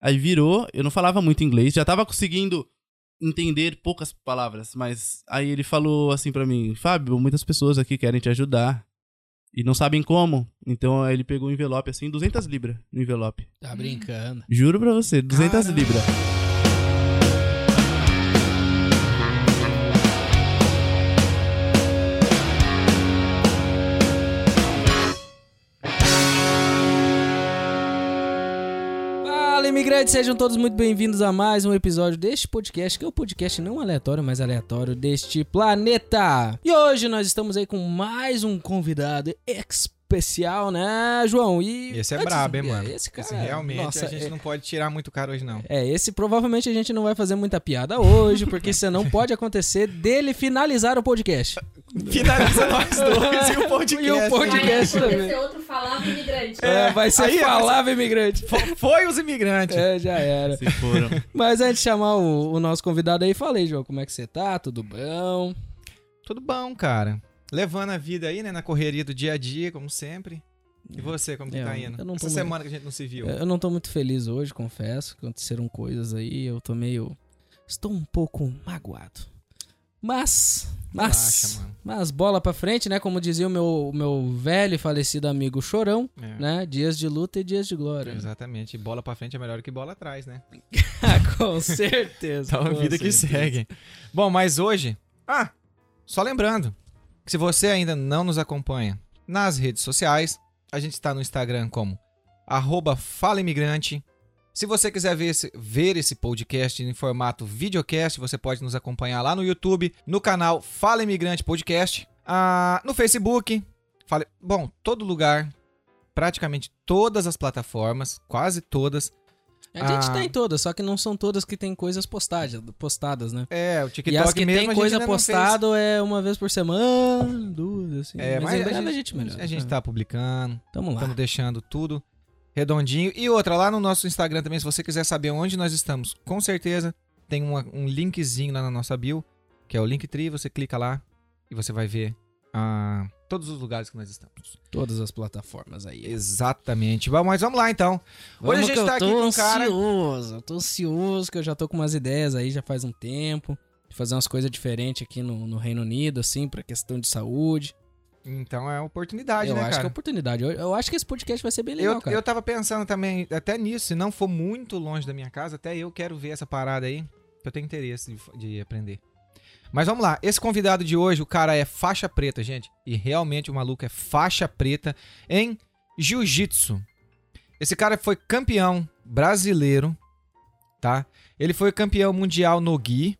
Aí virou, eu não falava muito inglês, já tava conseguindo entender poucas palavras, mas aí ele falou assim pra mim: Fábio, muitas pessoas aqui querem te ajudar e não sabem como. Então aí ele pegou um envelope assim, 200 libras no envelope. Tá brincando. Juro pra você, 200 Caramba. libras. Fala, imigrantes, sejam todos muito bem-vindos a mais um episódio deste podcast, que é o podcast não aleatório, mas aleatório deste planeta. E hoje nós estamos aí com mais um convidado especial, né, João? E Esse é antes- brabo, hein, mano? Esse cara, realmente nossa, a gente é- não pode tirar muito cara hoje, não. É, esse provavelmente a gente não vai fazer muita piada hoje, porque senão pode acontecer dele finalizar o podcast. Finaliza nós dois e o podcast. É, E né? o podcast. Vai Podcast também. acontecer outro falava imigrante. É, vai ser aí é- palavra imigrante. Fo- Foi os imigrantes. É, já era. Se foram. Mas antes de chamar o, o nosso convidado aí, falei, João, como é que você tá? Tudo bom? Tudo bom, cara. Levando a vida aí, né? Na correria do dia a dia, como sempre. E você, como que É, tá eu indo? não tô muito- Essa É. semana que a gente não se viu. Eu não tô muito feliz hoje, confesso. Aconteceram coisas aí, eu tô meio. Estou um pouco magoado. Mas. Mas. Relaxa, mano. mas bola pra frente, né? Como dizia o meu, o meu velho e falecido amigo Chorão, É, né? Dias de luta e dias de glória. Exatamente. Bola pra frente é melhor que bola atrás, né? Ah, com certeza. Então a com vida que certeza. segue. Bom, mas hoje. Ah, só lembrando que se você ainda não nos acompanha nas redes sociais, a gente está no Instagram como arroba falaimigrante. Se você quiser ver esse, ver esse podcast em formato videocast, você pode nos acompanhar lá no YouTube, no canal Fala Imigrante Podcast, ah, no Facebook, fala, bom, todo lugar, praticamente todas as plataformas, quase todas. A gente Ah. tem todas, só que não são todas que tem coisas postadas, postadas né? É, o TikTok e as que mesmo a tem gente coisa ainda não fez. postada é uma vez por semana, duas, assim. É, mas, mas em a breve a gente, né? gente- melhora. A gente tá publicando, Tamo lá. estamos deixando tudo redondinho. E outra, lá no nosso Instagram também, se você quiser saber onde nós estamos, com certeza tem uma- um linkzinho lá na nossa bio, que é o Linktree, você clica lá e você vai ver ah, todos os lugares que nós estamos. Todas as plataformas aí. Exatamente. Bom, mas vamos lá então. Hoje a gente que eu tá aqui tô com um cara- ansioso, eu tô ansioso, que eu já tô com umas ideias aí já faz um tempo. De fazer umas coisas diferentes aqui no, no Reino Unido, assim, pra questão de saúde. Então é oportunidade, eu né, acho que é cara? oportunidade. Eu, eu acho que esse podcast vai ser bem legal, eu, cara. eu tava pensando também, até nisso, se não for muito longe da minha casa, até eu quero ver essa parada aí, que eu tenho interesse de, fa- de aprender. Mas vamos lá, esse convidado de hoje, o cara é faixa preta, gente. E realmente o maluco é faixa preta em jiu-jitsu. Esse cara foi campeão brasileiro, tá? Ele foi campeão mundial no Gui.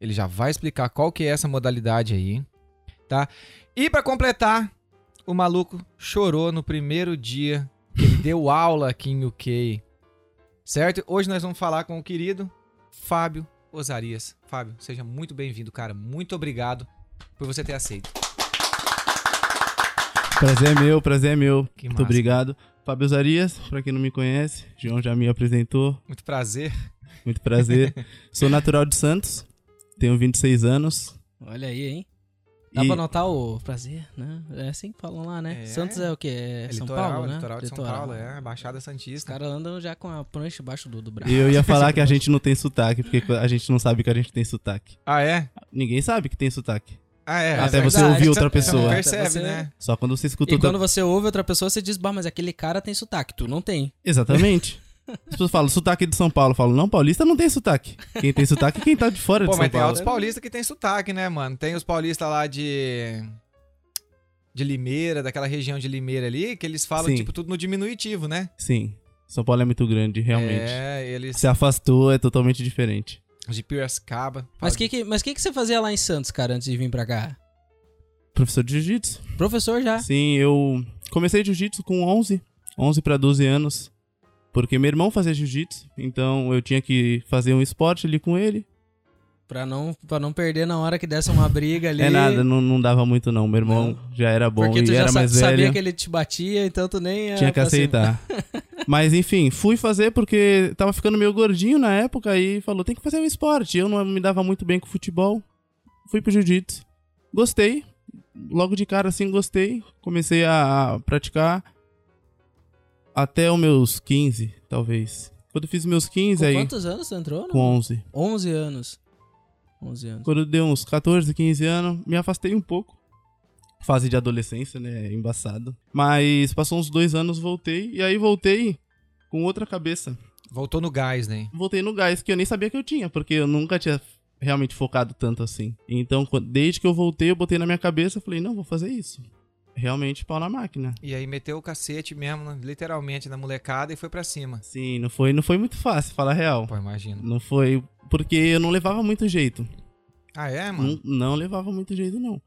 Ele já vai explicar qual que é essa modalidade aí, tá? E pra completar, o maluco chorou no primeiro dia ele deu aula aqui em UK. Certo? Hoje nós vamos falar com o querido Fábio Osarias. Fábio, seja muito bem-vindo, cara. Muito obrigado por você ter aceito. Prazer é meu, prazer é meu. Que Muito massa. obrigado. Fábio Zarias, pra quem não me conhece, João já me apresentou. Muito prazer. Muito prazer. Sou natural de Santos, tenho 26 anos. Olha aí, hein? Dá e- pra notar o prazer, né? É assim que falam lá, né? É. Santos é o quê? É São litoral, Paulo, né? litoral de São Litoral. Paulo, é, Baixada Os Santista. caras andam já com a prancha debaixo do, do braço. E eu ia falar que a gente não tem sotaque, porque a gente não sabe que a gente tem sotaque. Ah, é? Ninguém sabe que tem sotaque. Ah, é. Até É você verdade. ouvir outra Você não pessoa. Percebe, Você- né? Só quando você escuta E outra quando você ouve outra pessoa, você diz, bah, mas aquele cara tem sotaque. Tu não tem. Exatamente. As pessoas falam, sotaque de São Paulo. Eu falo, não, paulista não tem sotaque. Quem tem sotaque é quem tá de fora Pô, de São mas tem Paulo. outros paulistas que tem sotaque, né, mano? Tem os paulistas lá de. De Limeira, daquela região de Limeira ali, que eles falam, Sim. tipo, tudo no diminutivo, né? Sim, São Paulo é muito grande, realmente. É, eles. Se afastou, é totalmente diferente. De Piracicaba. Mas o que, Fala- que, mas que, que você fazia lá em Santos, cara, antes de vir pra cá? Professor de jiu-jitsu. Professor já. Sim, eu comecei jiu-jitsu com 11, 11 para 12 anos. Porque meu irmão fazia jiu-jitsu, então eu tinha que fazer um esporte ali com ele. Pra não, pra não perder na hora que desse uma briga ali. É nada, não, não dava muito não. Meu irmão já era bom porque tu e já era sa- mais sabia velho. que ele te batia, então tu nem. ia Tinha que pra cima. aceitar. Mas enfim, fui fazer porque tava ficando meio gordinho na época e falou: tem que fazer um esporte. Eu não me dava muito bem com futebol. Fui pro jiu-jitsu. Gostei. Logo de cara, assim, gostei. Comecei a a praticar até os meus 15, talvez. Quando eu fiz meus 15 Com aí, quantos anos você entrou? com Não? 11. 11 anos. 11 anos. Quando deu uns 14, 15 anos, me afastei um pouco. Fase de adolescência, né? é Embaçado. Mas passou uns dois anos, voltei. E aí voltei com outra cabeça. Voltou no gás, né? Voltei no gás que eu nem sabia que eu tinha, porque eu nunca tinha realmente focado tanto assim. Então, quan- desde que eu voltei, eu botei na minha cabeça e falei: não, vou fazer isso. Realmente pau na máquina. E aí meteu o cacete mesmo, né, literalmente, na molecada e foi pra cima. Sim, Assim, não foi, não foi muito fácil, falar a real. Pô, imagina. Não foi. Porque eu não levava muito jeito. Ah, é, mano? Não, não levava muito jeito, não.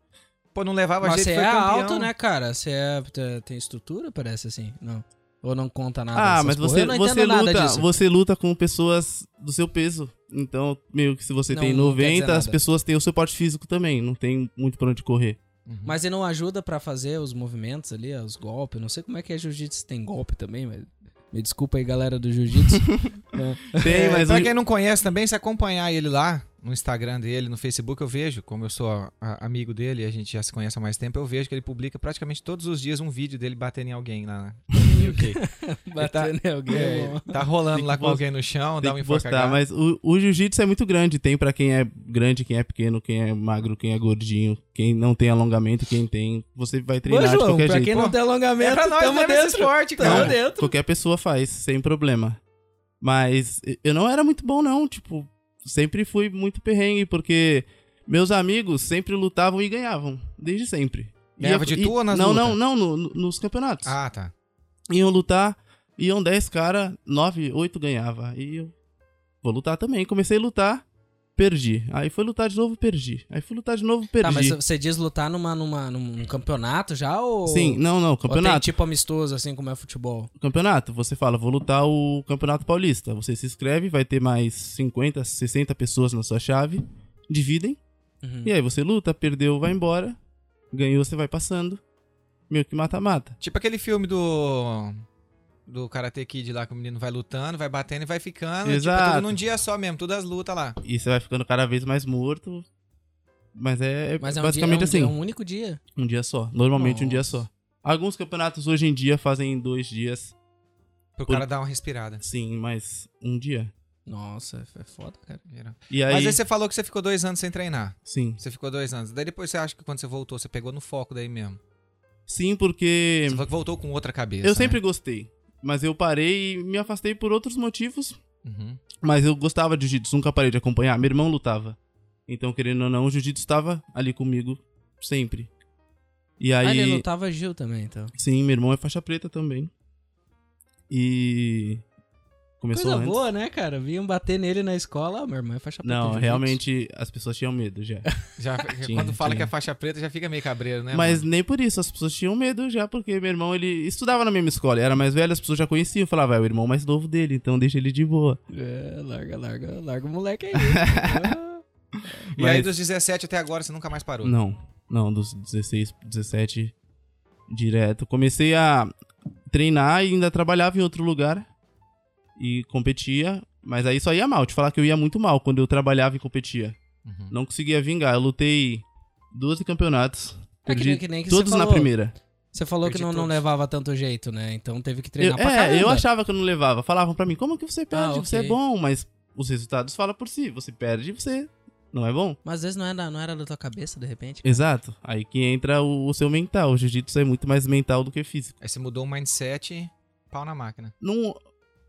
Pô, não levava Hum. Mas jeito, você foi é campeão. alto, né, cara? Você é, te- tem estrutura, parece assim? Não. Ou não conta nada. Ah, dessas mas porra? você, Eu não você entendo nada luta, disso. você luta com pessoas do seu peso. Então, meio que se você Não, tem não quer dizer 90, as nada. pessoas têm o seu porte físico também, não tem muito pra onde correr. Uhum. Mas ele não ajuda pra fazer os movimentos ali, os golpes. Não sei como é que é jiu-jitsu, se tem golpe também, mas. Me desculpa aí, galera do jiu-jitsu. Tem, É, mas pra o- quem não conhece também, se acompanhar ele lá no Instagram dele, no Facebook, eu vejo, como eu sou a- a- amigo dele, a gente já se conhece há mais tempo, eu vejo que ele publica praticamente todos os dias um vídeo dele batendo em alguém lá. no UK. Batendo em alguém. É, mano. tá rolando Tem lá que com bos- alguém no chão, dá tem um que postar, enforcagado. mas o, o jiu-jitsu é muito grande. Tem pra quem é grande, quem é pequeno, quem é magro, quem é gordinho, quem não tem alongamento, quem tem. Você vai treinar Ô, de João, qualquer pra jeito. quem não Pô, tem alongamento, É pra nós tamo mesmo esse dentro. esporte, Tamo cara. Não, dentro. Qualquer pessoa faz, sem problema. Mas eu não era muito bom, não. Tipo, sempre fui muito perrengue, porque meus amigos sempre lutavam e ganhavam. Desde sempre. Ganhava Ia- de e- tu ou nas Não, lutas? não, não, no- no- nos campeonatos. Ah, tá. Iam lutar, iam 10 caras, 9, 8 ganhava. E eu vou lutar também. Comecei a lutar, perdi. Aí fui lutar de novo, perdi. Aí fui lutar de novo, perdi. Tá, mas você diz lutar numa, numa, num campeonato já? Ou... Sim, não, não, Ou tem campeonato. tipo amistoso, assim como é futebol. campeonato. Você fala, vou lutar o Campeonato Paulista. Você se inscreve, vai ter mais 50, 60 pessoas na sua chave, dividem, Uhum. e aí você luta, perdeu, vai embora, ganhou, você vai passando. Meio que mata-mata. Tipo aquele filme do. Do Karate Kid lá, que o menino vai lutando, vai batendo e vai ficando. Tipo, Exato. tudo num dia só mesmo, todas as lutas lá. E você vai ficando cada vez mais morto. Mas é, Mas é um basicamente dia, é um, assim, é um único dia. um... dia só. Normalmente um dia Nossa. só. Alguns campeonatos hoje em dia fazem em dois dias. Pro Por- cara dar uma respirada. Sim, mas um dia. Nossa, é foda, cara. E aí, Mas é aí você falou que você ficou dois anos sem treinar. sim. Você ficou dois anos. Daí depois você acha que quando você voltou, você pegou no foco daí mesmo. Sim, porque... Você falou que voltou com outra cabeça. Eu né? sempre gostei. Mas eu parei e me afastei por outros motivos. Uhum. Mas eu gostava de jiu-jitsu, nunca parei de acompanhar. Meu irmão lutava. Então, querendo ou não, o jiu-jitsu estava ali comigo sempre. E Aí... Ah, aí. ele lutava Gil também, então. Sim, meu irmão é faixa preta também. E. Começou Coisa antes. boa, né, cara? Vinham bater nele na escola, ah, meu irmão é faixa preta de Não, jiu-jitsu. realmente as pessoas tinham medo já. Já, Tinha, quando fala tinha. que é faixa preta, já fica meio cabreiro, É, né? Mas mano? nem por isso, as pessoas tinham medo já, porque meu irmão, ele estudava na mesma escola, era mais velho, as pessoas já conheciam. Eu Falava, "Ah, é o irmão mais novo dele, então deixa ele de boa. É, larga, larga, larga o moleque aí. Ah, E aí dos 17 até agora você nunca mais parou. Não, não, dos 16, 17 direto. Comecei a treinar e ainda trabalhava em outro lugar e competia, mas aí só ia mal. Te falar que eu ia muito mal quando eu trabalhava e competia. Uhum. Não conseguia vingar. Eu lutei 12 campeonatos. É que Perdi nem- que nem que você todos na falou. primeira. Você falou que Perdi não, não todos. levava tanto jeito, né? Então teve que Eu- treinar pra caramba. é, eu achava que eu não levava. Falavam pra mim, como que você perde? Ah, Você é ok. bom, mas os resultados falam por si. Você perde, você não é bom. Mas às vezes não era, não era da tua cabeça, de repente. Exato. Aí que entra o, o seu mental. O jiu-jitsu é muito mais mental do que físico. Aí você mudou o mindset e pau na máquina. não.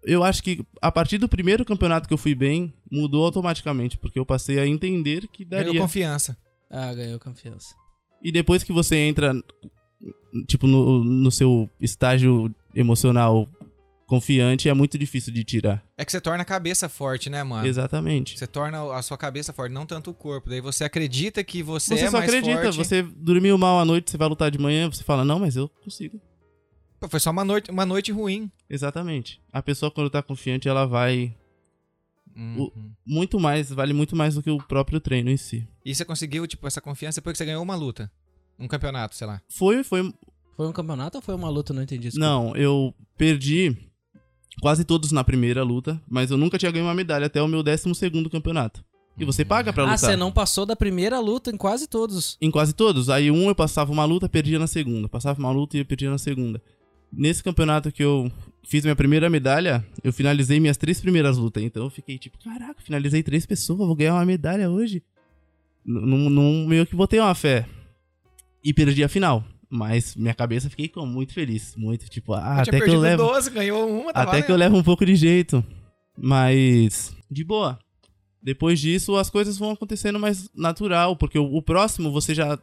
Eu acho que a partir do primeiro campeonato que eu fui bem, mudou automaticamente, porque eu passei a entender que Ganhou daria. confiança. Ah, ganhou confiança. E depois que você entra, tipo, no, no seu estágio emocional confiante, é muito difícil de tirar. É que você torna a cabeça forte, né, mano? Exatamente. Você torna a sua cabeça forte, não tanto o corpo. Daí você acredita que você, Você é só mais acredita, forte. você dormiu mal à noite, você vai lutar de manhã, você fala, não, mas eu consigo. Pô, foi só uma noite, uma noite ruim. Exatamente. A pessoa, quando tá confiante, ela vai Uhum. muito mais, vale muito mais do que o próprio treino em si. E você conseguiu, tipo, essa confiança depois que você ganhou uma luta. Um campeonato, sei lá. Foi, foi Foi um campeonato ou foi uma luta? Eu Não entendi isso. Não, eu perdi quase todos na primeira luta, mas eu nunca tinha ganho uma medalha até o meu 12 segundo campeonato. E você paga pra Ah, lutar. você não passou da primeira luta em quase todos. Em quase todos. Aí um eu passava uma luta, perdia na segunda. Passava uma luta e eu perdia na segunda. Nesse campeonato que eu fiz minha primeira medalha, eu finalizei minhas três primeiras lutas. Então eu fiquei tipo, caraca, finalizei três pessoas, vou ganhar uma medalha hoje. N- Num num- meio que botei uma fé. E perdi a final. Mas minha cabeça fiquei como, muito feliz. Muito, tipo, ah, até que eu levo. 12, ganhou uma, tá Até que eu levo um pouco de jeito. Mas. De boa. Depois disso, as coisas vão acontecendo mais natural. Porque o, o próximo você já.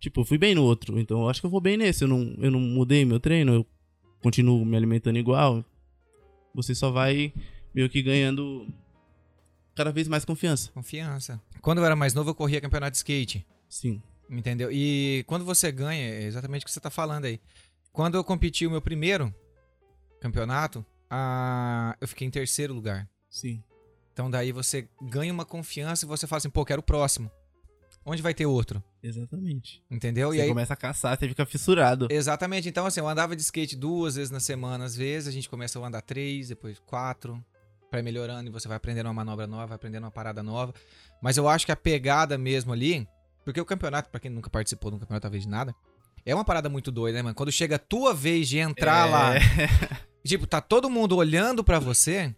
Tipo, eu fui bem no outro. Então eu acho que eu vou bem nesse. Eu não, eu não mudei meu treino. Eu continuo me alimentando igual. Você só vai meio que ganhando cada vez mais confiança. Confiança. Quando eu era mais novo, eu corria campeonato de skate. Sim. Entendeu? E quando você ganha, é exatamente o que você tá falando aí. Quando eu competi o meu primeiro campeonato, ah, eu fiquei em terceiro lugar. Sim. Então daí você ganha uma confiança e você fala assim, pô, quero o próximo. Onde vai ter outro? Exatamente. Entendeu? Você e aí. começa a caçar, você fica fissurado. Exatamente. Então, assim, eu andava de skate duas vezes na semana, às vezes. A gente começa a andar três, depois quatro. Pra ir melhorando e você vai aprendendo uma manobra nova, vai aprendendo uma parada nova. Mas eu acho que a pegada mesmo ali. Porque o campeonato, pra quem nunca participou de um campeonato, talvez de nada, é uma parada muito doida, né, mano? Quando chega a tua vez de É entrar lá, tipo, tá todo mundo olhando pra você,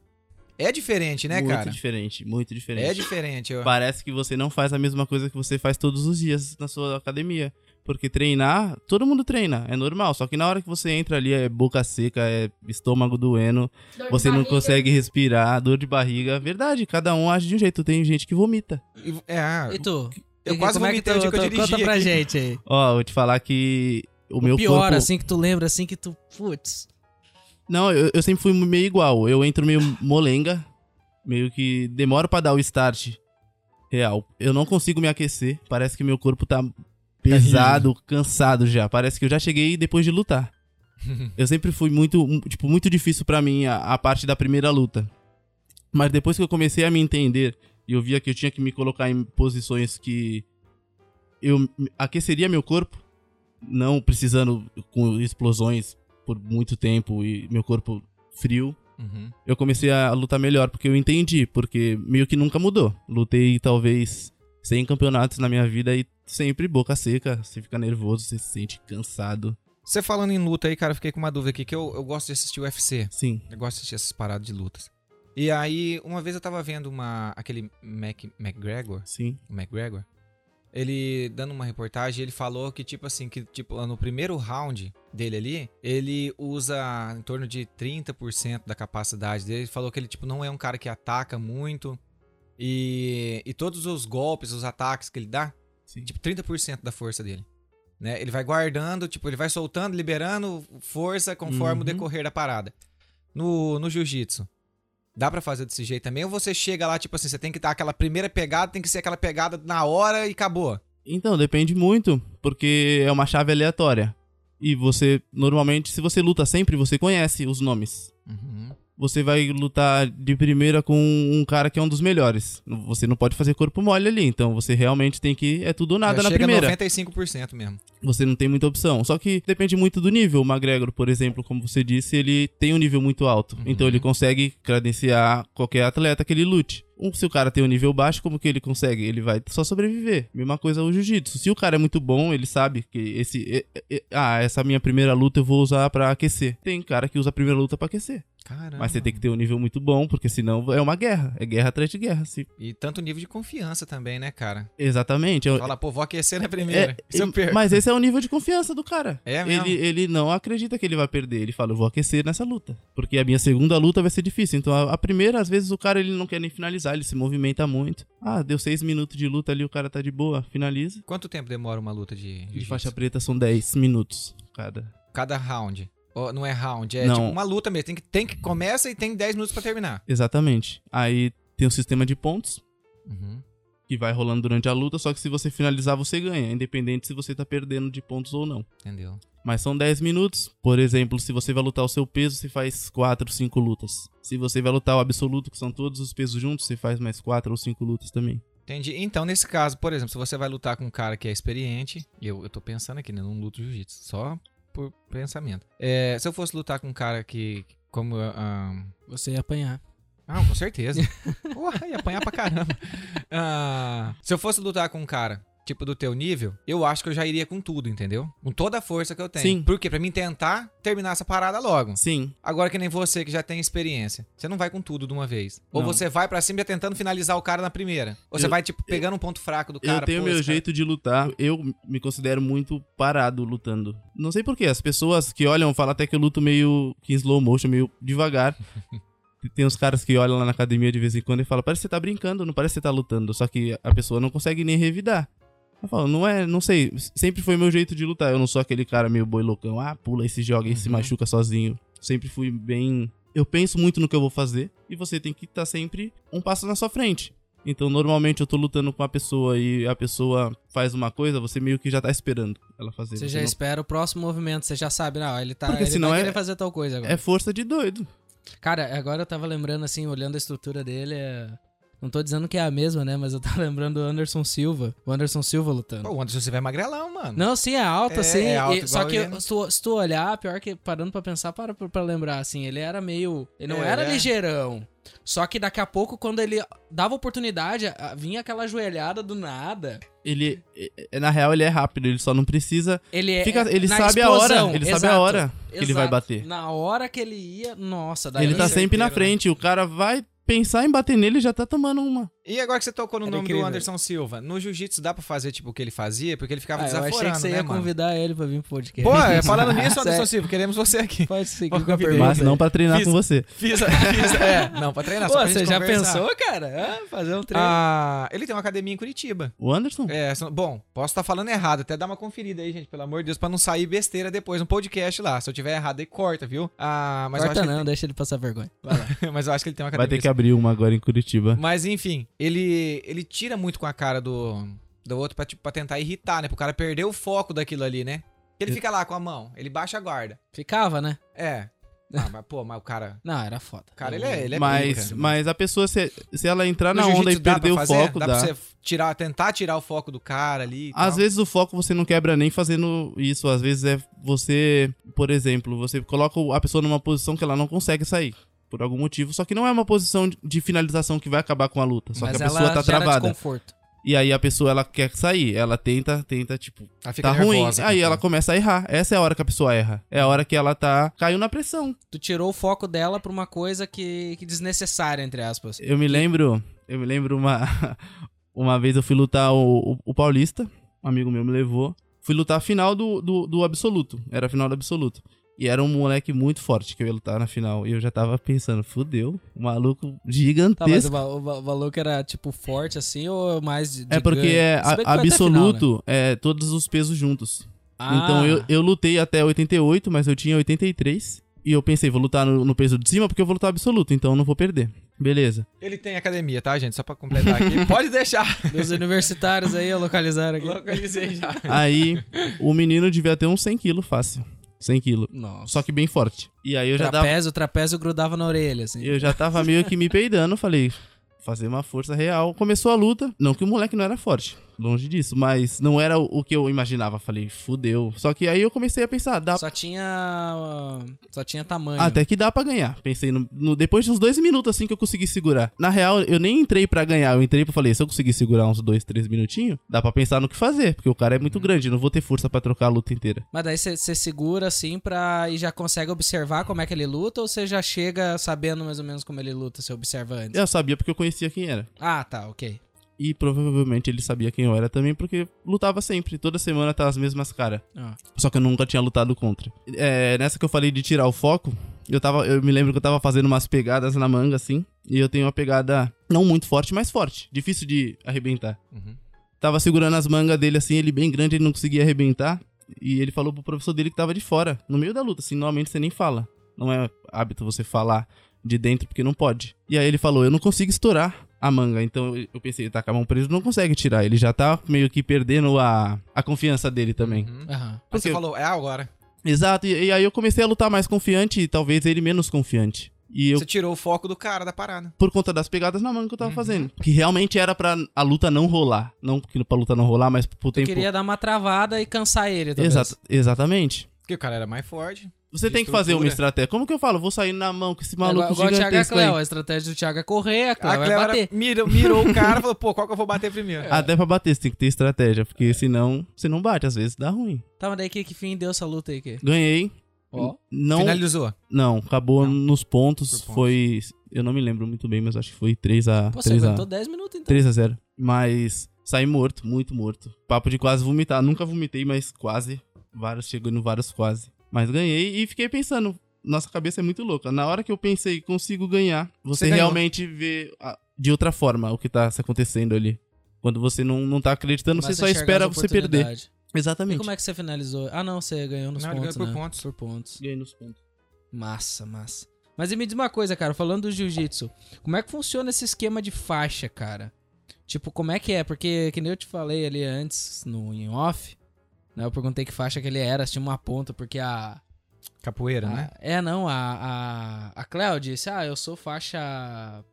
é diferente, né, muito cara? diferente, muito diferente. É diferente. Eu... Parece que você não faz a mesma coisa que você faz todos os dias na sua academia. Porque treinar, todo mundo treina, é normal. Só que na hora que você entra ali, é boca seca, é estômago doendo, Dor de você não barriga. consegue respirar, dor de barriga. É Verdade, cada um age de um jeito. Tem gente que vomita. E- É, E tu? Eu E quase como é vomitei o dia que eu tu- dirigi Conta pra aqui. gente aí. Ó, vou te falar que o meu Pior, corpo. assim que tu lembra, assim que tu. Putz. Não, eu, eu sempre fui meio igual. Eu entro meio molenga, meio que demoro pra dar o start real. Eu não consigo me aquecer, parece que meu corpo tá pesado, cansado já. Parece que eu já cheguei depois de lutar. eu sempre fui muito, um, tipo, muito difícil pra mim a, a parte da primeira luta. Mas depois que eu comecei a me entender e eu via que eu tinha que me colocar em posições que eu me- aqueceria meu corpo, não precisando com explosões por muito tempo e meu corpo frio, Uhum. eu comecei a lutar melhor, porque eu entendi, porque meio que nunca mudou. Lutei talvez 100 campeonatos na minha vida e sempre boca seca, você fica nervoso, você se sente cansado. Você falando em luta aí, cara, eu fiquei com uma dúvida aqui, que eu, eu gosto de assistir UFC. Sim, Eu gosto de assistir essas paradas de lutas. E aí, uma vez eu tava vendo uma. aquele Mac, McGregor. sim, o McGregor. Ele, dando uma reportagem, ele falou que, tipo assim, que tipo, no primeiro round dele ali, ele usa em torno de 30% da capacidade dele. Ele falou que ele, tipo, não é um cara que ataca muito. E, e todos os golpes, os ataques que ele dá, sim. tipo, 30% da força dele. Né? Ele vai guardando, tipo, ele vai soltando, liberando força conforme Uhum. o decorrer da parada. No, no jiu-jitsu, dá pra fazer desse jeito também? Ou você chega lá, tipo assim, você tem que dar aquela primeira pegada, tem que ser aquela pegada na hora e acabou? Então, depende muito, porque é uma chave aleatória. E você, normalmente, se você luta sempre, você conhece os nomes. você vai lutar de primeira com um cara que é um dos melhores. Você não pode fazer corpo mole ali, então você realmente tem que é tudo ou nada Já na chega primeira. 95% mesmo. Você não tem muita opção. Só que depende muito do nível. O McGregor, por exemplo, como você disse, ele tem um nível muito alto. Uhum. Então ele consegue credenciar qualquer atleta que ele lute. Um, se o cara tem um nível baixo, como que ele consegue? Ele vai só sobreviver. Mesma coisa o jiu-jitsu. Se o cara é muito bom, ele sabe que esse. e- e- ah, essa minha primeira luta eu vou usar pra aquecer. Tem cara que usa a primeira luta pra aquecer. Caramba. Mas você tem que ter um nível muito bom, porque senão é uma guerra. É guerra atrás de guerra. Se... E tanto nível de confiança também, né, cara? Exatamente. É, Eu- Fala, pô, vou aquecer na é- primeira. Se eu é- perco. mas esse é o nível de confiança do cara. É mesmo? ele, ele não acredita que ele vai perder. Ele fala, eu vou aquecer nessa luta. Porque a minha segunda luta vai ser difícil. Então, a, a primeira, às vezes, o cara ele não quer nem finalizar. Ele se movimenta muito. Ah, deu seis minutos de luta ali, o cara tá de boa. Finaliza. Quanto tempo demora uma luta de, De jiu-jitsu? faixa preta são 10 minutos cada. Cada round. Ó, não é round, é Não. tipo uma luta mesmo. Tem que, tem que começa e tem 10 minutos pra terminar. Exatamente. Aí tem o sistema de pontos. Uhum. Que vai rolando durante a luta, só que se você finalizar, você ganha, independente se você tá perdendo de pontos ou não. Entendeu? Mas são 10 minutos. Por exemplo, se você vai lutar o seu peso, você faz 4, 5 lutas. Se você vai lutar o absoluto, que são todos os pesos juntos, você faz mais 4 ou 5 lutas também. Entendi. Então, nesse caso, por exemplo, se você vai lutar com um cara que é experiente, e eu, eu tô pensando aqui, né? Não luto jiu-jitsu, só por pensamento. É, se eu fosse lutar com um cara que. Como. ah, Você ia apanhar. Não, Ah, com certeza. Porra, ia apanhar pra caramba. Ah, se eu fosse lutar com um cara tipo, do teu nível, eu acho que eu já iria com tudo, entendeu? Com toda a força que eu tenho. Sim. Porque pra mim tentar terminar essa parada logo. Sim. Agora que nem você que já tem experiência, você não vai com tudo de uma vez. Ou Não. você vai pra cima já tentando finalizar o cara na primeira. Ou você Eu- vai tipo pegando um ponto fraco do cara. eu tenho pô, meu esse cara- jeito de lutar. Eu me considero muito parado lutando. Não sei porquê. As pessoas que olham falam até que eu luto meio que em slow motion, meio devagar. E Tem uns caras que olham lá na academia de vez em quando e falam: parece que você tá brincando, não parece que você tá lutando. Só que a pessoa não consegue nem revidar. Eu falo, não é, não sei. Sempre foi meu jeito de lutar. Eu não sou aquele cara meio boi loucão. Ah, pula e se joga e se Uhum. machuca sozinho. Sempre fui bem. Eu penso muito no que eu vou fazer e você tem que estar sempre um passo na sua frente. Então, normalmente eu tô lutando com a pessoa e a pessoa faz uma coisa, você meio que já tá esperando ela fazer. Você já não- espera o próximo movimento, você já sabe, não, ele tá, Porque ele senão vai é- querer fazer tal coisa agora. É força de doido. Cara, agora eu tava lembrando, assim, olhando a estrutura dele, é... não tô dizendo que é a mesma, né, mas eu tava lembrando do Anderson Silva, o Anderson Silva lutando. Pô, o Anderson, você vai magrelão, mano. né? Não, sim, é alto, É, assim. é alto, e- só igual que ele. se tu, se tu olhar, pior que parando pra pensar, para pra, pra lembrar, assim, ele era meio. Ele não É, era ele é. ligeirão. Só que daqui a pouco, quando ele dava oportunidade, a- vinha aquela joelhada do nada. Ele, é- é- na real, ele é rápido, ele só não precisa. Ele é. Fica, ele na sabe a explosão, hora, ele sabe exato, a hora que ele vai exato. bater. Na hora que ele ia, nossa, daí Ele tá Isso é sempre na inteiro, né? frente, o cara vai pensar em bater nele e já tá tomando uma. E agora que você tocou no Era nome incrível. do Anderson Silva, no jiu-jitsu dá pra fazer tipo o que ele fazia? Porque ele ficava Ah, eu desaforando, achei que você né, ia mano? convidar ele pra vir pro podcast. Pô, é, falando nisso, Anderson assim. Sério. Silva, queremos você aqui. Pode seguir Pô, com a convidei. pergunta. Mas não pra treinar Fiz. com você. Fiz, fiz, é, não, pra treinar, só Pô, pra gente você já conversar. pensou, cara? Ah, fazer um treino. Ah, ele tem uma academia em Curitiba. O Anderson? É, são- bom, posso estar falando errado, até dá uma conferida aí, gente, pelo amor de Deus, pra não sair besteira depois no podcast lá. Se eu tiver errado, aí corta, viu? Ah, mas, Corta eu acho não, deixa ele passar vergonha. Que, mas eu acho que ele tem uma É, vai academia. ter que abrir uma agora em Curitiba. Mas enfim, ele ele tira muito com a cara do, do outro pra, tipo, pra tentar irritar, né? Pro cara perder o foco daquilo ali, né? Ele fica lá com a mão, ele baixa a guarda. Ficava, né? É. Ah, mas pô, mas o cara. Não, era foda. O cara, ele é. Ele é mas, pica. mas a pessoa, se, se ela entrar No na onda e jiu-jitsu dá pra perder o fazer? foco, dá. dá. Pra você tirar, tentar tirar o foco do cara ali. e Às tal? vezes o foco você não quebra nem fazendo isso. Às vezes é você, por exemplo, você coloca a pessoa numa posição que ela não consegue sair. Por algum motivo. Só que não é uma posição de- de finalização que vai acabar com a luta. Só Mas que a pessoa ela tá gera travada. desconforto. E aí a pessoa ela quer sair. Ela tenta, tenta, tipo, Ela fica tá ruim. nervosa, Aí cara. ela começa a errar. Essa é a hora que a pessoa erra. É a hora que ela tá. Caiu na pressão. Tu tirou o foco dela pra uma coisa que, que desnecessária, entre aspas. Eu me lembro, eu me lembro uma uma vez eu fui lutar o, o, o Paulista, um amigo meu me levou, fui lutar a final do, do, do absoluto, era a final do absoluto. E era um moleque muito forte que eu ia lutar na final. E eu já tava pensando, fudeu, um maluco Tá, mas gigantesco. o, va- o va- o valor que era, tipo, forte assim ou mais de. de é porque ganho? é Se bem que a- foi até final, né? Ah. absoluto, é todos os pesos juntos. Então eu, eu lutei até 88, mas eu tinha 83. E eu pensei, vou lutar no, no peso de cima porque eu vou lutar absoluto, então eu não vou perder. Beleza. Ele tem academia, tá, gente? Só pra completar aqui. Pode deixar. Ah, Meus universitários aí localizaram aqui. Localizei já. Aí, o menino devia ter uns 100 quilos fácil. 100 quilos. Nossa. Só que bem forte. E aí eu já tava, trapézio, o trapézio grudava na orelha, assim. eu já tava meio que me peidando. Falei, fazer uma força real. Começou a luta. Não que o moleque não era forte. Longe disso. Mas não era o- o que eu imaginava. Falei, fudeu. Só que aí eu comecei a pensar, dá Só tinha. ah, Só tinha tamanho. Até que dá pra ganhar. Pensei no, no- depois de uns dois minutos assim que eu consegui segurar. Na real, eu nem entrei pra ganhar. Eu entrei pra falei, se eu conseguir segurar uns dois, três minutinhos, dá pra pensar no que fazer, porque o cara é muito grande, eu não vou ter força pra trocar a luta inteira. Mas daí você segura assim pra. e já consegue observar como é que ele luta ou você já chega sabendo mais ou menos como ele luta, você observa antes? Eu sabia porque eu conhecia quem era. Ah, tá, ok. E provavelmente ele sabia quem eu era também, porque lutava sempre. Toda semana tá as mesmas caras. Ah. Só que eu nunca tinha lutado contra. É, nessa que eu falei de tirar o foco, eu, tava, eu me lembro que eu tava fazendo umas pegadas na manga, assim. E eu tenho uma pegada não muito forte, mas forte. Difícil de arrebentar. Uhum. Tava segurando as mangas dele, assim, ele bem grande, ele não conseguia arrebentar. E ele falou pro professor dele que tava de fora, no meio da luta, assim, normalmente você nem fala. Não é hábito você falar de dentro, porque não pode. E aí ele falou, eu não consigo estourar a manga. Então eu pensei, tá com a mão presa, não consegue tirar. Ele já tá meio que perdendo a, a confiança dele também. Uhum. Aham. Mas Porque- Você falou, é agora. Exato, e, e aí eu comecei a lutar mais confiante e talvez ele menos confiante. E eu, Você tirou o foco do cara da parada. por conta das pegadas na manga que eu tava Uhum. fazendo. Que realmente era pra a luta não rolar. Não pra luta não rolar, mas pro Tu tempo... queria dar uma travada e cansar ele, talvez. Exato, exatamente. Porque o cara era mais forte. Você tem que fazer uma estrutura. estratégia. Como que eu falo? Vou sair na mão com esse Um maluco é, igual- igual o Thiago e a gigantesco aí. Cleo. A estratégia do Thiago é correr, a Cleo A vai Cleo bater. É. era- mirou, mirou o cara e falou, pô, qual que eu vou bater primeiro? Até pra bater, você tem que ter estratégia, porque senão você não bate, às vezes dá ruim. Tá, mas daí que, que fim deu essa luta aí? Que? Ganhei. Ó. Não, Finalizou. não, acabou Não. nos pontos, Por pontos. Foi. Eu não me lembro muito bem, mas acho que foi 3 a Pô, você 3 Ah, a aguentou 10 minutos então. 3 a 0. Mas saí morto, muito morto. Papo de quase vomitar. Nunca vomitei, mas quase. Vários chegando vários quase. Mas ganhei e fiquei pensando. Nossa cabeça é muito louca. Na hora que eu pensei, consigo ganhar, Você você, ganhou. realmente vê ah, de outra forma o que tá se acontecendo ali. Quando você não, não tá acreditando, Começa você só a enxergar espera as você perder. oportunidades. E Exatamente. como é que você finalizou? Ah, não, você ganhou nos Não, ele pontos, ganhou por né? pontos. Por pontos. Ganhei nos pontos. Massa, massa. Mas e me diz uma coisa, cara, falando do jiu-jitsu, como é que funciona esse esquema de faixa, cara? Tipo, como é que é? Porque, que nem eu te falei ali antes, no em off, né? Eu perguntei que faixa que ele era, se tinha uma ponta, porque a. Capoeira, a- né? É, não, a, a. A Cleo disse, ah, eu sou faixa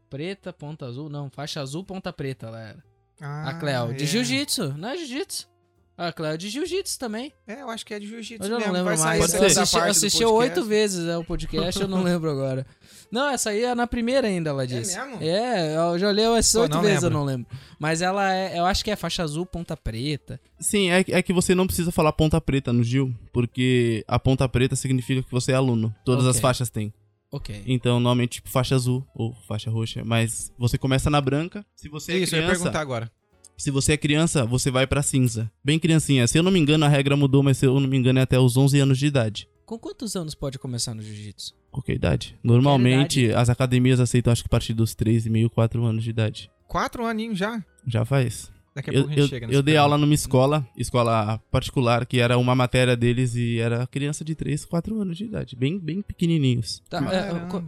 preta, ponta azul. Não, faixa azul, ponta preta, ela era. Ah, a Cleo, de é. jiu-jitsu, não é jiu-jitsu. A Cleo de jiu-jitsu também. É, eu acho que é de jiu-jitsu Hoje eu não mesmo. lembro Vai mais. sair Pode Eu ser. essa assisti, parte eu do assisti podcast. oito vezes é, o podcast, eu não lembro agora. Não, essa aí é na primeira ainda, ela disse. mesmo? É, eu já olhei essas Pô, oito não vezes, eu lembro. não lembro. Mas ela é, eu acho que é faixa azul, ponta preta. Sim, é, é que você não precisa falar ponta preta no Gil, porque a ponta preta significa que você é aluno. Todas as Ok. faixas têm. Ok. Então, normalmente, tipo, faixa azul ou faixa roxa. Mas você começa na branca. Se você Isso, é eu ia criança, perguntar agora. se você é criança, você vai pra cinza. Bem criancinha. Se eu não me engano, a regra mudou, mas se eu não me engano, é até os 11 anos de idade. Com quantos anos pode começar no jiu-jitsu? Qualquer idade. Normalmente, as academias aceitam, acho que a partir dos 3 e meio, 4 anos de idade. Quatro aninhos já? Já faz. Daqui a Eu, pouco a gente eu- chega eu dei aula numa escola, escola particular, que era uma matéria deles e era criança de 3, 4 anos de idade, bem, bem pequenininhos. Tá, é, co-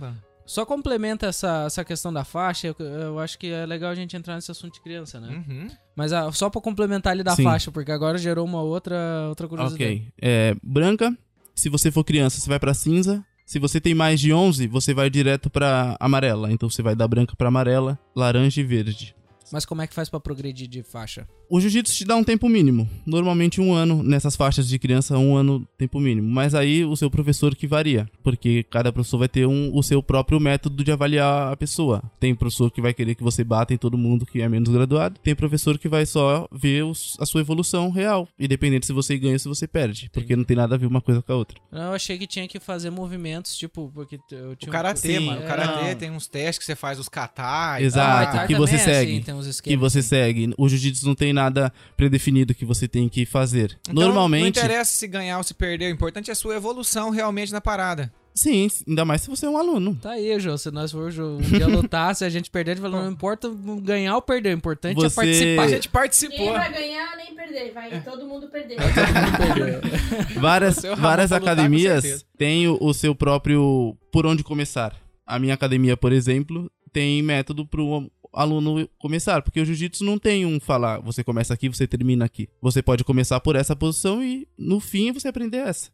só complementa essa, essa questão da faixa, eu, eu acho que é legal a gente entrar nesse assunto de criança, Hum. né? Uhum. Mas ah, só pra complementar ali da Sim. faixa, porque agora gerou uma outra, outra curiosidade. Ok. É, branca, se você for criança, você vai pra cinza. Se você tem mais de 11, você vai direto pra amarela. Então você vai da branca pra amarela, laranja e verde. Mas como é que faz pra progredir de faixa? O jiu-jitsu te dá um tempo mínimo. Normalmente um ano, nessas faixas de criança, um ano tempo mínimo. Mas aí o seu professor que varia, porque cada professor vai ter um, o seu próprio método de avaliar a pessoa. Tem professor que vai querer que você bata em todo mundo que é menos graduado. Tem professor que vai só ver os- a sua evolução real, independente se você ganha ou se você perde, porque não tem nada a ver uma coisa com a outra. Não, eu achei que tinha que fazer movimentos, tipo, porque t- eu tinha um- O Sim, karatê, mano. O é, karatê não. tem uns testes que você faz os katar. e Exato, Ah, tal. Muay Thai que também você é segue, tem uns Que esquemas, você assim. segue. O jiu-jitsu não tem nada predefinido que você tem que fazer. Então, Não Normalmente. interessa se ganhar ou se perder, o importante é a sua evolução realmente na parada. Sim, ainda mais se você é um aluno. Tá aí, João. Se nós for Jô, um dia lutar, se a gente perder, a gente fala, não importa ganhar ou perder, o importante Você- é A participar. gente Ninguém participou. vai ganhar nem perder, É. vai todo mundo perder. Várias, Você é o Ramon várias pra lutar, com academias certeza. têm o, o seu próprio por onde começar. A minha academia, por exemplo, tem método para o aluno começar, porque o jiu-jitsu não tem um falar, você começa aqui, você termina aqui. Você pode começar por essa posição e no fim você aprender essa.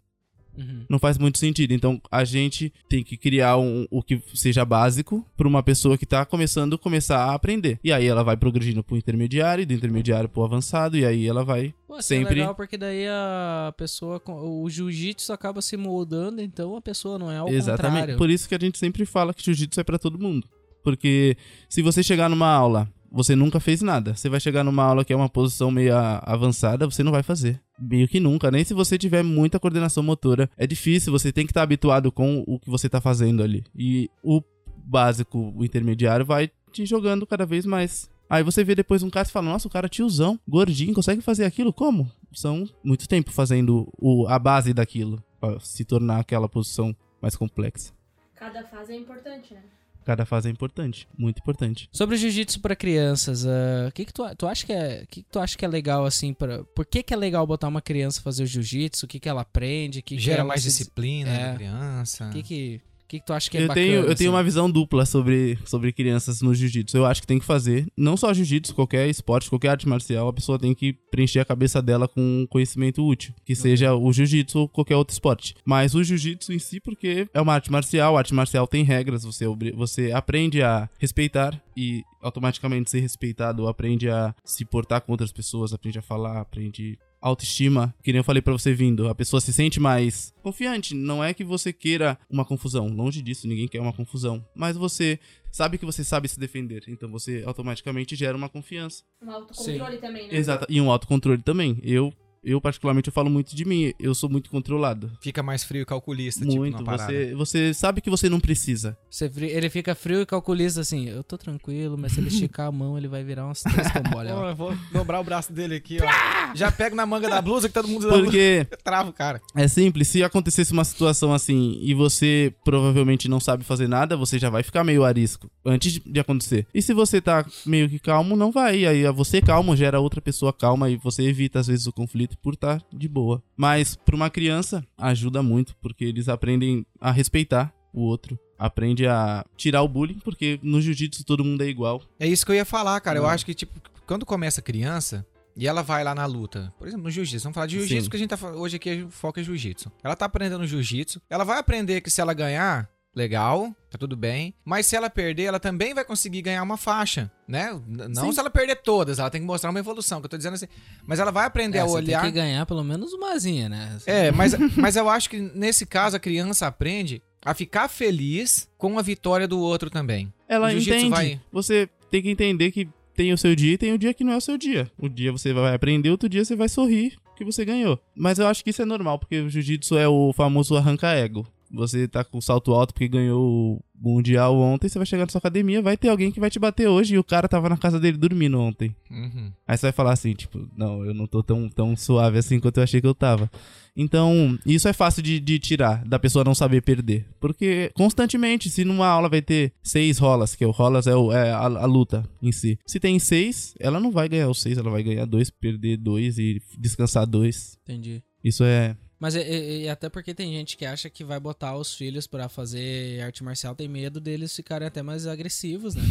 Uhum. Não faz muito sentido. Então a gente tem que criar um, o que seja básico para uma pessoa que está começando começar a aprender. E aí ela vai progredindo pro intermediário, do intermediário pro avançado e aí ela vai Pô, assim, é sempre legal porque daí a pessoa, com- o jiu-jitsu acaba se moldando, então a pessoa não é ao Exatamente. contrário. Por isso que a gente sempre fala que jiu-jitsu é pra todo mundo. Porque se você chegar numa aula, você nunca fez nada. Você vai chegar numa aula que é uma posição meio a- avançada, você não vai fazer. Meio que nunca. Nem se você tiver muita coordenação motora. É difícil, você tem que estar habituado com o que você tá fazendo ali. E o básico, o intermediário, vai te jogando cada vez mais. Aí você vê depois um cara e fala, nossa, o cara é tiozão, gordinho, consegue fazer aquilo? Como? São muito tempo fazendo o, a base daquilo, pra se tornar aquela posição mais complexa. Cada fase é importante, né? Cada fase é importante, muito importante. Sobre o jiu-jitsu pra crianças, ah, o que que tu, a- tu acha que é, o que que tu acha que é legal assim para, por que que é legal botar uma criança fazer o jiu-jitsu? O que que ela aprende? O que que Gera ela mais se des- disciplina é. na criança. O que que, o que que tu acha que é eu bacana? tenho, eu tenho assim? uma visão dupla sobre, sobre crianças no jiu-jitsu. Eu acho que tem que fazer, não só jiu-jitsu, qualquer esporte, qualquer arte marcial, a pessoa tem que preencher a cabeça dela com um conhecimento útil, que Uhum. seja o jiu-jitsu ou qualquer outro esporte. Mas o jiu-jitsu em si, porque é uma arte marcial, a arte marcial tem regras, você, obri- você aprende a respeitar e automaticamente ser respeitado, aprende a se portar com outras pessoas, aprende a falar, aprende autoestima, que nem eu falei pra você vindo, a pessoa se sente mais confiante. Não é que você queira uma confusão, longe disso, ninguém quer uma confusão. Mas você sabe que você sabe se defender, então você automaticamente gera uma confiança. Um autocontrole também, né? Exato. E um autocontrole também. Eu, eu particularmente, eu falo muito de mim, eu sou muito controlado. Fica mais frio e calculista, tipo, Muito. na parada. Você, você sabe que você não precisa. Você fri- ele fica frio e calculista assim, eu tô tranquilo, mas se ele esticar a mão, ele vai virar umas três É, tombolhas. Ó, eu vou dobrar o braço dele aqui, ó. Já pego na manga da blusa que todo mundo usa na blusa. Porque Eu travo, cara. É simples, se acontecesse uma situação assim e você provavelmente não sabe fazer nada, você já vai ficar meio arisco antes de- de acontecer. E se você tá meio que calmo, não vai. Aí você calmo gera outra pessoa calma e você evita às vezes o conflito por estar de boa. Mas pra uma criança ajuda muito, porque eles aprendem a respeitar o outro, aprende a tirar o bullying, porque no jiu-jitsu todo mundo é igual. É isso que eu ia falar, cara. Eu Uhum. Hum. acho que, tipo, quando começa a criança e ela vai lá na luta, por exemplo, no jiu-jitsu. Vamos falar de jiu-jitsu, Sim. porque a gente tá falando, hoje aqui o foco é jiu-jitsu. Ela tá aprendendo jiu-jitsu, ela vai aprender que se ela ganhar, legal, tá tudo bem. Mas se ela perder, ela também vai conseguir ganhar uma faixa, né? N- Não Sim. se ela perder todas, ela tem que mostrar uma evolução, que eu tô dizendo assim. Mas ela vai aprender É, a você olhar. tem que ganhar pelo menos umazinha, né? É, mas, mas eu acho que nesse caso a criança aprende a ficar feliz com a vitória do outro também. Ela O jiu-jitsu entende. vai- Você tem que entender que tem o seu dia e tem o dia que não é o seu dia. Um dia você vai aprender, outro dia você vai sorrir que você ganhou. Mas eu acho que isso é normal, porque o jiu-jitsu é o famoso arranca-ego. Você tá com salto alto porque ganhou o mundial ontem, você vai chegar na sua academia, vai ter alguém que vai te bater hoje e o cara tava na casa dele dormindo ontem. Uhum. Aí você vai falar assim, tipo, não, eu não tô tão, tão suave assim quanto eu achei que eu tava. Então, isso é fácil de, de tirar, da pessoa não saber perder. Porque constantemente, se numa aula vai ter seis rolas, que o rolas é, o- é a, a luta em si. Se tem seis, ela não vai ganhar os seis, ela vai ganhar dois, perder dois e descansar dois. Entendi. Isso é. Mas e, e- e até porque tem gente que acha que vai botar os filhos pra fazer arte marcial, tem medo deles ficarem até mais agressivos, né?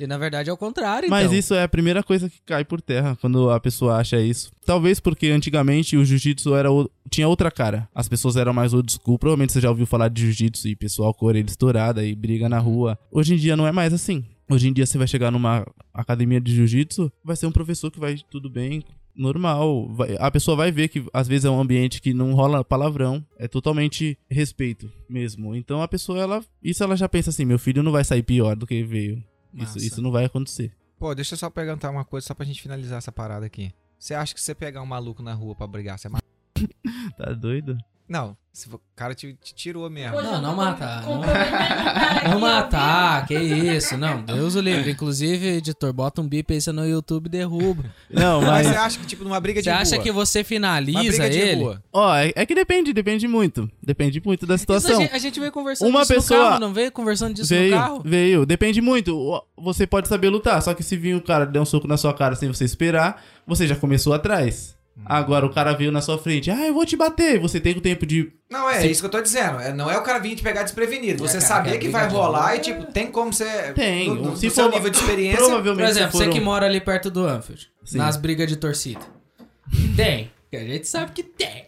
E na verdade é o contrário, Mas então. isso é a primeira coisa que cai por terra quando a pessoa acha isso. Talvez porque antigamente o jiu-jitsu era o- tinha outra cara. As pessoas eram mais old school. Provavelmente você já ouviu falar de jiu-jitsu e pessoal com a orelha estourada e briga na rua. Hoje em dia não é mais assim. Hoje em dia você vai chegar numa academia de jiu-jitsu, vai ser um professor que vai tudo bem, normal. Vai- a pessoa vai ver que às vezes é um ambiente que não rola palavrão. É totalmente respeito mesmo. Então a pessoa, ela. Isso ela já pensa assim: meu filho não vai sair pior do que veio. Isso, Massa. isso não vai acontecer. Pô, deixa eu só perguntar uma coisa, só pra gente finalizar essa parada aqui. Você acha que você pegar um maluco na rua pra brigar, você mata? Tá doido? Não, se vo- o cara te, te tirou mesmo. Hoje Não, eu não tô matar, com- não. comprometendo o cara aqui, Não ó, matar, É Tá, que isso, não, Deus o livre. Inclusive, editor, bota um bip aí você no YouTube e derruba. Não, Mas mas. é- você acha que, tipo, numa briga de Você rua... acha que você uma finaliza briga de ele? rua. Ó, é, é que depende, depende muito. Depende muito da Isso Então, a situação. gente, a gente veio conversando Uma disso no pessoa- carro, não veio conversando disso veio, no carro? veio. Depende muito. Ó, Você pode saber lutar, só que se vir um cara der um soco na sua cara sem você esperar, você já começou atrás. Agora o cara veio na sua frente, ah, eu vou te bater. Você tem o tempo de. Não, é isso que eu tô dizendo. É, não é o cara vir te pegar desprevenido. Você É, cara, saber é que briga vai de rolar rua. e, tipo, tem como você... Tem, um No, no, se no seu for- nível de experiência... é Por Provavelmente. exemplo, se você for que um- mora ali perto do Anfield, Sim. nas brigas de torcida. Tem. Que a gente sabe que tem.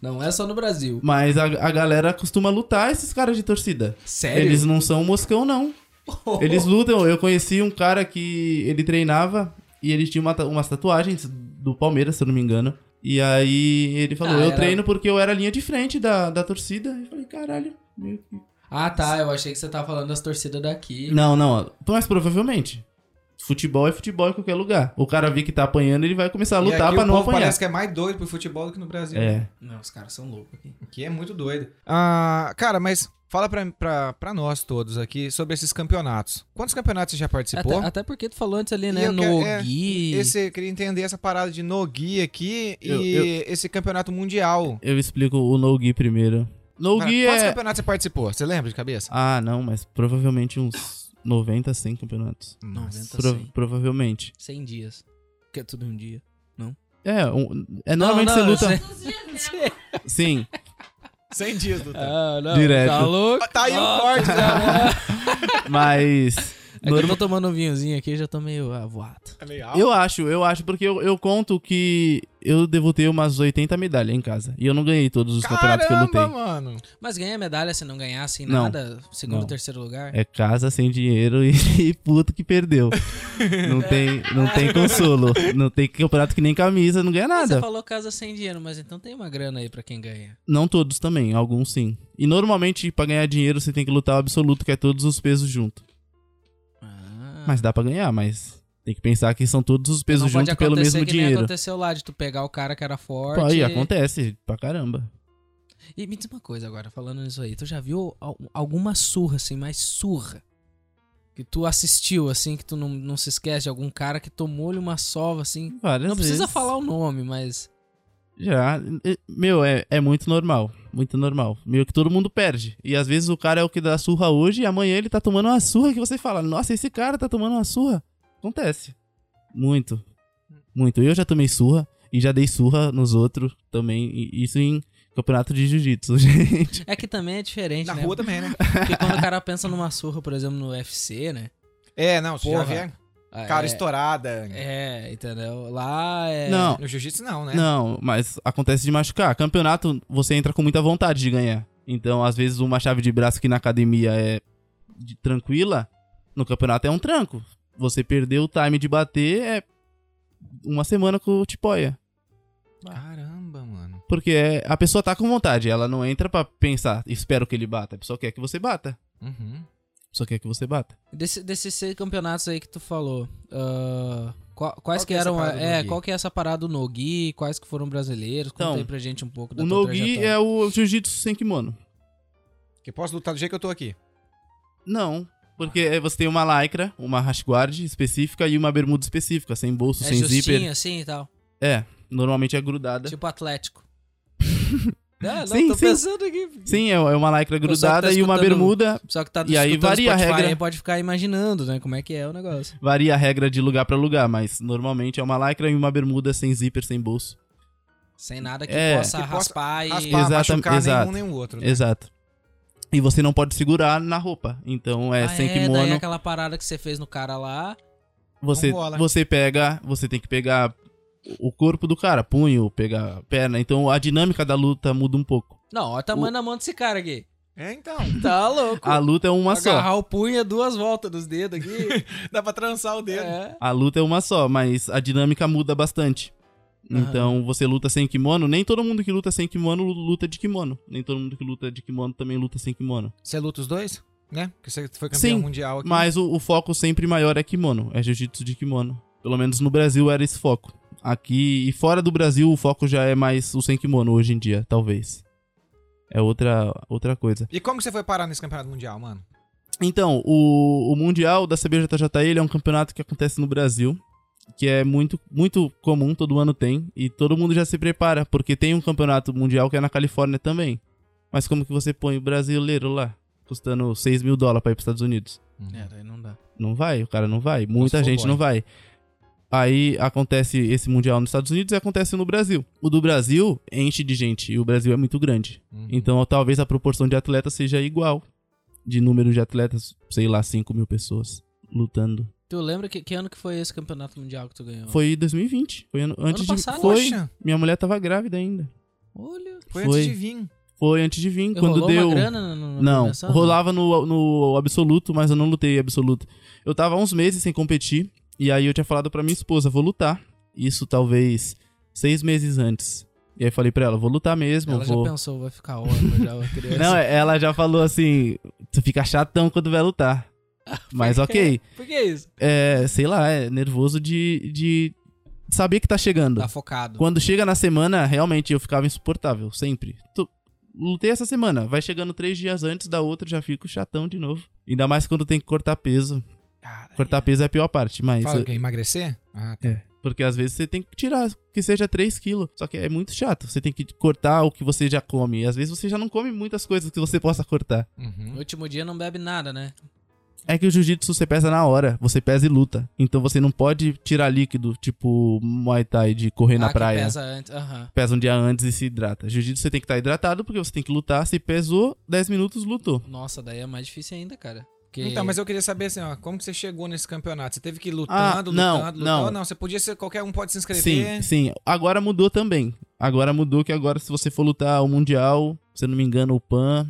Não é só no Brasil. Mas a, a galera costuma lutar, esses caras de torcida. Sério? Eles não são moscão, não. Eles lutam. Eu conheci um cara que ele treinava e ele tinha uma, ta- umas tatuagens do Palmeiras, se eu não me engano. E aí ele falou: Ah, Eu era- treino porque eu era linha de frente da, da torcida. Eu falei: Caralho. meio que- Ah, tá. Eu achei que você tava falando das torcidas daqui. Não, não. Mas provavelmente. Futebol é futebol em qualquer lugar. O cara vê que tá apanhando, ele vai começar a E lutar aqui pra o não povo apanhar. parece que é mais doido pro futebol do que no Brasil. É. Não, os caras são loucos aqui. Que é muito doido. Ah, cara, mas fala pra, pra, pra nós todos aqui sobre esses campeonatos. Quantos campeonatos você já participou? Até, até porque tu falou antes ali, E né? eu No quero- é, Gui. Esse, eu queria entender essa parada de Nogi aqui e Eu- eu- esse campeonato mundial. Eu explico o no-gi primeiro. Cara, No-gi Quantos é. campeonatos você participou? Você lembra de cabeça? Ah, não, mas provavelmente uns 90, 100 campeonatos. 90, Pro- 100. Provavelmente. 100 dias. Que é tudo um dia. É, um- é normalmente não, eu você luta. sei. Todos os dias, né? Sim. 100 dias do Ah, não. Direto. Tá louco? Tá aí o corte, né? Mas. É Eu tô tomando um vinhozinho aqui, já tô meio avoado. É legal. Eu acho, eu acho, porque eu, eu conto que eu devotei umas 80 medalhas em casa. E eu não ganhei todos os campeonatos que eu lutei. mano. Mas ganha medalha se não ganhar, sem Não. nada, segundo, Não. terceiro lugar. É casa sem dinheiro e, e puto que perdeu. Não tem, não tem consolo. Não tem campeonato que nem camisa, não ganha Você nada. falou casa sem dinheiro, mas então tem uma grana aí pra quem ganha. Não todos também, alguns sim. E normalmente, pra ganhar dinheiro, você tem que lutar o absoluto, que é todos os pesos junto. Ah. Então Mas dá pra ganhar, mas tem que pensar que são todos os pesos não pode juntos pelo acontecer mesmo que Nem dinheiro. aconteceu lá de tu pegar o cara que era forte. Pô, aí acontece pra caramba. E me diz uma coisa agora, falando nisso aí. Tu já viu al- alguma surra, assim, mais surra? Que tu assistiu, assim, que tu não, não se esquece de algum cara que tomou-lhe uma sova, assim. Várias Não precisa vezes. falar o nome, mas. Já. e- Meu, é, é muito normal. Muito normal. Meio que todo mundo perde. E às vezes o cara é o que dá surra hoje e amanhã ele tá tomando uma surra que você fala: Nossa, esse cara tá tomando uma surra. Acontece. Muito. Muito. Eu já tomei surra e já dei surra nos outros também. E isso em campeonato de jiu-jitsu, gente. É que também é diferente, Na né? rua também, né? Porque quando o cara pensa numa surra, por exemplo, no UFC, né? É, não, você já Porra. vê. Ah, Cara é, estourada. É, entendeu? Lá é. Não, No jiu-jitsu não, né? não, mas acontece de machucar. Campeonato, você entra com muita vontade de ganhar. Então, às vezes, uma chave de braço que na academia é de- tranquila, no campeonato é um tranco. Você perdeu o time de bater, é uma semana com o tipoia. Caramba, mano. Porque é- a pessoa tá com vontade, ela não entra pra pensar, espero que ele bata. A pessoa quer que você bata. Uhum. A pessoa quer que você bata. Desse- desses seis campeonatos aí que tu falou, ah, qua- quais Qual que que é essa eram. parada do É, Nogi? qual que é essa parada do Nogi? Quais que foram brasileiros? Conta Então, aí pra gente um pouco da o tua Nogi trajetória. é o jiu-jitsu sem kimono. Que posso lutar do jeito que eu tô aqui. Não, porque é, você tem uma lycra, uma hashguard específica e uma bermuda específica, sem bolso, sem justinho, zíper. assim e tal. É, normalmente é grudada. Tipo Atlético. Ah, não, não, Sim, tô sim. pensando aqui. Sim, é, é uma lycra Pessoal que grudada tá e uma escutando- bermuda. Só que tá E aí escutando varia a Spotify, regra. Aí pode ficar imaginando, né? Como é que é o negócio. Varia a regra de lugar pra lugar, mas normalmente é uma lycra e uma bermuda sem zíper, sem bolso. Sem nada que, É. possa, Que possa raspar e. Raspar, Exata- machucar exato. nenhum nem o outro. né? Exato. E você não pode segurar na roupa. Então é Ah, sem é, daí kimono. aquela parada que você fez no cara lá. Você, Vambora. você pega. Você tem que pegar o corpo do cara, punho, pegar perna. Então a dinâmica da luta muda um pouco. Não, olha o tamanho da mão desse cara aqui. É, então. Tá louco. A luta é uma só. Agarrar o punho é duas voltas dos dedos aqui. Dá pra trançar o dedo. é. A luta é uma só, mas a dinâmica muda bastante. Aham. Então, você luta sem kimono, nem todo mundo que luta sem kimono luta de kimono. Nem todo mundo que luta de kimono também luta sem kimono. Você luta os dois? Né? Porque você foi campeão Sim, mundial aqui. Mas o, o foco sempre maior é kimono, é jiu-jitsu de kimono. Pelo menos no Brasil era esse foco. Aqui e fora do Brasil o foco já é mais o sem kimono hoje em dia, talvez. É outra, outra coisa. E como que você foi parar nesse campeonato mundial, mano? Então, o, o Mundial da CBJJE ele é um campeonato que acontece no Brasil, que é muito, muito comum, todo ano tem, e todo mundo já se prepara, porque tem um campeonato mundial que é na Califórnia também. Mas como que você põe o brasileiro lá, custando 6 mil dólares pra ir pros Estados Unidos? É, daí não dá. Não vai, o cara não vai. Muita for gente boy. não vai. Aí acontece esse Mundial nos Estados Unidos e acontece no Brasil. O do Brasil enche de gente e o Brasil é muito grande. Uhum. Então talvez a proporção de atletas seja igual. De número de atletas, sei lá, 5 mil pessoas lutando. Tu lembra que, que ano que foi esse campeonato mundial que tu ganhou? Foi 2020. Foi ano, antes Então. passado? de. Foi. Poxa, Minha mulher tava grávida ainda. Olha. foi, Foi. antes de vir. Foi antes de vir. E quando rolou deu. uma grana no, no Não, premiação? rolava no, no absoluto, mas eu não lutei absoluto. Eu tava há uns meses sem competir, e aí eu tinha falado pra minha esposa, vou lutar. Isso talvez seis meses antes. E aí eu falei pra ela, vou lutar mesmo, Ela vou... já pensou, vai ficar órfã já, a criança. Não, é ela já falou assim, tu fica chatão quando vai lutar. Ah, Mas ok, Por que isso? é, sei lá, é nervoso de, de saber que tá chegando. Tá focado. Quando chega na semana, realmente eu ficava insuportável, sempre. Tu- Lutei essa semana, vai chegando três dias antes da outra, já fico chatão de novo. Ainda mais quando tem que cortar peso. Cara, Cortar peso é a pior parte, mas. Fala o quê? Emagrecer? Ah, tá. É. Porque às vezes você tem que tirar que seja 3 quilos. Só que é muito chato. Você tem que cortar o que você já come. E às vezes você já não come muitas coisas que você possa cortar. No Uhum. último dia não bebe nada, né? É que o jiu-jitsu você pesa na hora, você pesa e luta. Então você não pode tirar líquido, tipo Muay Thai de correr Ah, na que praia. Pesa antes. Aham. pesa um dia antes e se hidrata. Jiu-jitsu você tem que estar hidratado porque você tem que lutar. Se pesou, 10 minutos lutou. Nossa, daí é mais difícil ainda, cara. Porque... Então, mas eu queria saber assim, ó, como que você chegou nesse campeonato? Você teve que ir lutando, Ah, não, lutando, lutando? não. Não, você podia ser, qualquer um pode se Sim, inscrever. sim. Agora mudou também. Agora mudou que agora se você for lutar o Mundial, se eu não me engano, o PAN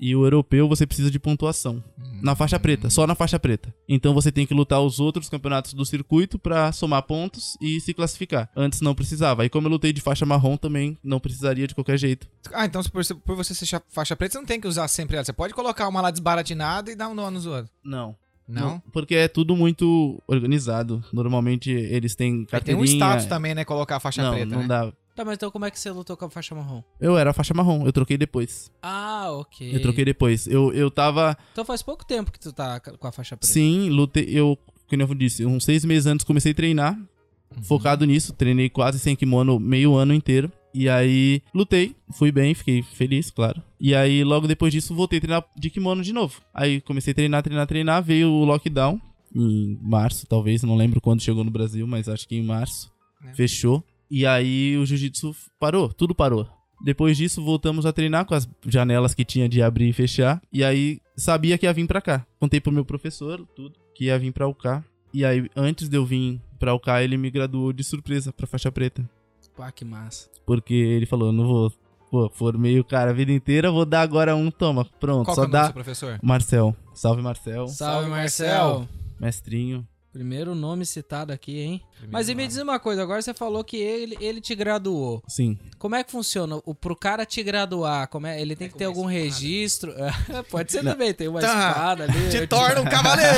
e o Europeu, você precisa de pontuação. Na faixa preta, só na faixa preta. Então você tem que lutar os outros campeonatos do circuito pra somar pontos e se classificar. Antes não precisava. E como eu lutei de faixa marrom também, não precisaria de qualquer jeito. Ah, então se por, se- por você ser cha- faixa preta, você não tem que usar sempre ela. Você pode colocar uma lá desbaratinada e dar um nó nos outros. Não. Não? Porque é tudo muito organizado. Normalmente eles têm Aí Tem carteirinha. é. um status também, né? Colocar a faixa Não, preta, não né? dá. Tá, mas então como é que você lutou com a faixa marrom? Eu era faixa marrom, eu troquei depois. Ah, ok. Eu troquei depois. Eu, eu tava. Então faz pouco tempo que tu tá ca- com a faixa preta. Sim, lutei. Eu, como eu disse, uns seis meses antes comecei a treinar. Focado nisso, treinei quase sem kimono meio ano inteiro. E aí, lutei, fui bem, fiquei feliz, claro. E aí, logo depois disso, voltei a treinar de kimono de novo. Aí comecei a treinar, treinar, treinar. Veio o lockdown em março, talvez, não lembro quando chegou no Brasil, mas acho que em março. É. Fechou. E aí o jiu-jitsu parou, tudo parou. Depois disso, voltamos a treinar com as janelas que tinha de abrir e fechar. E aí, sabia que ia vir pra cá. Contei pro meu professor, tudo, que ia vir pra UK. E aí, antes de eu vir pra UK, ele me graduou de surpresa pra faixa preta. Ah, que massa. Porque ele falou, não vou... Pô, formei o cara a vida inteira, vou dar agora um, toma, pronto, Qual que só é o nome do seu dá. professor? Marcel. Então, Salve, Marcel. Salve, Salve, Marcel. Mestrinho. Primeiro nome citado aqui, hein? Mas e me diz uma coisa, agora você falou que ele, ele te graduou. Sim. Como é que funciona? O, pro cara te graduar, como é, ele tem É que com ter uma algum espada. registro? Pode ser Não. também, tem uma Tá. espada ali. eu Te torna um cavaleiro!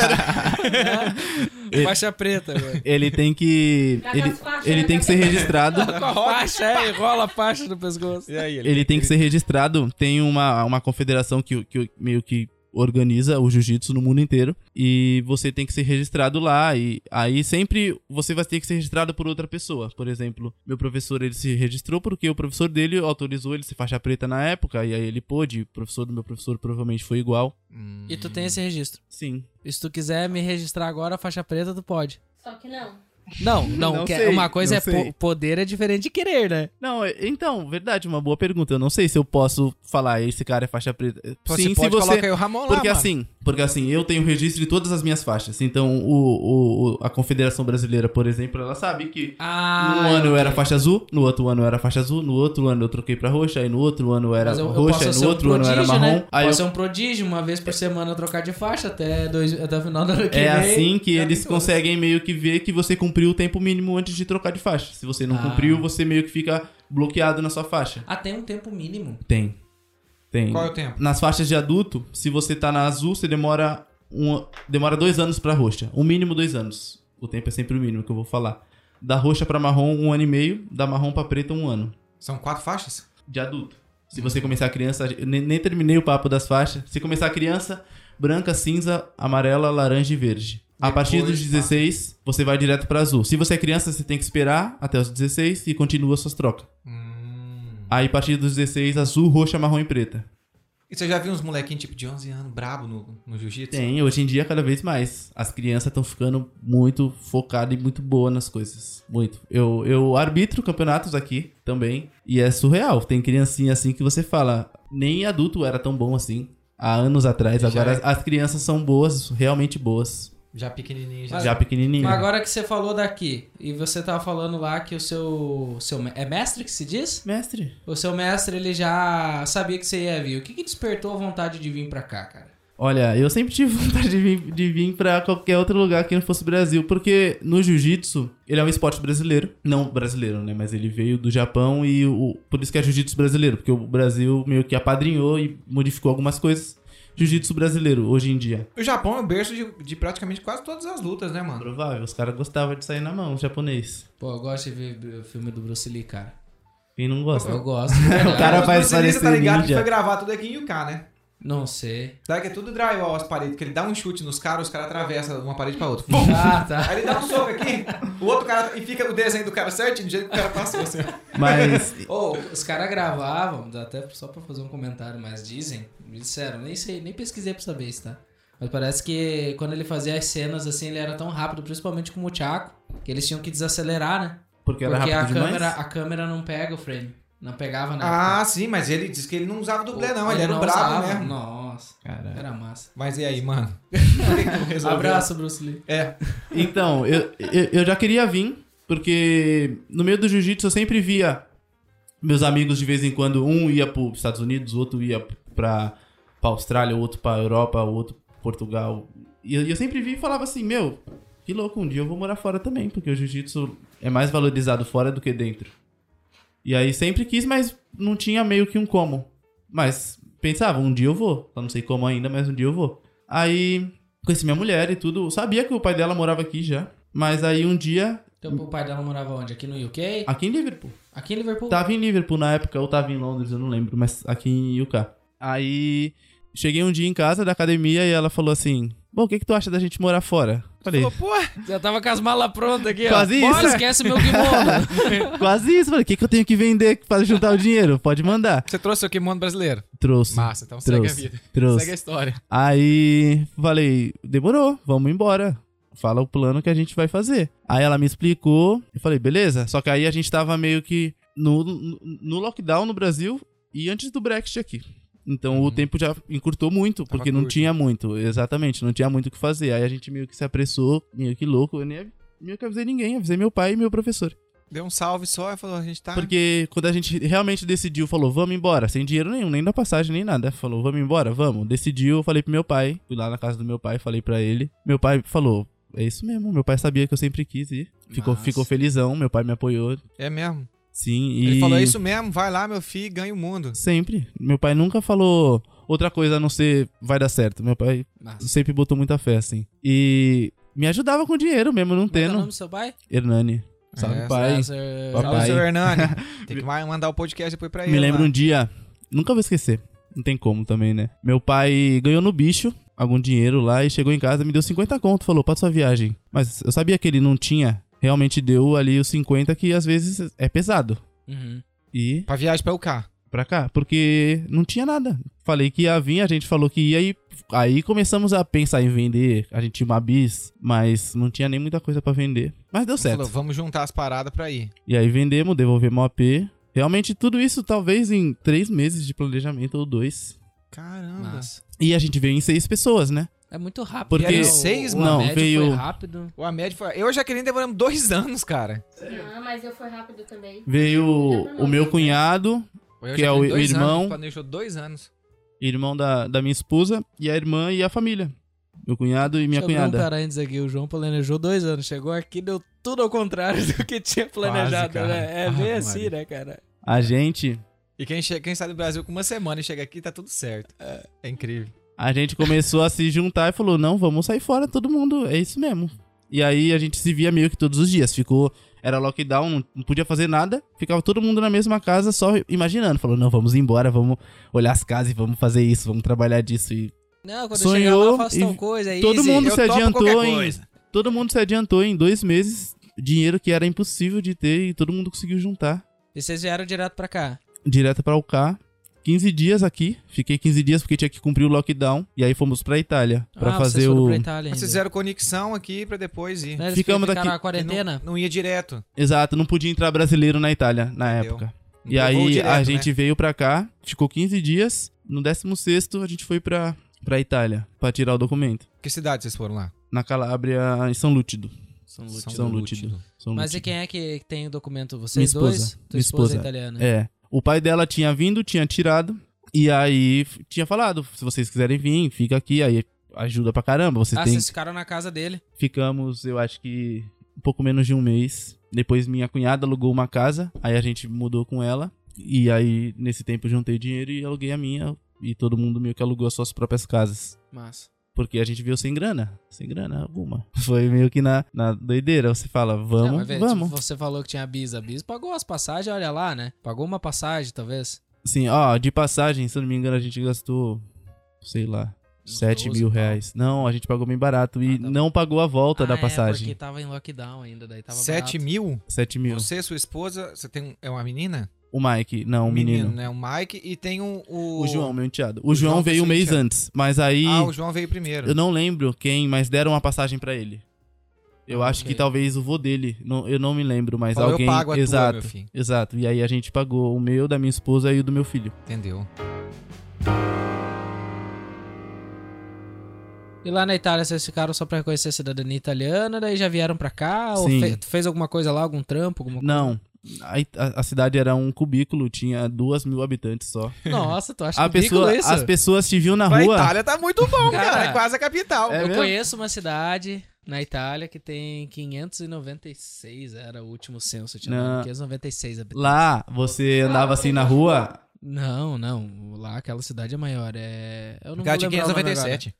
né? Faixa preta, velho. Ele tem que... Tá com ele, as faixas, ele né, tem que ser também. registrado. Faixa, é, enrola a faixa no pescoço. E aí, Ele tem que ser registrado. Tem uma, uma confederação que, que meio que organiza o jiu-jitsu no mundo inteiro. E você tem que ser registrado lá. E aí sempre você vai ter que ser registrado por outra pessoa. Por exemplo, meu professor ele se registrou porque o professor dele autorizou ele ser faixa preta na época. E aí ele pôde. O professor do meu professor provavelmente foi igual. Hum. E tu tem esse registro. Sim. E se tu quiser me registrar agora, faixa preta, tu pode. Só que não. Não, não, Não que- sei, uma coisa não é po- sei. poder é diferente de querer, né? Não, é- então, verdade, uma boa pergunta. Eu não sei se eu posso falar, esse cara é faixa preta. Você Sim, se pode você. colocar aí o Ramon Porque lá, mano. assim, porque assim, eu tenho registro de todas as minhas faixas. Então, o, o- o- a Confederação Brasileira, por exemplo, ela sabe que Ah, num Um ano eu era faixa azul, no outro ano eu era faixa azul, no outro ano eu troquei pra roxa, aí no outro ano eu era Mas eu, eu roxa, posso aí ser no um outro ano eu era prodígio, marrom. Né? Aí Posso ser eu- um prodígio, uma vez por semana trocar de faixa até, dois, até o final do ano que é vem. Tá assim que é eles absurdo. conseguem meio que ver que você cumpriu o tempo mínimo antes de trocar de faixa. Se você não Ah. cumpriu, você meio que fica bloqueado na sua faixa. Ah, tem um tempo mínimo. Tem. Tem. Qual é o tempo? Nas faixas de adulto, se você tá na azul, você demora, um, demora dois anos pra roxa. O mínimo dois anos. O tempo é sempre o mínimo que eu vou falar. Da roxa pra marrom, um ano e meio. Da marrom pra preta, um ano. São quatro faixas? De adulto. Se você começar criança... eu Nem, nem terminei o papo das faixas. Se começar criança, branca, cinza, amarela, laranja e verde. A Depois, partir dos tá. 16, você vai direto pra azul. Se você é criança, você tem que esperar até os 16 e continua suas trocas. Hum. Aí, a partir dos 16, azul, roxa, marrom e preta. E você já viu uns molequinhos tipo de 11 anos brabo no, no jiu-jitsu? Tem, hoje em dia cada vez mais. As crianças estão ficando muito focadas e muito boas nas coisas. Muito. Eu, eu arbitro campeonatos aqui também. E é surreal. Tem criancinha assim que você fala. Nem adulto era tão bom assim. Há anos atrás. Já Agora é. as, as crianças são boas, realmente boas. Já pequenininho, já. Mas- já Mas pequenininha. agora que você falou daqui, e você tava falando lá que o seu. seu me- é mestre que se diz? Mestre. O seu mestre, ele já sabia que você ia vir. O que, que despertou a vontade de vir pra cá, cara? Olha, eu sempre tive vontade de vir, de vir pra qualquer outro lugar que não fosse Brasil, porque no jiu-jitsu, ele é um esporte brasileiro. Não brasileiro, né? Mas ele veio do Japão e o, por isso que é jiu-jitsu brasileiro, porque o Brasil meio que apadrinhou e modificou algumas coisas. Jiu-jitsu brasileiro, hoje em dia. O Japão é o berço de, de praticamente quase todas as lutas, né, mano? Provável, os caras gostavam de sair na mão, os japonês. Pô, eu gosto de ver o filme do Bruce Lee, cara. Quem não gosta? Eu gosto. de verdade. O cara Os faz brasileiros, tá parecer ligado que ninja. foi gravar tudo aqui em UK, né? Não sei. Sabe que é tudo drywall as paredes, porque ele dá um chute nos caras, os caras atravessam uma parede pra outra. Ah, tá. Aí ele dá um soco aqui, o outro cara. E fica o desenho do cara certinho, do jeito que o cara passou, assim. ó. Mas Ô, os caras gravavam, dá até só pra fazer um comentário, mas dizem, me disseram, nem sei, nem pesquisei pra saber isso, tá? Mas parece que quando ele fazia as cenas assim, ele era tão rápido, principalmente com o Chaco, que eles tinham que desacelerar, né? porque era Porque a rápido demais. câmera, a câmera não pega o frame. Não pegava, né? Ah, sim, mas ele disse que ele não usava dublê, não. Ele era um brabo, né? Não, massa. Cara. Era massa. Mas e aí, mano? O que que tu resolveu? Abraço, Bruce Lee. É. Então, eu, eu, eu já queria vir, porque no meio do jiu-jitsu eu sempre via meus amigos de vez em quando. Um ia para os Estados Unidos, o outro ia para a Austrália, o outro para Europa, o outro pra Portugal. E eu, e eu sempre via e falava assim: Meu, que louco, um dia eu vou morar fora também, porque o jiu-jitsu é mais valorizado fora do que dentro. E aí sempre quis, mas não tinha meio que um como. Mas pensava, um dia eu vou. Eu não sei como ainda, mas um dia eu vou. Aí conheci minha mulher e tudo. Sabia que o pai dela morava aqui já. Mas aí um dia, Então, o pai dela morava onde? Aqui no UK? aqui em Liverpool. Aqui em Liverpool? Tava em Liverpool na época, ou tava em Londres, eu não lembro, mas aqui em UK. Aí cheguei um dia em casa da academia e ela falou assim: Bom, o que, que tu acha da gente morar fora? Falei, Falou, pô, Já tava com as malas prontas aqui, ó. Quase isso. Bora, esquece meu kimono. quase isso, falei, o que, que eu tenho que vender pra juntar o dinheiro? Pode mandar. você trouxe o Kimono brasileiro? Trouxe. Massa, então segue a trouxe. vida. Trouxe. Segue a história. Aí falei, demorou, vamos embora. Fala o plano que a gente vai fazer. Aí ela me explicou, eu falei, beleza. Só que aí a gente tava meio que no, no, no lockdown no Brasil e antes do Brexit aqui. Então o Uhum. tempo já encurtou muito, Tava porque não curto. tinha muito, exatamente, não tinha muito o que fazer. Aí a gente meio que se apressou, meio que louco, eu nem av- meio que avisei ninguém, avisei meu pai e meu professor. Deu um salve só e falou, a gente tá... Porque quando a gente realmente decidiu, falou, vamos embora, sem dinheiro nenhum, nem da passagem, nem nada. Falou, vamos embora, vamos. Decidiu, eu falei pro meu pai, fui lá na casa do meu pai, falei pra ele. Meu pai falou, é isso mesmo, meu pai sabia que eu sempre quis ir. Ficou, Massa. ficou felizão, meu pai me apoiou, É mesmo. sim. E Ele falou, é isso mesmo, vai lá, meu filho, ganha o mundo. Sempre. Meu pai nunca falou outra coisa a não ser vai dar certo. Meu pai Nossa. sempre botou muita fé, assim. E me ajudava com dinheiro mesmo, não Qual é o tendo. nome do seu pai? Hernani. Salve, É, pai. César- Papai. Salve, seu Hernani. Tem que ma- mandar o podcast depois pra ele. Me lembro é lá. um dia, nunca vou esquecer. Não tem como também, né? Meu pai ganhou no bicho algum dinheiro lá e chegou em casa, me deu 50 conto, falou, passa sua viagem. Mas eu sabia que ele não tinha, realmente deu ali os 50 que às vezes é pesado. Uhum. E Pra viagem pra UK. pra cá, porque não tinha nada. Falei que ia vir, a gente falou que ia e aí começamos a pensar em vender. A gente tinha uma bis, mas não tinha nem muita coisa pra vender. Mas deu certo. Falou, vamos juntar as paradas pra ir. E aí vendemos, devolvemos o AP. Realmente tudo isso talvez em três meses de planejamento ou dois. Caramba. Massa. E a gente veio em seis pessoas, né? É muito rápido. Porque- né? O- Seis, o não, Ahmed veio- Foi rápido. O Amédio foi... Eu já queria demoramos dois anos, cara. Ah, mas eu fui rápido também. Veio o meu cunhado, Eu Que já é o queria dois irmão. anos, planejou dois anos. irmão da, da minha esposa, e a irmã e a família. Meu cunhado e minha Deixa eu abrir um cunhada. parênteses aqui. O João planejou dois anos. Chegou aqui, deu tudo ao contrário do que tinha planejado, cara. né? É Ah, bem Maria. assim, né, cara? A gente, E quem, che- quem sai do Brasil com uma semana e chega aqui, tá tudo certo. É incrível. a gente começou a se juntar e falou: não, vamos sair fora, todo mundo. É isso mesmo. E aí a gente se via meio que todos os dias. Ficou. Era lockdown, não- não podia fazer nada. Ficava todo mundo na mesma casa, só imaginando. Falou: não, vamos embora, vamos olhar as casas e vamos fazer isso, vamos trabalhar disso. E Não, quando eu chegar Sonhou lá, eu faço e tal coisa. é todo easy. mundo se topo adiantou qualquer em. coisa. Todo mundo se adiantou em dois meses, dinheiro que era impossível de ter e todo mundo conseguiu juntar. E vocês vieram direto pra cá. Direto pra UK. 15 dias aqui. Fiquei 15 dias porque tinha que cumprir o lockdown. E aí fomos pra Itália. Pra ah, vocês fazer foram o. pra Itália ainda. Vocês fizeram conexão aqui pra depois ir. Né, eles Ficamos ficaram aqui- na quarentena? Não, não ia direto. Exato, não podia entrar brasileiro na Itália na Entendeu. época. Não E foi voo aí direto, a né? gente veio pra cá, ficou 15 dias. No 16 a gente foi pra, pra Itália pra tirar o documento. Que cidade vocês foram lá? Na Calábria, em São Lúcido. São São Lúcido. São Mas e Lúcido. quem é que tem o documento? Vocês Minha esposa. dois? Tua Minha esposa, é esposa. italiana. É. O pai dela tinha vindo, tinha tirado. E aí f- tinha falado: se vocês quiserem vir, fica aqui. Aí ajuda pra caramba. Vocês ah, têm. vocês ficaram na casa dele. Ficamos, eu acho que um pouco menos de um mês. Depois minha cunhada alugou uma casa. Aí a gente mudou com ela. E aí, nesse tempo, juntei dinheiro e aluguei a minha. E todo mundo meio que alugou as suas próprias casas. Massa. Porque a gente veio sem grana. Sem grana alguma. Foi meio que na, na doideira. Você fala, vamos, Não, mas vê, vamos. tipo, Você falou que tinha a Bis. A Bis pagou as passagens, olha lá, né? Pagou uma passagem, talvez. Sim, ó, de passagem, se eu não me engano, a gente gastou, sei lá, Uns 7 12 mil e tal. reais. Não, a gente pagou bem barato e Ah, tá não pagou a volta Ah, da é, passagem. porque tava em lockdown ainda, daí tava 7 barato. mil? 7 mil. Você, sua esposa, você tem um- é uma menina? O Mike, não, o É um menino. né? O Mike e tem um, o... O João, meu enteado. O, o João, João veio um foi seu mês enteado. antes, mas aí Ah, o João veio primeiro. eu não lembro quem, mas deram uma passagem pra ele. Eu Ah, acho ok. que talvez o vô dele, não, eu não me lembro, mas Falou, alguém eu pago a exato. tua, meu filho. Exato. E aí a gente pagou o meu, da minha esposa e o do meu filho. Entendeu? E lá na Itália vocês ficaram só pra reconhecer a cidadania italiana, daí já vieram pra cá? Ou Sim. fe- tu fez alguma coisa lá, algum trampo? Alguma Não. A, It- a- a cidade era um cubículo, tinha duas mil habitantes só. coisa? Nossa, tu acha A ridículo pessoa, isso? as pessoas te viam na Pra rua. é Itália tá muito bom, cara. Cara, É quase a capital. é Eu mesmo? conheço uma cidade na Itália que tem 596, era o último censo, tinha Não. 596 habitantes. Lá, você andava assim na rua. Não, não, lá aquela cidade é maior, é... Eu não Cara, vou de lembrar o nome agora. 597.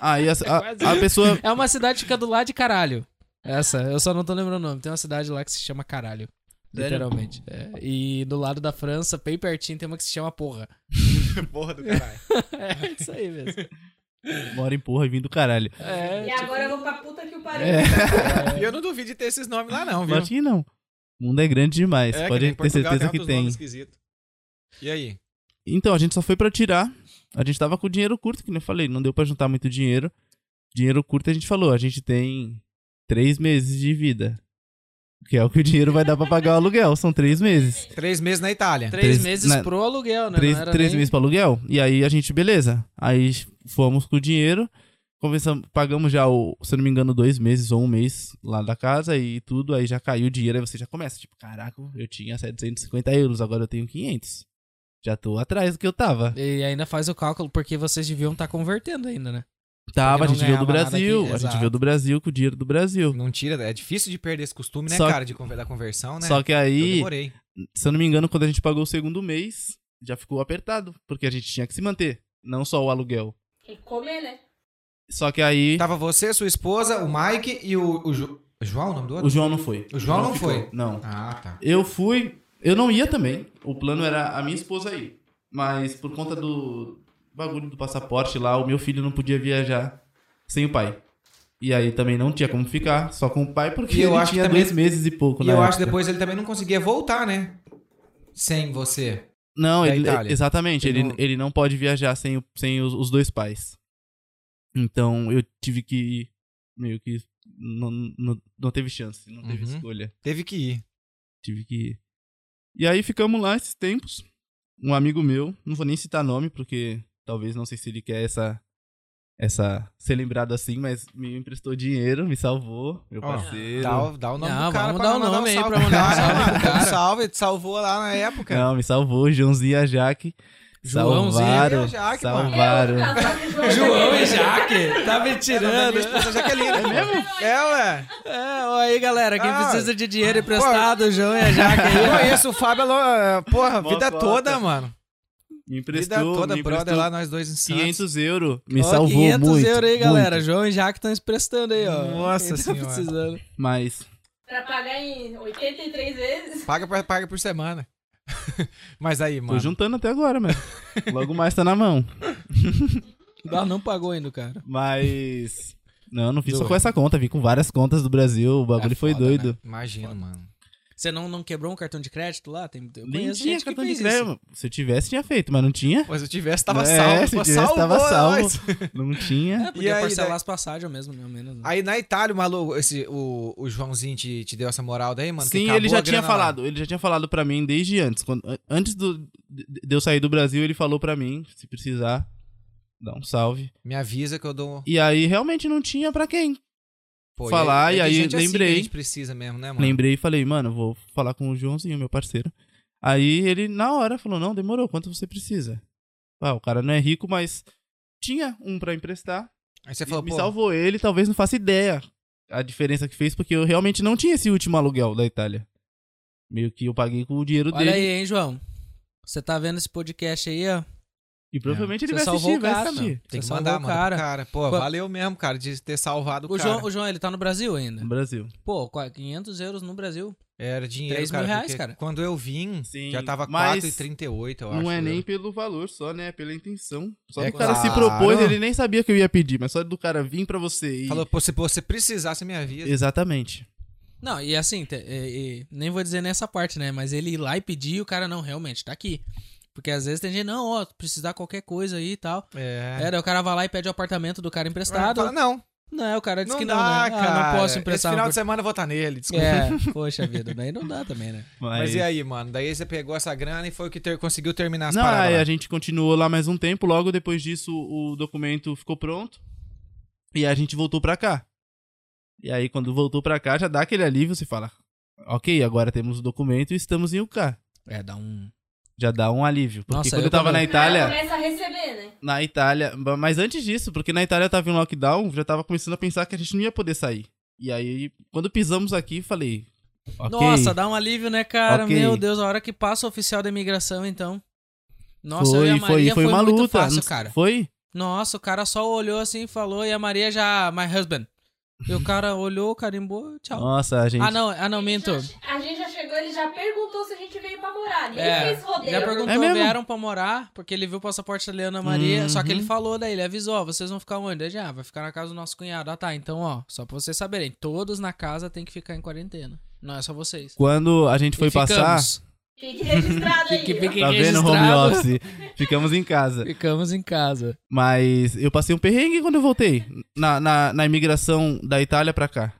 Aí a, a- a pessoa. É uma cidade que fica do lado de caralho. Essa, eu só não tô lembrando o nome. Tem uma cidade lá que se chama Caralho. Sério? Literalmente. É, E do lado da França, bem pertinho, tem uma que se chama Porra. Porra do caralho. É isso aí mesmo. Mora em porra e vim do caralho. É, tipo- E agora eu vou pra puta que o pariu. É. E eu não duvido de ter esses nomes lá, não, Eu viu? acho que não. O mundo é grande demais. É, Pode nem ter certeza que outros tem. nomes esquisitos. E aí? Então, a gente só foi pra tirar. A gente tava com dinheiro curto, que nem eu falei. Não deu pra juntar muito dinheiro. Dinheiro curto, a gente falou. A gente tem três meses de vida. Que é o que o dinheiro vai dar pra pagar o aluguel. São três meses. Três meses na Itália. Três, Três- meses na- pro aluguel, né? três Não era três nem- meses pra aluguel. E aí a gente, beleza. Aí fomos com o dinheiro. Começamos, pagamos já, o, se eu não me engano, dois meses ou um mês lá da casa e tudo. Aí já caiu o dinheiro. Aí você já começa. Tipo, caraca, eu tinha 750 euros, agora eu tenho 500. Já tô atrás do que eu tava. E ainda faz o cálculo, porque vocês deviam estar convertendo ainda, né? Tava, a Porque não gente veio do ganhava nada Brasil. aqui, a gente exato. veio do Brasil com o dinheiro do Brasil. Não tira, é difícil de perder esse costume, né, Só- cara, de conver- da conversão, né? Só que Eu aí, demorei. se eu não me engano, quando a gente pagou o segundo mês, já ficou apertado, porque a gente tinha que se manter, não só o aluguel. Tem que comer, né? Só que aí Tá, Tava você, sua esposa, o Mike e o, o Jo- João, o nome do o outro? João não foi. O João não ficou, foi. Não. Ah, tá. Eu fui, eu não ia também. O plano era a minha esposa ir, mas por conta do bagulho do passaporte lá, o meu filho não podia viajar sem o pai. E aí também não tinha como ficar só com o pai, porque E eu ele acho que tinha também- dois meses e pouco, E na eu acho que época. depois ele também não conseguia voltar, né? Sem você. Não, da ele, Itália. exatamente. Ele Ele, não- ele não pode viajar sem, o- sem os, os dois pais. Então eu tive que ir meio que. Não, não, não teve chance, não teve Uhum. escolha. Teve que ir. Tive que ir. E aí ficamos lá esses tempos. Um amigo meu, não vou nem citar nome, porque talvez não sei se ele quer essa. essa ser lembrado assim, mas me emprestou dinheiro, me salvou, meu Ó, parceiro. Dá, o- dá o nome Não, do cara vamos pra dar o mandar nome um aí salve pra mandar um pro cara, salve pro mano. Dá um cara. salve, te salvou lá na época. Não, me salvou, Joãozinho e a Jaque. Joãozinho salvaram, e a Jaque, mano. salvaram. É, Eu, casal de João, João também. e Jaque, tá me É, da minha tirando. esposa Jaqueline. É mesmo? É, ué. É, ó aí, galera, quem Ah. precisa de dinheiro emprestado, o João e a Tá Jaque aí. Eu conheço o Fábio, ela- porra, a Mó vida cota. toda, mano. Me Vida emprestou, toda, me brother, emprestou lá nós dois em Santos. 500 euros. Me Ó, salvou 500 muito. euros aí, muito. galera. João e Jaque estão emprestando aí, ó. Nossa Quem tá senhora. precisando. Mas Pra pagar em 83 vezes. Paga, por- paga por semana. Mas aí, tô mano. juntando até agora, mano. Logo mais tá na mão. Ah, não pagou ainda, o cara. Mas. Não, não fiz só Doido. com essa conta. Vim com várias contas do Brasil. O bagulho É foi foda, doido. né? Imagino, mano. Você não, não quebrou um cartão de crédito lá? Tem, eu Nem conheço tinha gente que cartão de fez crédito. isso. mano. Se eu tivesse, tinha feito, mas não tinha. Mas se eu tivesse, tava É, salvo. se pô, tivesse, salvou tava salvo. nós. Não tinha. É, podia aí, parcelar daí? as passagens mesmo, né? Ao menos. né? Aí na Itália, o maluco, esse, o, o Joãozinho te, te deu essa moral daí, mano? que Sim, acabou ele a já tinha grana lá. falado. Ele já tinha falado pra mim desde antes. Quando, an- antes do, de de eu sair do Brasil, ele falou pra mim, se precisar, dá um salve. Me avisa que eu dou. um-" E aí realmente não tinha pra quem. Pô, Falar, e tem aí gente assim que lembrei. a gente precisa mesmo, né, mano? Lembrei e falei, mano, vou falar com o Joãozinho, meu parceiro. Aí ele, na hora, falou: não, demorou, quanto você precisa? Ah, o cara não é rico, mas tinha um pra emprestar. Aí você E falou, me pô. salvou ele, talvez não faça ideia a diferença que fez, porque eu realmente não tinha esse último aluguel da Itália. Meio que eu paguei com o dinheiro Olha dele. aí, hein, João. Você tá vendo esse podcast aí, ó? E É. provavelmente ele Você vai salvou assistir, o vai cara, assistir. mano. Tem Você que salvou mandar, o mano, pro cara. cara. Pô, Qua- valeu mesmo, cara, de ter salvado o, O cara. João, o João, ele tá no Brasil ainda. No Brasil. Pô, qua- 500 euros no Brasil. Era dinheiro, Três mil cara, reais, porque cara. Quando eu vim, Sim, já tava mas 4,38, eu acho. né? Não é eu- nem pelo valor só, né? É pela intenção. Só É do cara se claro. propôs, ele nem sabia que eu ia pedir, mas só do cara vir pra você e... Falou, pô, se você precisar, você me avisa. Exatamente. Não, e assim, te- e- e- nem vou dizer nessa parte, né? Mas ele ir lá e pedir, e o cara, não, realmente, tá aqui. Porque às vezes tem gente, não, ó, precisar qualquer coisa aí e tal. É. É, daí o cara vai lá e pede o apartamento do cara emprestado. Fala, não, Não, o cara disse Não que dá, não, né? Ah, cara. não posso emprestar Esse uma final de semana eu vou estar nele, desculpa. É, poxa vida, daí não dá também, né? É, Mas e aí, mano? Daí você pegou essa grana e foi o que ter- conseguiu terminar as Não, paradas. aí lá. a gente continuou lá mais um tempo. Logo depois disso, o documento ficou pronto. E a gente voltou pra cá. E aí, quando voltou pra cá, já dá aquele alívio. Você fala, ok, agora temos o documento e estamos em UK. É, dá um. Já dá um alívio. Porque Nossa, quando eu eu tava também. na Itália, Começa a receber, né? na Itália, ba- mas antes disso, porque na Itália tava em lockdown, já tava começando a pensar que a gente não ia poder sair. E aí, quando pisamos aqui, falei, ok, Nossa, dá um alívio, né, cara? Ok. Meu Deus, a hora que passa o oficial da imigração, então. Nossa, eu foi, e a foi, Maria foi uma muito luta. fácil, não- cara. Foi? Nossa, o cara só olhou assim e falou, e a Maria já, my husband. E o cara olhou, carimbou, tchau. Nossa, a gente. Ah, não, ah, não, minto. A gente já- a gente já chegou, ele já perguntou se a gente veio pra morar. Nem É, fez rodeio. já perguntou, É mesmo? vieram pra morar, porque ele viu o passaporte italiano da Maria, só que Uhum. ele falou daí, ele avisou, ó, vocês vão ficar onde? Ele, ah, vai ficar na casa do nosso cunhado. Ah, tá, então, ó, só pra vocês saberem, todos na casa tem que ficar em quarentena. Não é só vocês. Quando a gente foi E passar. ficamos. Fique registrado aí. Fique- ó. fique- Tá vendo home registrado. office? Ficamos em casa. Ficamos em casa. Mas eu passei um perrengue quando eu voltei. Na, na, na imigração da Itália pra cá.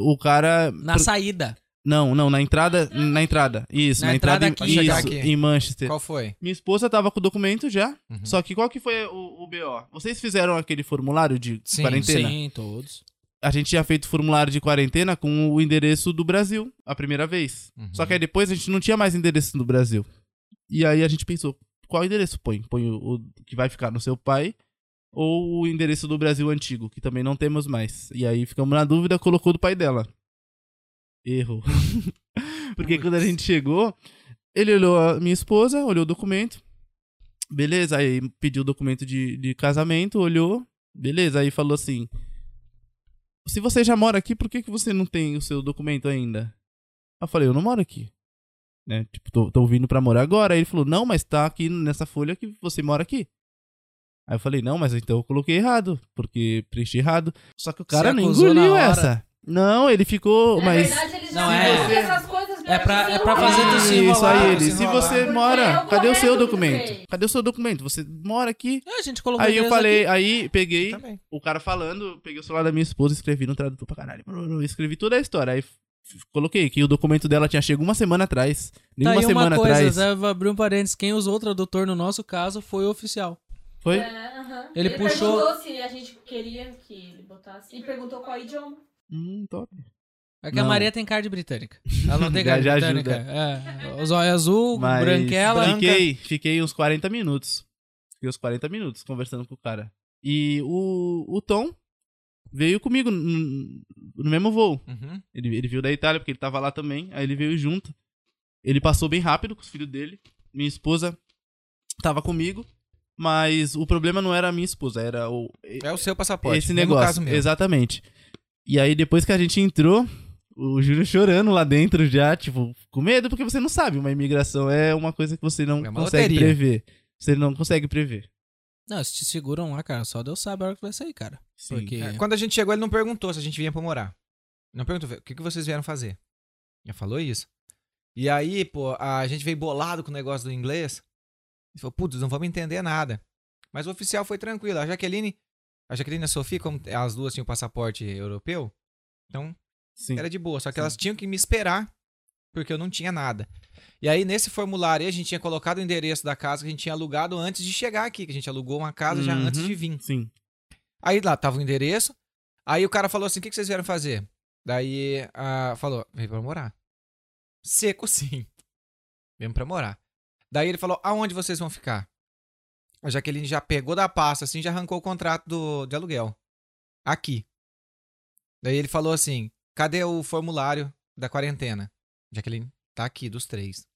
O cara. Na pr- saída. Não, não, na entrada. Na entrada. Isso, Na na, entrada, em, entrada aqui. isso, Pra chegar aqui. em Manchester. Qual foi? Minha esposa tava com o documento já. Uhum. Só que qual que foi o, o BO? Vocês fizeram aquele formulário de Sim, quarentena? Sim, todos. A gente tinha feito formulário de quarentena com o endereço do Brasil, a primeira vez. Uhum. Só que aí depois a gente não tinha mais endereço no Brasil. E aí a gente pensou, qual endereço põe? Põe o, o que vai ficar no seu pai ou o endereço do Brasil antigo, que também não temos mais. E aí ficamos na dúvida, colocou do pai dela. Erro. Porque quando a gente chegou, ele olhou a minha esposa, olhou o documento. Beleza, aí pediu o documento de, de casamento, olhou. Beleza, aí falou assim: Se você já mora aqui, por que, que você não tem o seu documento ainda? Aí Eu falei: Eu não moro aqui. Né? Tipo, tô, tô vindo pra morar agora. Aí ele falou: Não, mas tá aqui nessa folha que você mora aqui. Aí eu falei: Não, mas então eu coloquei errado, porque preenchi errado. Só que o cara Se não acusou na engoliu hora. essa. Não, ele ficou. Na mas verdade, eles Não, já é- fazem essas coisas é pra- se é pra fazer enrolar. do isso, se enrolar, aí, ele. se Se enrolar. você Porque é mora, o cadê o seu correto do documento? bem. Cadê o seu documento? Você mora aqui? Ah, A gente colocou Aí eu endereço falei, aqui. Tá aí peguei Também. o cara falando, peguei o celular da minha esposa, escrevi no tradutor pra caralho, blu, blu, escrevi toda a história. Aí f- f- coloquei que o documento dela tinha chegado uma semana atrás, Tá nenhuma aí uma semana coisa, atrás. Zé, vou abrir um parênteses. Quem usou o tradutor no nosso caso foi o oficial. Foi? É, aham. Ele puxou- perguntou se a gente queria que ele botasse. E perguntou qual idioma. Hum, top. É que a Não. Maria tem card britânica. Ela não tem Já- card já britânica. É, os olhos azul, Mas branquela. né? Fiquei, fiquei uns 40 minutos. Fiquei uns 40 minutos conversando com o cara. E o, o Tom veio comigo n- no mesmo voo. Uhum. Ele, ele veio da Itália, porque ele tava lá também. Aí ele veio junto. Ele passou bem rápido com os filhos dele. Minha esposa tava comigo. Mas o problema não era a minha esposa, era o, É o seu passaporte. esse nem no negócio. caso meu. Exatamente. E aí, depois que a gente entrou, o Júlio chorando lá dentro já, tipo, com medo, porque você não sabe. Uma imigração é uma coisa que você não É uma consegue loteria. prever. Você não consegue prever. Não, se te seguram lá, cara, só Deus sabe a hora que vai sair, cara. Sim. Porque... É, Quando a gente chegou, ele não perguntou se a gente vinha pra morar. Não perguntou, o que, que vocês vieram fazer? Ele falou isso. E aí, pô, a gente veio bolado com o negócio do inglês. Ele falou, putz, não vamos entender nada. Mas o oficial foi tranquilo. A Jaqueline, a Jaqueline e a Sofia, como as duas tinham passaporte europeu, então Sim. era de boa. Só que Sim. elas tinham que me esperar, porque eu não tinha nada. E aí, nesse formulário, aí, a gente tinha colocado o endereço da casa que a gente tinha alugado antes de chegar aqui, que a gente alugou uma casa já Uhum. antes de vir. Sim. Aí lá tava o endereço. Aí o cara falou assim: o que, que vocês vieram fazer? Daí ah, falou: veio pra morar. Seco sim. Vem pra morar. Daí ele falou: aonde vocês vão ficar? A Jaqueline já pegou da pasta assim, já arrancou o contrato do, de aluguel. Aqui. Daí ele falou assim: cadê o formulário da quarentena? Jaqueline, tá aqui, dos três.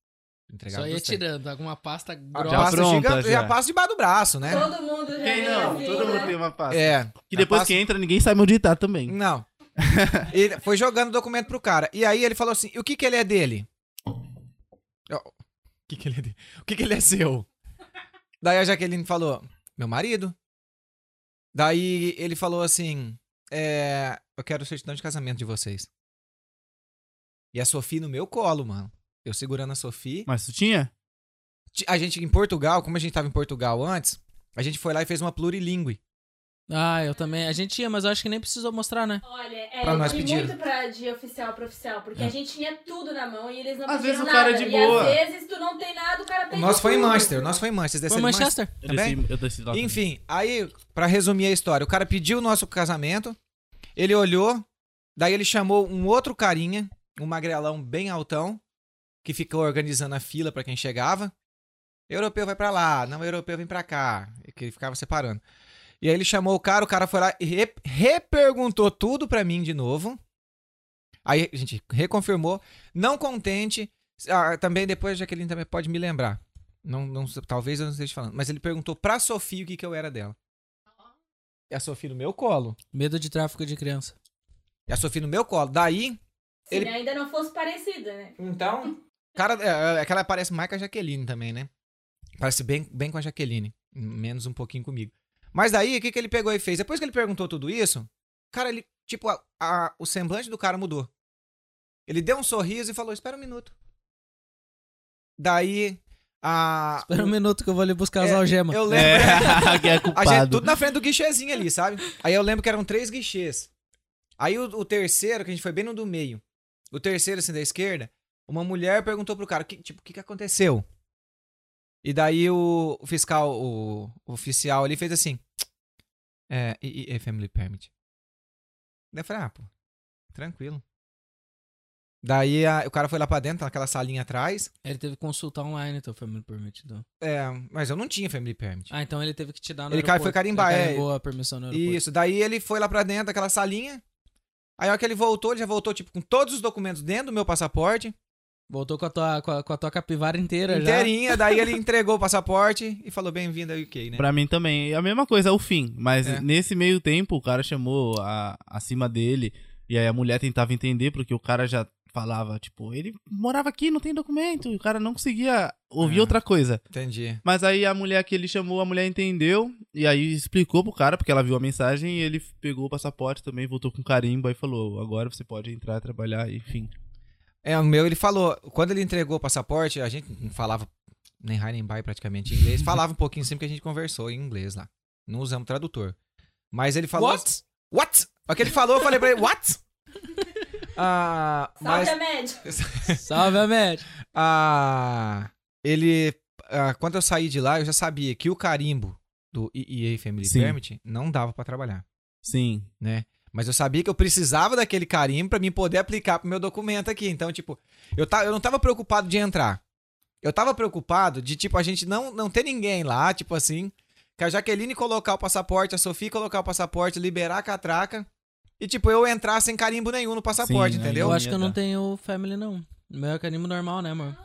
Entregado Só ia dos três. é tirando alguma pasta A Já grossa. pasta pronta, gigante- já. a pasta debaixo do braço, né? Todo mundo já Quem vem não? assim, Todo né? mundo tem um uma pasta. É. Que a depois pasta- Hum. que entra, ninguém sabe onde tá também. Não. ele foi jogando o documento pro cara. E aí ele falou assim: e o que que ele é dele? Ó, O que que ele é dele? O que que ele é seu? Daí a Jaqueline falou: meu marido. Daí ele falou assim: é, eu quero o certidão de casamento de vocês. E a Sofia no meu colo, mano. Eu segurando a Sofia. Mas tu tinha? Ti- A gente em Portugal, como a gente tava em Portugal antes, a gente foi lá e fez uma plurilingue. Ah, eu também. A gente ia, mas eu acho que nem precisou mostrar, né? Olha, é, Pra eu nós fui pediram. muito pra de oficial pra oficial, porque É. a gente tinha tudo na mão e eles não Às pediram vezes o cara é nada. de boa. E às vezes tu não tem nada, o cara O pede nosso foi em tudo. Manchester, o nosso foi em Manchester. é vocês Foi desceram em Manchester. Eu desci, eu desci lá. também. Enfim, aí, pra resumir a história, o cara pediu o nosso casamento, ele olhou, daí ele chamou um outro carinha, um magrelão bem altão, que ficou organizando a fila pra quem chegava. Europeu vai pra lá, não europeu vem pra cá, que ele ficava separando. E aí ele chamou o cara, o cara foi lá e re- reperguntou tudo pra mim de novo. Aí a gente reconfirmou, não contente, ah, também depois a Jaqueline também pode me lembrar. Não, não, sei- talvez eu não esteja falando. Mas ele perguntou pra Sofia o que, que eu era dela. E É a Sofia no meu colo. Medo de tráfico de criança. Ah, E É a Sofia no meu colo. Daí, Se Ele- ainda não fosse parecida, né? então. Cara, é, é que ela parece mais com a Jaqueline também, né? Parece bem, bem com a Jaqueline. Menos um pouquinho comigo. Mas daí, o que, que ele pegou e fez? Depois que ele perguntou tudo isso, cara, ele. Tipo, a- a- o semblante do cara mudou. Ele deu um sorriso e falou: Espera um minuto. Daí, a. Espera um minuto que eu vou ali buscar as É, algemas. eu lembro. É, que é A gente, culpado. tudo na frente do guichêzinho ali, sabe? Aí eu lembro que eram três guichês. Aí o, o terceiro, que a gente foi bem no do meio. O terceiro, assim, da esquerda, uma mulher perguntou pro cara, que, tipo, o que, que aconteceu? E daí o, o fiscal, o, o oficial ali fez assim, é, e, e- e family permit. Daí eu falei, ah, pô, tranquilo. Daí a- o cara foi lá pra dentro, naquela salinha atrás. Ele teve que consultar online, teu família permitido. É, mas eu não tinha family permit. Ah, então ele teve que te dar no Ele cai- foi aeroporto. carimbar, Ele é. carimbou a permissão no aeroporto. Isso, daí ele foi lá pra dentro daquela salinha. Aí a hora que ele voltou, ele já voltou, tipo, com todos os documentos dentro do meu passaporte. Voltou com a tua, com a, com a tua capivara inteira já. Inteirinha, daí ele entregou o passaporte e falou, bem-vindo ao UK, né? Pra mim também. É a mesma coisa, o fim. Mas É. nesse meio tempo, o cara chamou a, acima dele. E aí a mulher tentava entender, porque o cara já falava, tipo, ele morava aqui, não tem documento. E o cara não conseguia ouvir É. outra coisa. Entendi. Mas aí a mulher que ele chamou, a mulher entendeu. E aí explicou pro cara, porque ela viu a mensagem. E ele pegou o passaporte também, voltou com carimbo. Aí falou: agora você pode entrar, trabalhar, enfim. É, o meu, ele falou, quando ele entregou o passaporte, a gente não falava nem high nem bye praticamente em inglês. Falava um pouquinho sempre que a gente conversou em inglês lá. Não usamos tradutor. Mas ele falou... assim, What? What? O que ele falou, eu falei pra ele, what? Ah, Salve mas... a média. Salve, Ahmed. Ah, ele. ah, quando eu saí de lá, eu já sabia que o carimbo do EA Family Sim. Permit não dava pra trabalhar, Sim. né? Mas eu sabia que eu precisava daquele carimbo pra mim poder aplicar pro meu documento aqui. Então, tipo, eu, ta, eu não tava preocupado de entrar. Eu tava preocupado de, tipo, a gente não, não ter ninguém lá, tipo assim. Que a Jaqueline colocar o passaporte, a Sofia colocar o passaporte, liberar a catraca. E, tipo, eu entrar sem carimbo nenhum no passaporte, Sim, aí entendeu? É, Eu acho que Ia eu não dar. tenho family, não. O meu é carimbo normal, né, amor?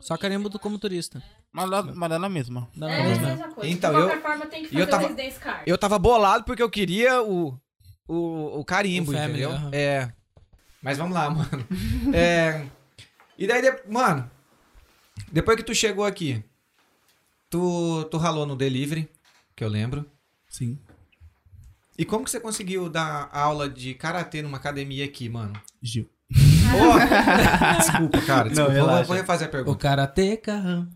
Só carimbo do como turista. Mas lá- mas lá na mesma. Dá é, na mesma. a mesma coisa. Então, De qualquer eu- forma, tem que e fazer eu tava- o residence card. Eu tava bolado porque eu queria o, o, o carimbo, O family, entendeu? aham. É. Mas vamos lá, mano. É, e daí, de- mano, depois que tu chegou aqui, tu, tu ralou no delivery, que eu lembro. Sim. E como que você conseguiu dar aula de karatê numa academia aqui, mano? Gil. Ô, desculpa, cara. Desculpa. Vou- vou, relaxa. refazer a pergunta. O karateca.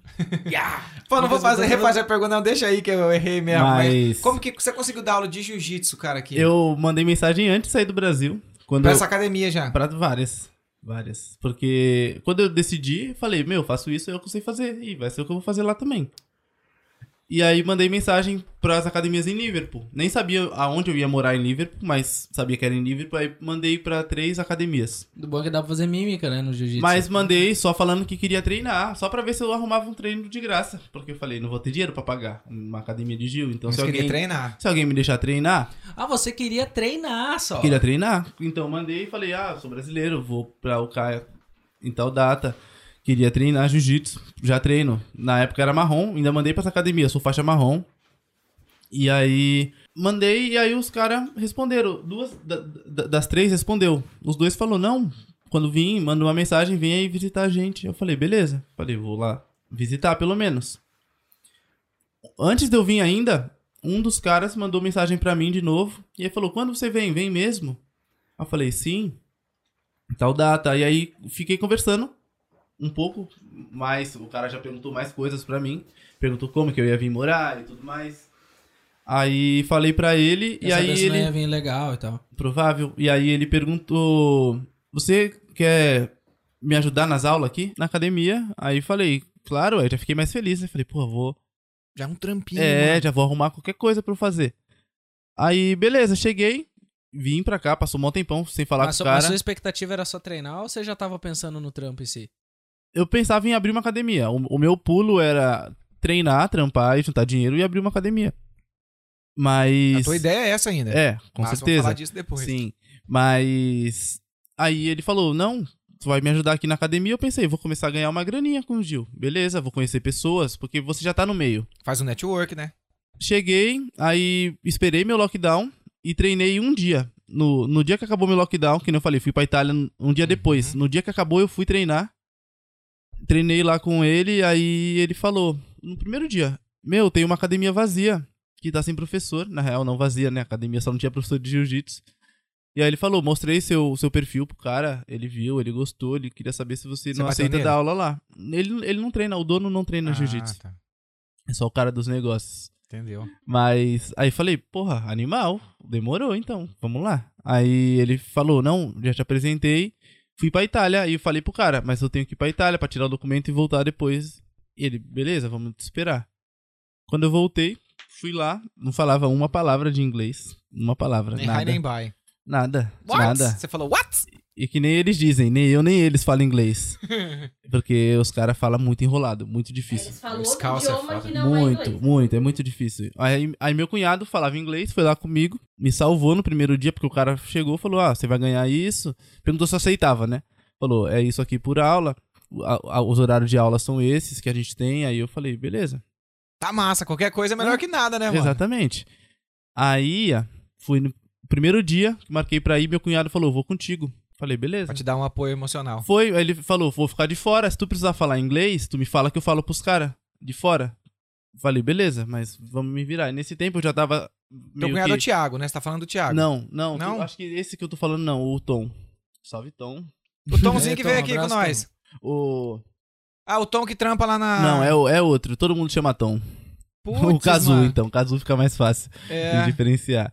Pô, não vou fazer, refazer a pergunta, não. Deixa aí que eu errei mesmo. Mas... Mas- como que você conseguiu dar aula de jiu-jitsu, cara, aqui? Eu mandei mensagem antes de sair do Brasil. Quando Pra eu- essa academia já. Pra várias. Várias. Porque quando eu decidi, falei, meu, faço isso, é eu sei fazer. E vai ser o que eu vou fazer lá também. E aí mandei mensagem pras academias em Liverpool. Nem sabia aonde eu ia morar em Liverpool, mas sabia que era em Liverpool. Aí mandei pra três academias. Do bom é que dá pra fazer mímica, né, no jiu-jitsu. Mas mandei só falando que queria treinar, só pra ver se eu arrumava um treino de graça. Porque eu falei, não vou ter dinheiro pra pagar uma academia de Gil. Então Mas se queria alguém, treinar. se alguém me deixar treinar, Ah, você queria treinar só. queria treinar. Então mandei e falei, ah, sou brasileiro, vou pra Ucaia em tal data. Queria treinar jiu-jitsu, já treino. Na época era marrom, ainda mandei pra essa academia, sou faixa marrom. E aí, mandei e aí os caras responderam. Duas da- da- das três respondeu. Os dois falou não, quando vim, manda uma mensagem, vem aí visitar a gente. Eu falei, beleza. Falei, vou lá visitar pelo menos. Antes de eu vir ainda, um dos caras mandou mensagem pra mim de novo e ele falou: "Quando você vem, vem mesmo?" Eu falei: "Sim". Tal data. E aí fiquei conversando um pouco mais, o cara já perguntou mais coisas pra mim, perguntou como que eu ia vir morar e tudo mais. Aí falei pra ele e Essa aí dança não ele ia vir legal e tal. provável. E aí ele perguntou: Você quer me ajudar nas aulas aqui? Na academia? Aí falei, claro, aí eu já fiquei mais feliz. Né? Falei, pô, vou. Já é um trampinho. É, mano. já vou arrumar qualquer coisa pra eu fazer. Aí, beleza, cheguei, vim pra cá, passou um bom tempão sem falar Mas com sua- o mas cara. sua expectativa era só treinar ou você já tava pensando no trampo em si? Eu pensava em abrir uma academia. O, o meu pulo era treinar, trampar e juntar dinheiro e abrir uma academia. Mas. A tua ideia é essa ainda. É, com Mas Vamos certeza. falar disso depois. Sim, mas aí ele falou: "Não, tu vai me ajudar aqui na academia". Eu pensei, vou começar a ganhar uma graninha com o Gil. Beleza, vou conhecer pessoas, porque você já tá no meio. Faz um network, né? Cheguei, aí esperei meu lockdown e treinei um dia. No, no dia que acabou meu lockdown, que nem eu falei, fui pra Itália um dia Uhum. depois. No dia que acabou, eu fui treinar. Treinei lá com ele, aí ele falou, no primeiro dia, meu, tem uma academia vazia, que tá sem professor. Na real, não vazia, né? A academia só não tinha professor de jiu-jitsu. E aí ele falou, mostrei seu, seu perfil pro cara, ele viu, ele gostou, ele queria saber se você, Você não bateu aceita nele? dar aula lá. Ele, ele não treina, o dono não treina Ah, jiu-jitsu. tá. É só o cara dos negócios. Entendeu. Mas aí falei, porra, animal, demorou então, vamos lá. Aí ele falou, não, já te apresentei, fui pra Itália, e eu falei pro cara, mas eu tenho que ir pra Itália pra tirar o documento e voltar depois. E ele, beleza, vamos te esperar. Quando eu voltei, fui lá, não falava uma palavra de inglês, uma palavra, Nem high, nada, nem buy. nada, nada. Você falou, what? E que nem eles dizem, nem eu nem eles falam inglês, porque os caras falam muito enrolado, muito difícil. Eles falam Os outro calça é idioma foda. que não muito, é inglês. muito, é muito difícil. Aí, aí meu cunhado falava inglês, foi lá comigo, me salvou no primeiro dia, porque o cara chegou e falou: Ah, você vai ganhar isso. Perguntou se eu aceitava, né? Falou: É isso aqui por aula, a- a- os horários de aula são esses que a gente tem. Aí eu falei: Beleza, Tá massa, qualquer coisa é melhor que nada, né, mano? Hum. exatamente. Aí ah, fui no primeiro dia, marquei pra ir, meu cunhado falou: Vou contigo. Falei: Beleza. Pra te dar um apoio emocional. Foi, aí ele falou, vou ficar de fora. Se tu precisar falar inglês, tu me fala que eu falo pros caras de fora. Falei, beleza, mas vamos me virar. E nesse tempo eu já tava. Teu Meio cunhado é o que... Thiago, né? Você tá falando do Thiago. Não, não, Não? tu- acho que esse que eu tô falando, não, o Tom. Salve, Tom. O Tomzinho É, que Tom, veio um aqui com abraço, nós. O. Ah, o Tom que trampa lá na... Não, é, o- é outro. Todo mundo chama Tom. o Kazu, Cazu, então. O Kazu fica mais fácil de É, diferenciar.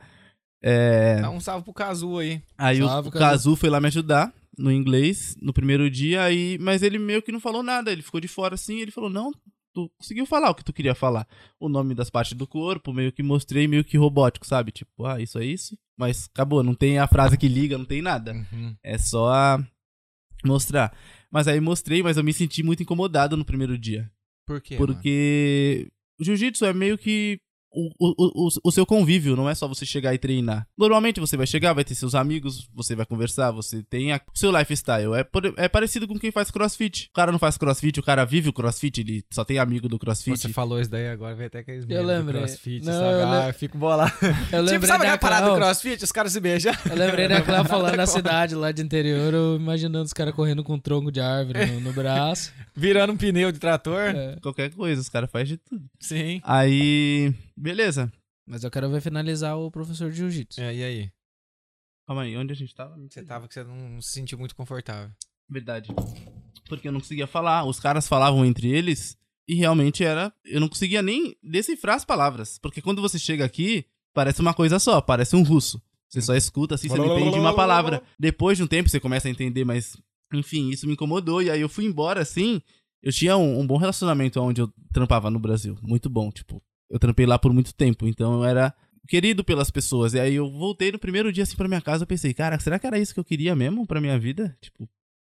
É. dá um salve pro Cazu aí. Aí o- Salve, o Cazu. Kazu foi lá me ajudar no inglês no primeiro dia, aí, mas ele meio que não falou nada, ele ficou de fora assim, ele falou, não, tu conseguiu falar o que tu queria falar. O nome das partes do corpo, meio que mostrei, meio que robótico, sabe? Tipo, ah, isso é isso, mas acabou, não tem a frase que liga, não tem nada. Uhum. É só a- mostrar. Mas aí mostrei, mas eu me senti muito incomodado no primeiro dia. Por quê, mano? Porque o jiu-jitsu é meio que o, o, o, o seu convívio, não é só você chegar e treinar. Normalmente você vai chegar, vai ter seus amigos, você vai conversar, você tem a- o seu lifestyle. É, por- é parecido com quem faz crossfit. O cara não faz crossfit, o cara vive o crossfit, ele só tem amigo do crossfit. Você falou isso daí agora, veio até que eles lembrei. crossfit, Não, sabe? eu lem- Ah, eu fico bolado. Eu Tipo, lembrei sabe aquela da parada do Clau- crossfit? Os caras se beijam. Eu lembrei da Clara Nada falando na contra. cidade lá de interior, eu imaginando os caras correndo com um tronco de árvore no, no braço. Virando um pneu de trator. É. Qualquer coisa, os caras fazem de tudo. Sim. Aí, beleza. Mas eu quero ver finalizar o professor de jiu-jitsu. É, e aí? Calma aí, onde a gente tava? Você tava que você não se sentiu muito confortável. Verdade. Porque eu não conseguia falar. Os caras falavam entre eles e realmente era. Eu não conseguia nem decifrar as palavras. Porque quando você chega aqui, parece uma coisa só, parece um russo. Você só escuta assim, você não entende uma palavra. Depois de um tempo você começa a entender, mas. Enfim, isso me incomodou. E aí eu fui embora assim. Eu tinha um, um bom relacionamento onde eu trampava no Brasil. Muito bom. Tipo, eu trampei lá por muito tempo. Então eu era querido pelas pessoas. E aí eu voltei no primeiro dia assim pra minha casa. Eu pensei, cara, será que era isso que eu queria mesmo pra minha vida? Tipo,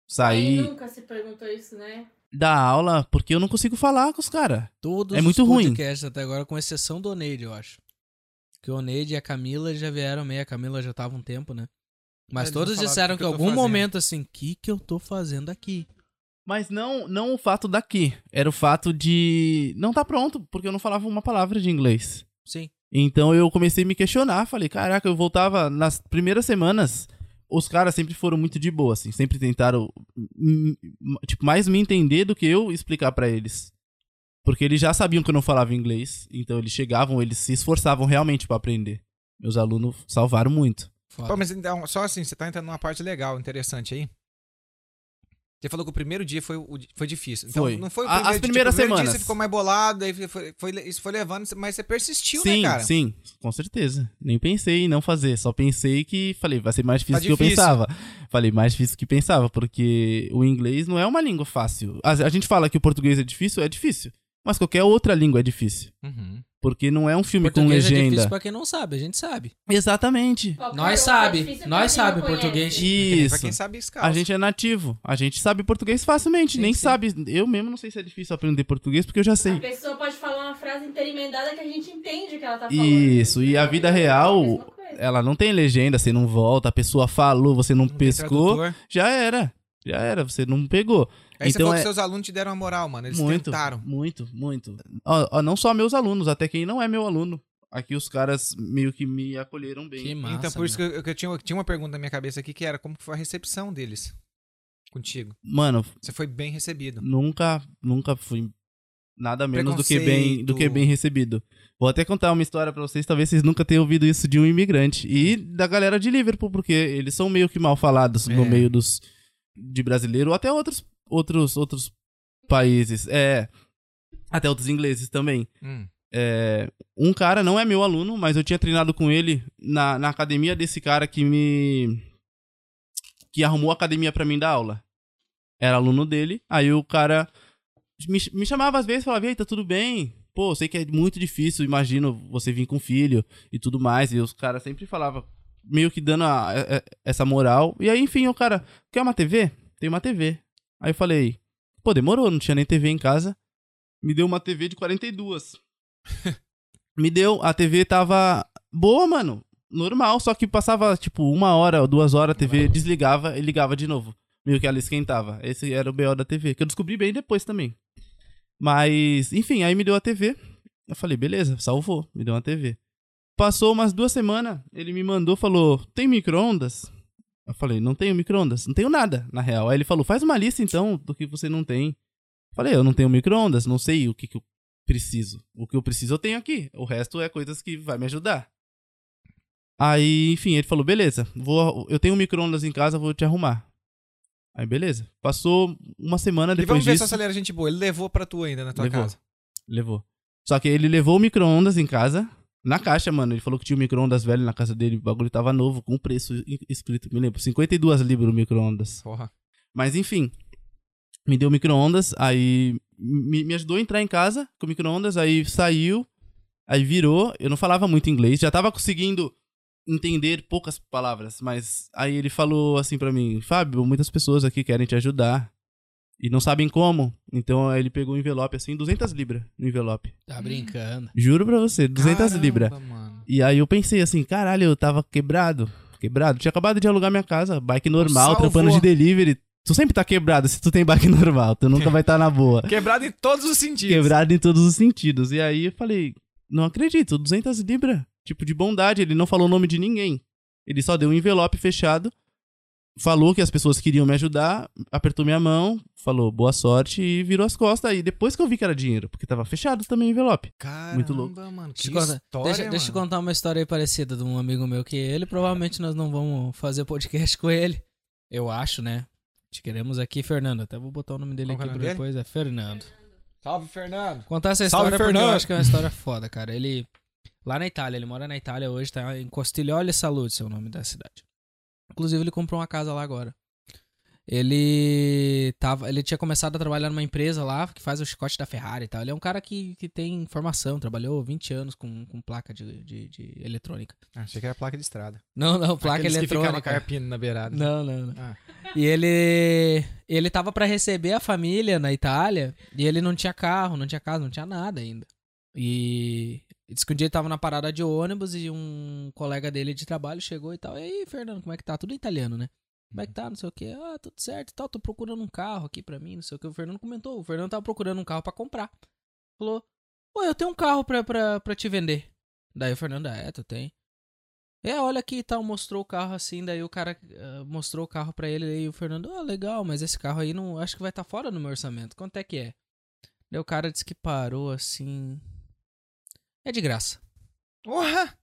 sair Ele nunca se perguntou isso, né? da aula porque eu não consigo falar com os caras. Todos É muito os ruim. podcasts até agora, com exceção do Oneide, eu acho. Que o Oneide e a Camila já vieram meio, a Camila já tava um tempo, né? Mas Eles não todos falaram disseram o que que em É, eu tô algum fazendo. momento assim, que que eu tô fazendo aqui? Mas não, não o fato daqui. Era o fato de não tá pronto, porque eu não falava uma palavra de inglês. Sim. Então eu comecei a me questionar, falei, caraca, eu voltava nas primeiras semanas, os caras sempre foram muito de boa, assim, sempre tentaram hum, hum, tipo mais me entender do que eu explicar pra eles. Porque eles já sabiam que eu não falava inglês, então eles chegavam, eles se esforçavam realmente pra aprender. Meus alunos salvaram muito. Foda. Pô, mas então, só assim, você tá entrando numa parte legal, interessante aí. Você falou que o primeiro dia foi, o- foi difícil. Então, Foi. não foi o A- primeiro as primeiras dia. tipo, o primeiro semanas. Dia você ficou mais bolado, aí foi- foi- isso foi levando, mas você persistiu, sim, né, cara? sim, com certeza. Nem pensei em não fazer, só pensei que falei, vai ser mais difícil do que eu Tá difícil. pensava. Falei, mais difícil do que pensava, porque o inglês não é uma língua fácil. A, a gente fala que o português é difícil, é difícil. Mas qualquer outra língua é difícil. Uhum. Porque não é um filme com Português é legenda. difícil pra quem não sabe, a gente sabe. Exatamente. Qualquer Nós outra sabe, é difícil nós pra quem não sabe conhece. português. Isso. Pra quem sabe, escala. A gente é nativo. A gente sabe português facilmente. Sim, nem sim. sabe. Eu mesmo não sei se é difícil aprender português, porque eu já A sei. pessoa pode falar uma frase inteira emendada que a gente entende o que ela tá falando. É Isso. E a vida real, é Mesma coisa. ela não tem legenda, você não volta, a pessoa falou, você não, Não tem pescou. tradutor. Já era. Já era, você não pegou. Aí você Então falou que é- seus alunos te deram uma moral, mano. Eles muito, tentaram. muito, muito. Ó, ó, não só meus alunos, até quem não é meu aluno. Aqui os caras meio que me acolheram bem. Que massa. então, por isso mano. que eu, que eu tinha, eu tinha uma pergunta na minha cabeça aqui, que era como que foi a recepção deles contigo? Mano, Você foi bem recebido. nunca, nunca fui nada menos do que bem, do que Preconceito. bem recebido. Vou até contar uma história pra vocês, talvez vocês nunca tenham ouvido isso de um imigrante e da galera de Liverpool, porque eles são meio que mal falados no É. meio dos de brasileiro ou até outros outros outros países. É, até outros ingleses também. Hum. É, um cara não é meu aluno, mas eu tinha treinado com ele na, na academia desse cara que me. que arrumou a academia pra mim dar aula. Era aluno dele, aí o cara me, ch- me chamava às vezes e falava: Eita, tudo bem? Pô, sei que é muito difícil, imagino você vir com filho e tudo mais. E os caras sempre falava meio que dando a- a- a- essa moral. E aí, enfim, o cara: Quer uma TV? Tem uma TV. Aí eu falei: Pô, demorou, não tinha nem TV em casa. Me deu uma TV de 42. Me deu, a TV tava boa, mano. Normal, só que passava, tipo, uma hora ou duas horas, a TV desligava e ligava de novo. Meio que ela esquentava. Esse era o BO da TV, que eu descobri bem depois também. Mas, enfim, aí me deu a TV. Eu falei, beleza, salvou. Me deu uma TV. Passou umas duas semanas, ele me mandou, falou, tem micro-ondas? Eu falei, não tenho micro-ondas, não tenho nada, na real. Aí ele falou, faz uma lista, então, do que você não tem. Eu Falei, eu não tenho micro-ondas, não sei o que, que eu preciso. O que eu preciso eu tenho aqui. O resto é coisas que vai me ajudar. Aí, enfim, ele falou: beleza, vou, eu tenho um micro-ondas em casa, vou te arrumar. Aí, beleza. Passou uma semana E depois vamos ver disso. se essa galera é gente boa. Ele levou pra tu ainda na tua Levou. casa. Levou. Só que ele levou o micro-ondas em casa, na caixa, mano. Ele falou que tinha um micro-ondas velho na casa dele, o bagulho tava novo, com preço i- escrito, me lembro. 52 libras o micro-ondas. Porra. Mas enfim, me deu micro-ondas, aí me, me ajudou a entrar em casa com o micro-ondas, aí saiu, aí virou. Eu não falava muito inglês, já tava conseguindo entender poucas palavras, mas aí ele falou assim pra mim: Fábio, muitas pessoas aqui querem te ajudar e não sabem como. Então aí ele pegou um envelope assim, 200 libras no envelope. Hum. Tá brincando. Juro pra você, 200 Caramba, libras. mano. E aí eu pensei assim, caralho, eu tava quebrado. Quebrado. Tinha acabado de alugar minha casa, bike normal, Salvou. trampando de delivery. Tu sempre tá quebrado se tu tem bike normal. Tu nunca vai estar tá na boa. Quebrado em todos os sentidos. Quebrado em todos os sentidos. E aí eu falei, não acredito, 200 libras. Tipo, de bondade, ele não falou o nome de ninguém. Ele só deu um envelope fechado, falou que as pessoas queriam me ajudar, apertou minha mão, falou boa sorte e virou as costas. Aí depois que eu vi que era dinheiro, porque tava fechado também o envelope. Caramba, Muito louco. mano. Que Deixa eu contar- história, deixa, deixa eu mano. contar uma história aí parecida de um amigo meu que ele provavelmente nós não vamos fazer podcast com ele. Eu acho, né? Te queremos aqui, Fernando. Até vou botar o nome dele Qual que é aqui o pra nome depois. É Fernando. Salve, Fernando. Contar essa Salve, história porque eu Fernando! acho que é uma história foda, cara. Ele. Lá na Itália, ele mora na Itália hoje, tá em Costiglione Salute, é o nome da cidade. Inclusive, ele comprou uma casa lá agora. Ele tava, ele tinha começado a trabalhar numa empresa lá que faz o chicote da Ferrari e tal. Ele é um cara que, que tem formação, trabalhou 20 anos com, com placa de, de- de eletrônica. Ah, achei que era placa de estrada. Não, não, placa Aqueles que eletrônica. ficava carpindo na beirada. Não, não, não. Ah. E ele ele tava pra receber a família na Itália e ele não tinha carro, não tinha casa, não tinha nada ainda. E diz que um dia ele tava na parada de ônibus e um colega dele de trabalho chegou e tal. E aí, Fernando, como é que tá? Tudo em italiano, né? Como é que tá? Não sei o que. Ah, tudo certo e tal. Tô procurando um carro aqui pra mim, não sei o que. O Fernando comentou. O Fernando tava procurando um carro pra comprar. Falou, pô, eu tenho um carro pra, pra, pra te vender. Daí o Fernando, ah, é, tu tem. É, olha aqui e tal, mostrou o carro assim, daí o cara ah, mostrou o carro pra ele, daí o Fernando, ah, legal, mas esse carro aí não, acho que vai estar fora do meu orçamento, quanto é que é? Daí o cara disse que parou assim, é de graça. Porra!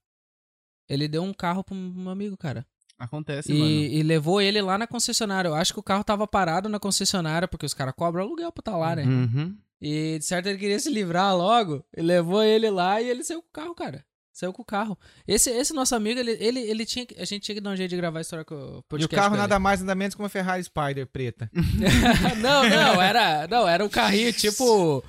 Ele deu um carro pro meu amigo, cara. Acontece, mano. E, e levou ele lá na concessionária. Eu acho que o carro tava parado na concessionária, porque os caras cobram aluguel pra tá lá, né? Uhum. E de certo ele queria se livrar logo, e levou ele lá e ele saiu com o carro, cara. Saiu com o carro. Esse, esse nosso amigo, ele, ele, ele tinha que- A gente tinha que dar um jeito de gravar a história com o E o podcast. carro com ele. nada mais, nada menos que uma Ferrari Spider preta. não, não, era, não, era um carrinho tipo.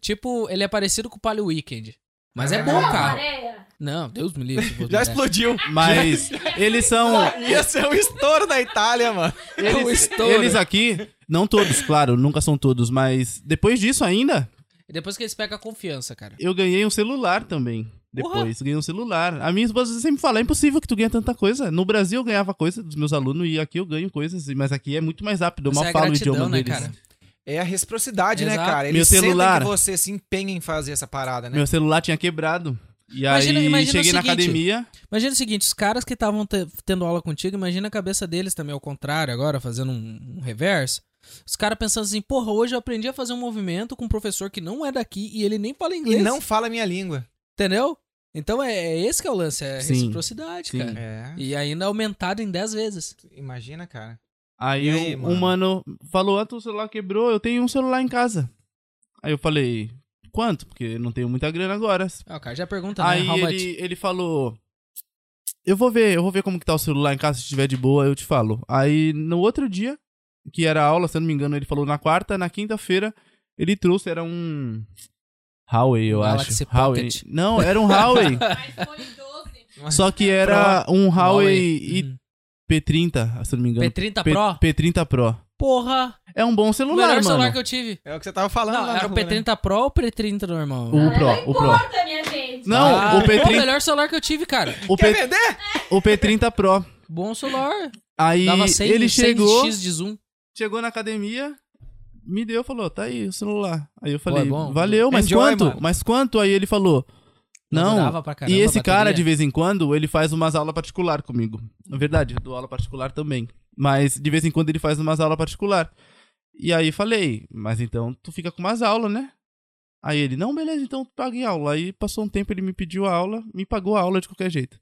Tipo, ele é parecido com o Palio Weekend. Mas é bom o carro. Areia. Não, Deus me livre. vou Já dar. explodiu. Mas eles são. Ia ser um estouro na Itália, mano. É um estouro. Eles aqui, não todos, claro, nunca são todos, mas depois disso ainda, Depois que eles pegam a confiança, cara. eu ganhei um celular também. Depois, ganhei um celular. A minha esposa sempre fala: é impossível que tu ganhe tanta coisa. No Brasil eu ganhava coisa dos meus alunos e aqui eu ganho coisas, mas aqui é muito mais rápido. Eu Isso mal é falo o gratidão, idioma né, deles. cara? É a reciprocidade, né, Exato. cara? Meu Eles sentem celular. que você se empenha em fazer essa parada, né? Meu celular tinha quebrado. E Imagina- aí imagina o cheguei na seguinte, academia. Imagina o seguinte, os caras que estavam te- tendo aula contigo, imagina a cabeça deles também ao contrário agora, fazendo um, um reverso. Os caras pensando assim, porra, hoje eu aprendi a fazer um movimento com um professor que não é daqui e ele nem fala E inglês. não fala a minha língua. Entendeu? Então é, é esse que é o lance, é Sim. reciprocidade, Sim. cara. É. E ainda aumentado em 10 vezes. Imagina, cara. Aí, E aí, um, mano? um mano falou: ah, teu celular quebrou, eu tenho um celular em casa. Aí eu falei: quanto? Porque eu não tenho muita grana agora. Ah, o cara já pergunta, né? Aí How much? ele, ele falou: Eu vou ver, eu vou ver como que tá o celular em casa, se estiver de boa, eu te falo. Aí no outro dia, que era a aula, se eu não me engano, ele falou na quarta, na quinta-feira, ele trouxe, era um. Huawei, eu Galaxy acho. Huawei. Pocket. Não, era um Huawei. iPhone 12. só que era um Huawei Uhum. IP30, se eu não me engano. P30 P- Hum. Pro? P30 Pro. Porra! É um bom O celular, melhor mano. celular que eu tive. É o que você tava falando Não, lá na era o rua, né? P30 Pro ou o P30 normal? O Pro, Não o Pro. importa, minha gente. Não, Ah, o pô, o P30, melhor celular que eu tive, cara. o, Quer P, vender? o P30 Pro. Bom celular. Aí Dava 100, ele 100 chegou. X de zoom. Chegou na academia, me deu, falou, tá aí o celular. Aí eu é falei, bom. valeu, mas Enjoy, quanto? mano. Mas quanto? Aí ele falou, não. Durava pra caramba E a esse cara, de bateria. vez em quando, ele faz umas aulas particular comigo. Na verdade, eu dou aula particular também. Mas de vez em quando ele faz umas aulas particular. E aí falei, mas então tu fica com umas aulas, né? Aí ele, não, beleza, então tu paga em aula. Aí passou um tempo, ele me pediu a aula, me pagou a aula de qualquer jeito.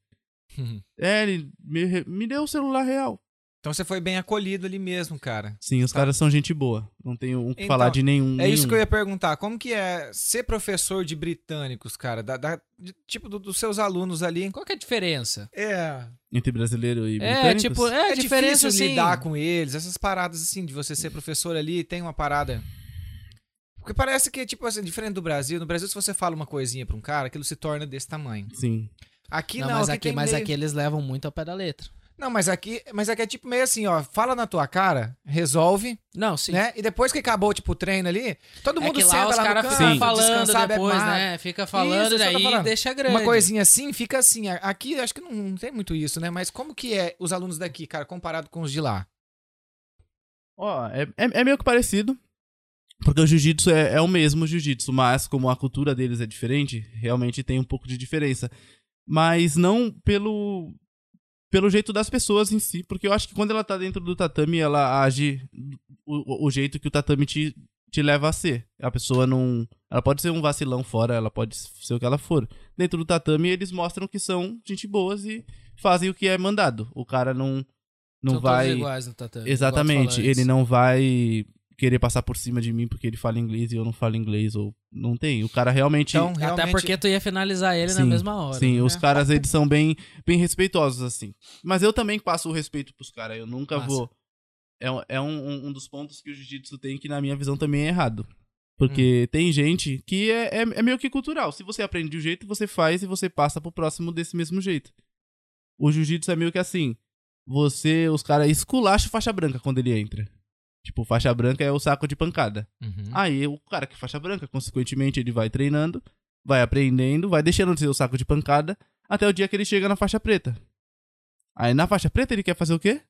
É, ele me, re- me deu o celular real. então você foi bem acolhido ali mesmo, cara. Sim, os caras são gente boa. Não tenho um que Então, falar de nenhum. É isso nenhum. Hum. que eu ia perguntar. Como que é ser professor de britânicos, cara? Da, da- de- tipo, do- dos seus alunos ali. Qual que é a diferença? É. Entre brasileiro e É, britânicos? tipo, é, É, a diferença difícil assim. lidar com eles. Essas paradas, assim, de você ser professor ali, tem uma parada... Porque parece que, tipo assim, diferente do Brasil. No Brasil, se você fala uma coisinha pra um cara, aquilo se torna desse tamanho. Sim. Aqui Não, não, mas, aqui, aqui, tem mas meio- aqui eles levam muito ao pé da letra. Não, mas aqui, mas aqui é tipo meio assim, ó. Fala na tua cara, resolve, Não, sim. né? E depois que acabou, tipo, o treino ali, todo É mundo que lá senta os lá no caras canto, ficam Sim. falando descansa, bebe depois, mar. né? Fica falando Isso, e isso que eu tô daí falando. deixa grande. Uma coisinha assim fica assim. A- Aqui acho que não, não tem muito isso, né? Mas como que é os alunos daqui, cara, comparado com os de lá? Ó, é, é, é meio que parecido. Porque o jiu-jitsu é, é o mesmo jiu-jitsu, mas como a cultura deles é diferente, realmente tem um pouco de diferença. Mas não pelo pelo jeito das pessoas em si, porque eu acho que quando ela tá dentro do tatame, ela age o, o- o jeito que o tatame te, te leva a ser. A pessoa não. Ela pode ser um vacilão fora, ela pode ser o que ela for. Dentro do tatame, eles mostram que são gente boas e fazem o que é mandado. O cara não, não São vai. Todos iguais tá no tatame, Exatamente. igual tu falou antes. Ele não vai querer passar por cima de mim porque ele fala inglês e eu não falo inglês. Ou não tem. O cara realmente. Então, realmente... Até porque tu ia finalizar ele na Sim, mesma hora. Sim, os né? caras eles são bem, bem respeitosos, assim. Mas eu também passo o respeito pros caras. Eu nunca Massa. vou. É, um- é um, um- um dos pontos que o jiu-jitsu tem que, na minha visão, também é errado. Hum. Porque tem gente que é, é, é meio que cultural. Se você aprende de um jeito, você faz e você passa pro próximo desse mesmo jeito. O jiu-jitsu é meio que assim. Você, os caras esculacham faixa branca quando ele entra. Tipo, faixa branca é o saco de pancada. Uhum. Ah, Aí o cara que é faixa branca, consequentemente, ele vai treinando, vai aprendendo, vai deixando de ser o saco de pancada, até o dia que ele chega na faixa preta. Aí na faixa preta ele quer fazer o quê?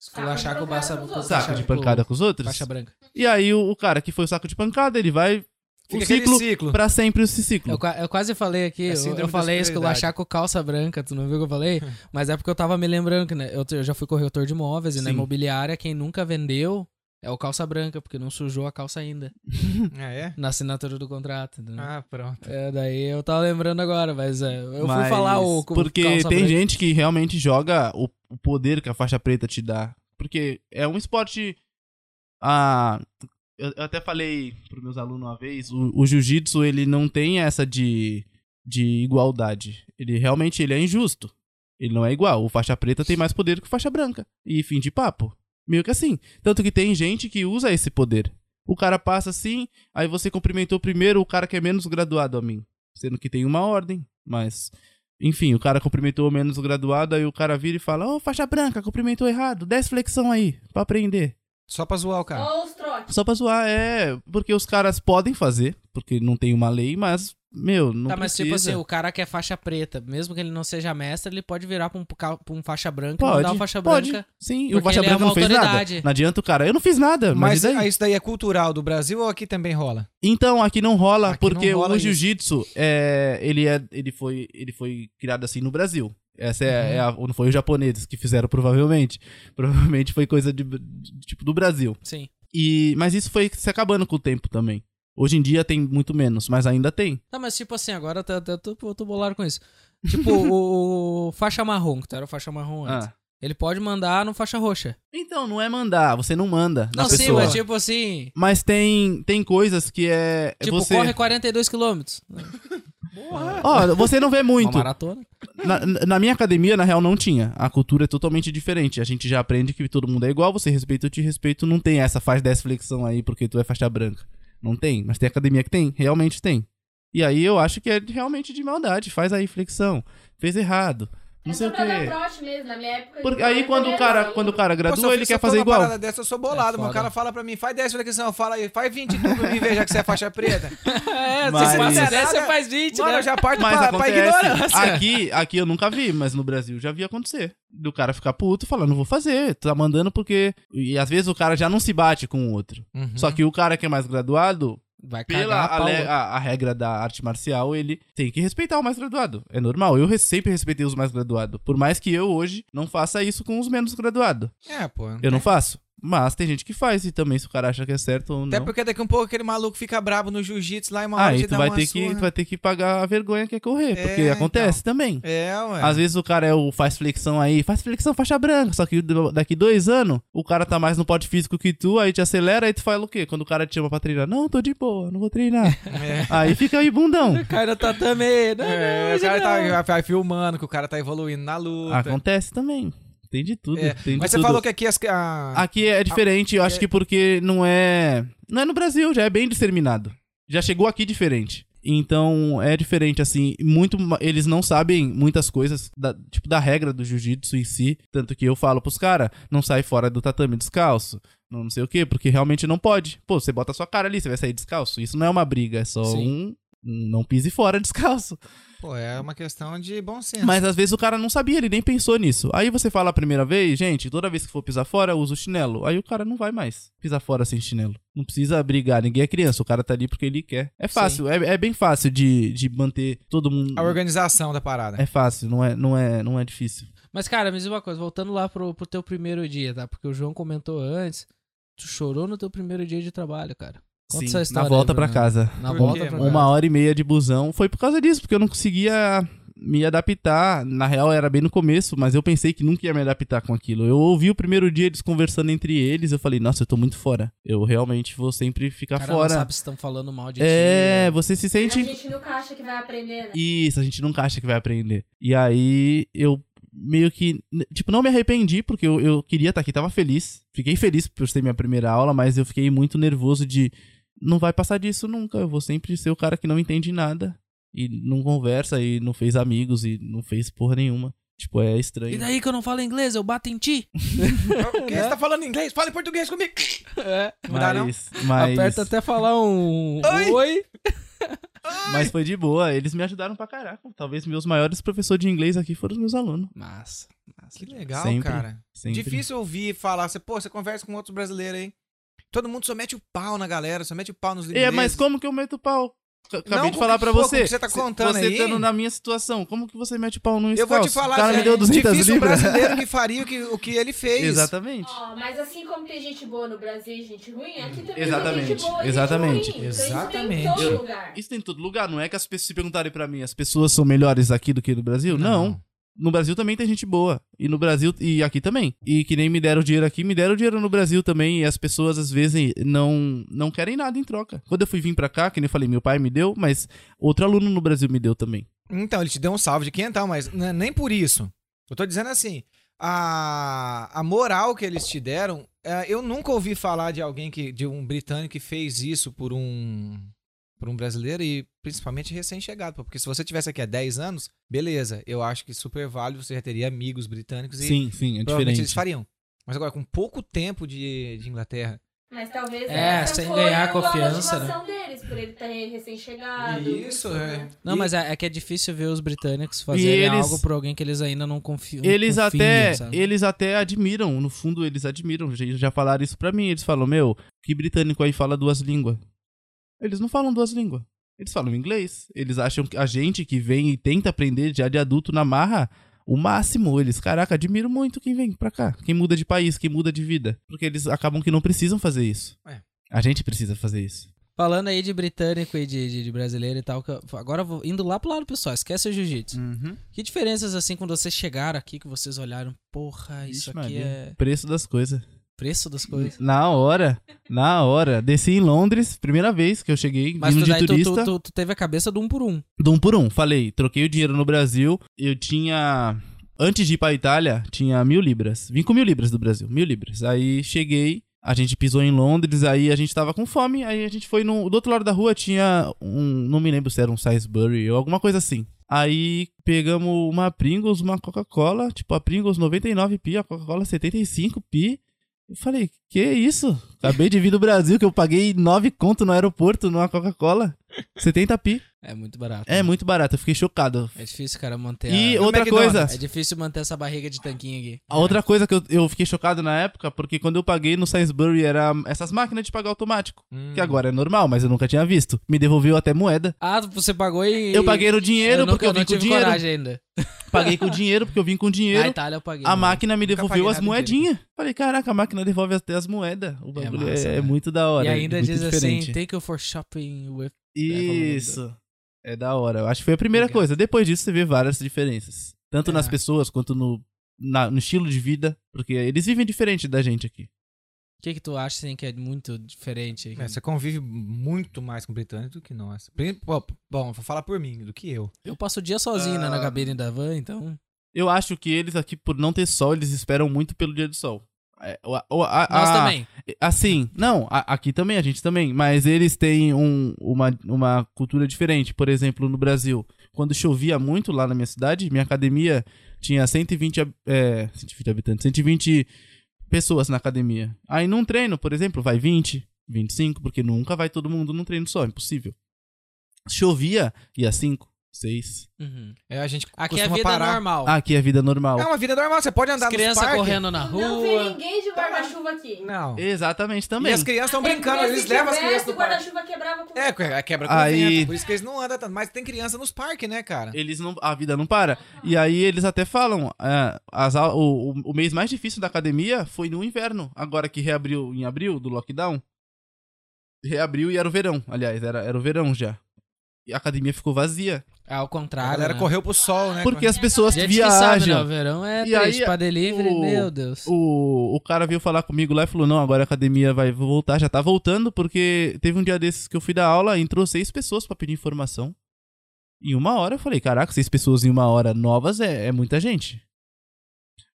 Esculachar com o baça- com o Saco faixa- de pancada com com os outros. Faixa branca. E aí o, o cara que foi o saco de pancada, ele vai o Fica aquele ciclo ciclo. pra sempre esse Eu, ciclo. qua- eu quase falei aqui, É eu- eu, síndrome da falei superioridade. esculachar com calça branca, tu não viu o que eu falei? Mas é porque eu tava me lembrando que né, eu, te- eu já fui corretor de imóveis e na Sim. imobiliária, quem nunca vendeu É o calça branca, porque não sujou a calça ainda. Ah, é? Na assinatura do contrato, entendeu? Ah, pronto. É, daí eu tava lembrando agora, mas é, eu Mas- fui falar o. o Porque calça tem branca. gente que realmente joga o, o poder que a faixa preta te dá. Porque é um esporte. Ah, eu, eu até falei pros meus alunos uma vez: o, o jiu-jitsu ele não tem essa de, de igualdade. Ele realmente ele é injusto. Ele não é igual. O faixa preta tem mais poder que o faixa branca. E fim de papo. Meio que assim. Tanto que tem gente que usa esse poder. O cara passa assim, aí você cumprimentou primeiro o cara que é menos graduado a mim. Sendo que tem uma ordem, mas. Enfim, o cara cumprimentou menos o graduado, aí o cara vira e fala: Ô, faixa branca, cumprimentou errado, 10 flexão aí, pra aprender. Só pra zoar o cara. Ó, os trotes. Só pra zoar, é. Porque os caras podem fazer, porque não tem uma lei, mas, meu, não Tá, mas precisa. tipo assim, o cara que é faixa preta, mesmo que ele não seja mestre, ele pode virar pra um, ca- pra um faixa branca e Pode, mandar o faixa pode. branca. Sim, e o porque faixa ele é branca uma não fez nada. autoridade. Não adianta o cara, eu não fiz nada, mas, Mas e daí? ah, isso daí é cultural do Brasil ou aqui também rola? Então, aqui não rola, Aqui porque não rola o isso. jiu-jitsu, é, ele, é, ele, foi, ele foi criado assim no Brasil. Essa é, Uhum. é a- não foi os japoneses que fizeram, provavelmente. Provavelmente foi coisa de- de, tipo, do Brasil. Sim. E, mas isso foi se acabando com o tempo também. Hoje em dia tem muito menos, mas ainda tem. Tá, mas tipo assim, agora eu tô, eu tô, eu tô bolado com isso. Tipo, o, o faixa marrom, que tu era o faixa marrom antes. Ah. Ele pode mandar no faixa roxa. Então, não é mandar, você não manda na não, sim, pessoa. mas tipo assim. Mas tem, tem coisas que é. é Tipo, você... corre 42 quilômetros. Ó, você não vê Uma muito. maratona. Na, na minha academia, na real, não tinha. A cultura é totalmente diferente. A gente já aprende que todo mundo é igual, você respeita, eu te respeito. Não tem essa faz 10 flexão aí porque tu é faixa branca. Não tem, mas tem academia que tem, realmente tem. E aí eu acho que é realmente de maldade. Faz aí flexão. Fez errado. Não é sei só o pra dar quê. trote mesmo, na minha época. Porque eu aí era quando o cara, assim. quando o cara Pô, se eu gradua, ele fiz- se quer eu tô fazer numa igual. parada dessa, eu sou bolado, mano. O É foda. cara fala pra mim, faz 10 flexão. Eu falo, aí, faz 20 tu pra mim ver, já que você é faixa preta. É, Mas- se você Mas- passa 10, você faz 20, Mano, né? eu já parto Mas pra, pra acontece. ignorância. Aqui, aqui eu nunca vi, mas no Brasil já vi acontecer. Do cara ficar puto e falar, não vou fazer, tá mandando porque. E às vezes o cara já não se bate com o outro. Uhum. Só que o cara que é mais graduado, Vai cagar pela a pau. ale- a, a regra da arte marcial, ele tem que respeitar o mais graduado. É normal. Eu re- sempre respeitei os mais graduados. Por mais que eu hoje não faça isso com os menos graduados. É, pô. Eu não faço. Mas tem gente que faz, e também se o cara acha que é certo ou Até não. porque daqui a um pouco aquele maluco fica brabo no jiu-jitsu lá e uma hora Aí te Ah, tu dá vai uma ter, que, surra. tu vai ter que pagar a vergonha que é correr, É, porque acontece também. É, ué. Às vezes o cara é o faz flexão aí, faz flexão faixa branca, só que do- daqui dois anos o cara tá mais no pote físico que tu, aí te acelera, aí tu faz o quê? Quando o cara te chama pra treinar, não, tô de boa, não vou treinar. É. aí fica aí bundão. Cai no tatame. Não, tá né? não, É, o hoje cara não. tá, vai- vai filmando que o cara tá evoluindo na luta. Acontece também. Tem de tudo. É, tem Ah, de Mas você tudo. falou que aqui as. a- Aqui é diferente, eu acho que porque não é. Não é no Brasil, já é bem disseminado. Já chegou aqui diferente. Então é diferente, assim. Muito. ma- Eles não sabem muitas coisas, da- tipo, da regra do jiu-jitsu em si. Tanto que eu falo pros caras, não sai fora do tatame descalço. Não não sei o quê, porque realmente não pode. Pô, você bota a sua cara ali, você vai sair descalço. Isso não é uma briga, é só Sim. um. um Não pise fora descalço. Pô, é uma questão de bom senso. Mas às vezes o cara não sabia, ele nem pensou nisso. Aí você fala a primeira vez, gente, toda vez que for pisar fora, usa o chinelo. Aí o cara não vai mais pisar fora sem chinelo. Não precisa brigar, ninguém é criança, o cara tá ali porque ele quer. É fácil, é, é bem fácil de, de manter todo mundo. A organização da parada. É fácil, não é, não é, não é difícil. Mas, cara, me diz uma coisa, voltando lá pro, pro teu primeiro dia, tá? Porque o João comentou antes, tu chorou no teu primeiro dia de trabalho, cara. Conta essa na história volta aí, pra Bruno. casa. Na Por volta quê, pra mano? casa. Tá Uma hora e meia de busão. Foi por causa disso, porque eu não conseguia me adaptar. Na real, era bem no começo, mas eu pensei que nunca ia me adaptar com aquilo. Eu ouvi o primeiro dia eles conversando entre eles. Eu falei, nossa, eu tô muito fora. Eu realmente vou sempre ficar O cara fora. não sabe se estão falando mal de é, ti. né? você se A sente. gente nunca acha que vai aprender, né? Isso, a gente nunca acha que vai aprender. E aí eu meio que. Tipo, não me arrependi, porque eu, eu queria estar aqui, tava feliz. Fiquei feliz por ser minha primeira aula, mas eu fiquei muito nervoso de. Não vai passar disso nunca. Eu vou sempre ser o cara que não entende nada. E não conversa, e não fez amigos, e não fez porra nenhuma. Tipo, é estranho. E daí que eu não falo inglês, eu bato em ti. O que você tá falando em inglês? Fala em português comigo. Não dá, não? É. mas, mas, É, Aperta até falar um Oi. oi. mas foi de boa. Eles me ajudaram pra caraca. Talvez meus maiores professores de inglês aqui foram os meus alunos. Massa, massa. Que legal, Sempre. cara. Sempre. Difícil ouvir falar. Você, pô, você conversa com outros brasileiros aí. Todo mundo só mete o pau na galera, só mete o pau nos É, ingleses. mas como que eu meto o pau? c- acabei Não, de com falar que pra for, com você. que você tá Se- contando você aí? estando na minha situação, como que você mete o pau no Eu vou te falar, é O cara Zé, me deu 200 difícil o libras. brasileiro é que faria o que, o que ele fez. Exatamente. Ó, mas assim como tem gente boa no Brasil e gente ruim, aqui também Exatamente, tem gente boa e exatamente. gente ruim. Exatamente. Então, isso tem em Eu- todo lugar. Isso tem em todo lugar, não é que as pessoas se perguntarem pra mim, as pessoas são melhores aqui do que no Brasil? Não. No Brasil também tem gente boa. E no Brasil e aqui também. E que nem me deram dinheiro aqui, me deram dinheiro no Brasil também. E as pessoas às vezes não não querem nada em troca. Quando eu fui vir pra cá, que nem eu falei, meu pai me deu, mas outro aluno no Brasil me deu também. Então, ele te deu um salve de quinhental, mas n- nem por isso. Eu tô dizendo assim, a, a moral que eles te deram, é, eu nunca ouvi falar de alguém que de um britânico que fez isso por um por um brasileiro e principalmente recém-chegado, pô, porque se você tivesse aqui há 10 anos, beleza, eu acho que super válido, você já teria amigos britânicos e sim, sim, é provavelmente diferente. eles fariam. Mas agora, com pouco tempo de, de Inglaterra, Mas talvez É, essa sem foi ganhar a confiança, né? motivação deles, por ele ter recém-chegado. Isso, é. Não, E- mas é, é que é difícil ver os britânicos fazerem eles- algo por alguém que eles ainda não confi- não confiam. Eles até, sabe? eles até admiram, no fundo eles admiram, já- já falaram isso pra mim, eles falam, meu, que britânico aí fala duas línguas. Eles não falam duas línguas, eles falam inglês. Eles acham que a gente que vem e tenta aprender já de adulto na marra, o máximo, eles, caraca, admiro muito quem vem pra cá, quem muda de país, quem muda de vida. Porque eles acabam que não precisam fazer isso. É. A gente precisa fazer isso. Falando aí de britânico e de, de- de brasileiro e tal, que eu- agora eu vou indo lá pro lado pessoal, esquece o Hum. jiu-jitsu. Que diferenças, assim, quando vocês chegaram aqui, que vocês olharam, porra, Vixe, isso aqui Maria. é Preço das coisas. preço das coisas. Na hora, na hora. Desci em Londres, primeira vez que eu cheguei, Mas vindo tu, de daí, tu, turista. tu- tu- tu teve a cabeça do um por um. do um por um. Falei, troquei o dinheiro no Brasil. Eu tinha. Antes de ir pra Itália, tinha mil libras. Vim com mil libras do Brasil, mil libras. Aí cheguei, a gente pisou em Londres, aí a gente tava com fome, aí a gente foi no. Do outro lado da rua tinha um. Não me lembro se era um Salisbury ou alguma coisa assim. Aí pegamos uma Pringles, uma Coca-Cola, tipo a Pringles 99 pi, a Coca-Cola 75 pi. Eu falei, que isso? Acabei de vir do Brasil que eu paguei 9 conto no aeroporto numa Coca-Cola. 70 pi. É muito barato. É muito barato, eu fiquei chocado. É difícil, cara, manter E a... o- outra McDonald's. coisa, É difícil manter essa barriga de tanquinho aqui. a outra coisa que eu, eu fiquei chocado na época, porque quando eu paguei no Sainsbury era essas máquinas de pagar automático, Hum. que Hum. agora é normal, mas eu nunca tinha visto. Me devolveu até moeda. Ah, você pagou e... Eu paguei no dinheiro eu não, porque eu eu não vim com tive dinheiro. coragem tá ainda. Paguei com dinheiro porque eu vim com Na dinheiro. Itália eu né? paguei. A mano. máquina me Nunca devolveu paguei as nada moedinhas. Falei, caraca, a máquina devolve até as moedas. O bagulho é, massa, é né? muito da hora. E ainda é muito diz diferente. assim, take you for shopping with... É, Isso. É da hora. Eu acho que foi a primeira Legal. coisa. Depois disso, você vê várias diferenças. Tanto nas É. pessoas quanto no, na- no estilo de vida. Porque eles vivem diferente da gente aqui. O que que tu acha, assim, que é muito diferente? aqui? É, você convive muito mais com britânico do que nós. Pri- pô, Bom, vou falar por mim, do que eu. Eu passo o dia sozinho Ah. né, na cabine da van, então... Eu acho que eles aqui, por não ter sol, eles esperam muito pelo dia do sol. É, o- a- o- a- Nós a- também. Assim, não, a- aqui também, a gente também. Mas eles têm um- uma, uma cultura diferente. Por exemplo, no Brasil, quando chovia muito lá na minha cidade, minha academia tinha 120, hab- é, 120 habitantes, 120 pessoas na academia. Aí num treino, por exemplo, vai 20, 25, porque nunca vai todo mundo num treino só, é impossível. Chovia, ia 5, 6. Uhum. É, a gente Aqui é costuma vida parar. normal. Aqui é vida normal. É uma vida normal, você pode andar As nos crianças parques. correndo na Não vê rua. ninguém de guarda-chuva aqui. Tá, Não. Exatamente, E também. as crianças É, estão brincando, Porque se eles levam as tivesse, crianças do O parque. guarda-chuva quebrava com É, que- quebra com Aí- o vento, por isso que eles não andam tanto. Mas tem criança nos parques, né, cara? Eles não, a vida não para. E aí eles até falam, ah, as au- o, o- o mês mais difícil da academia foi no inverno, agora que reabriu em abril do lockdown. Reabriu e era o verão, aliás, era, era o verão já. E a academia ficou vazia, Ao A contrário, galera né? correu pro sol, né? porque as pessoas Gente que sabe, né? O viajam. verão é E triste aí, pra delivery, o- meu Deus. O, o cara veio falar comigo lá e falou: Não, agora a academia vai voltar, já tá voltando, porque teve um dia desses que eu fui dar aula, entrou seis pessoas pra pedir informação. Em uma hora eu falei: Caraca, seis pessoas em uma hora novas é, é muita gente.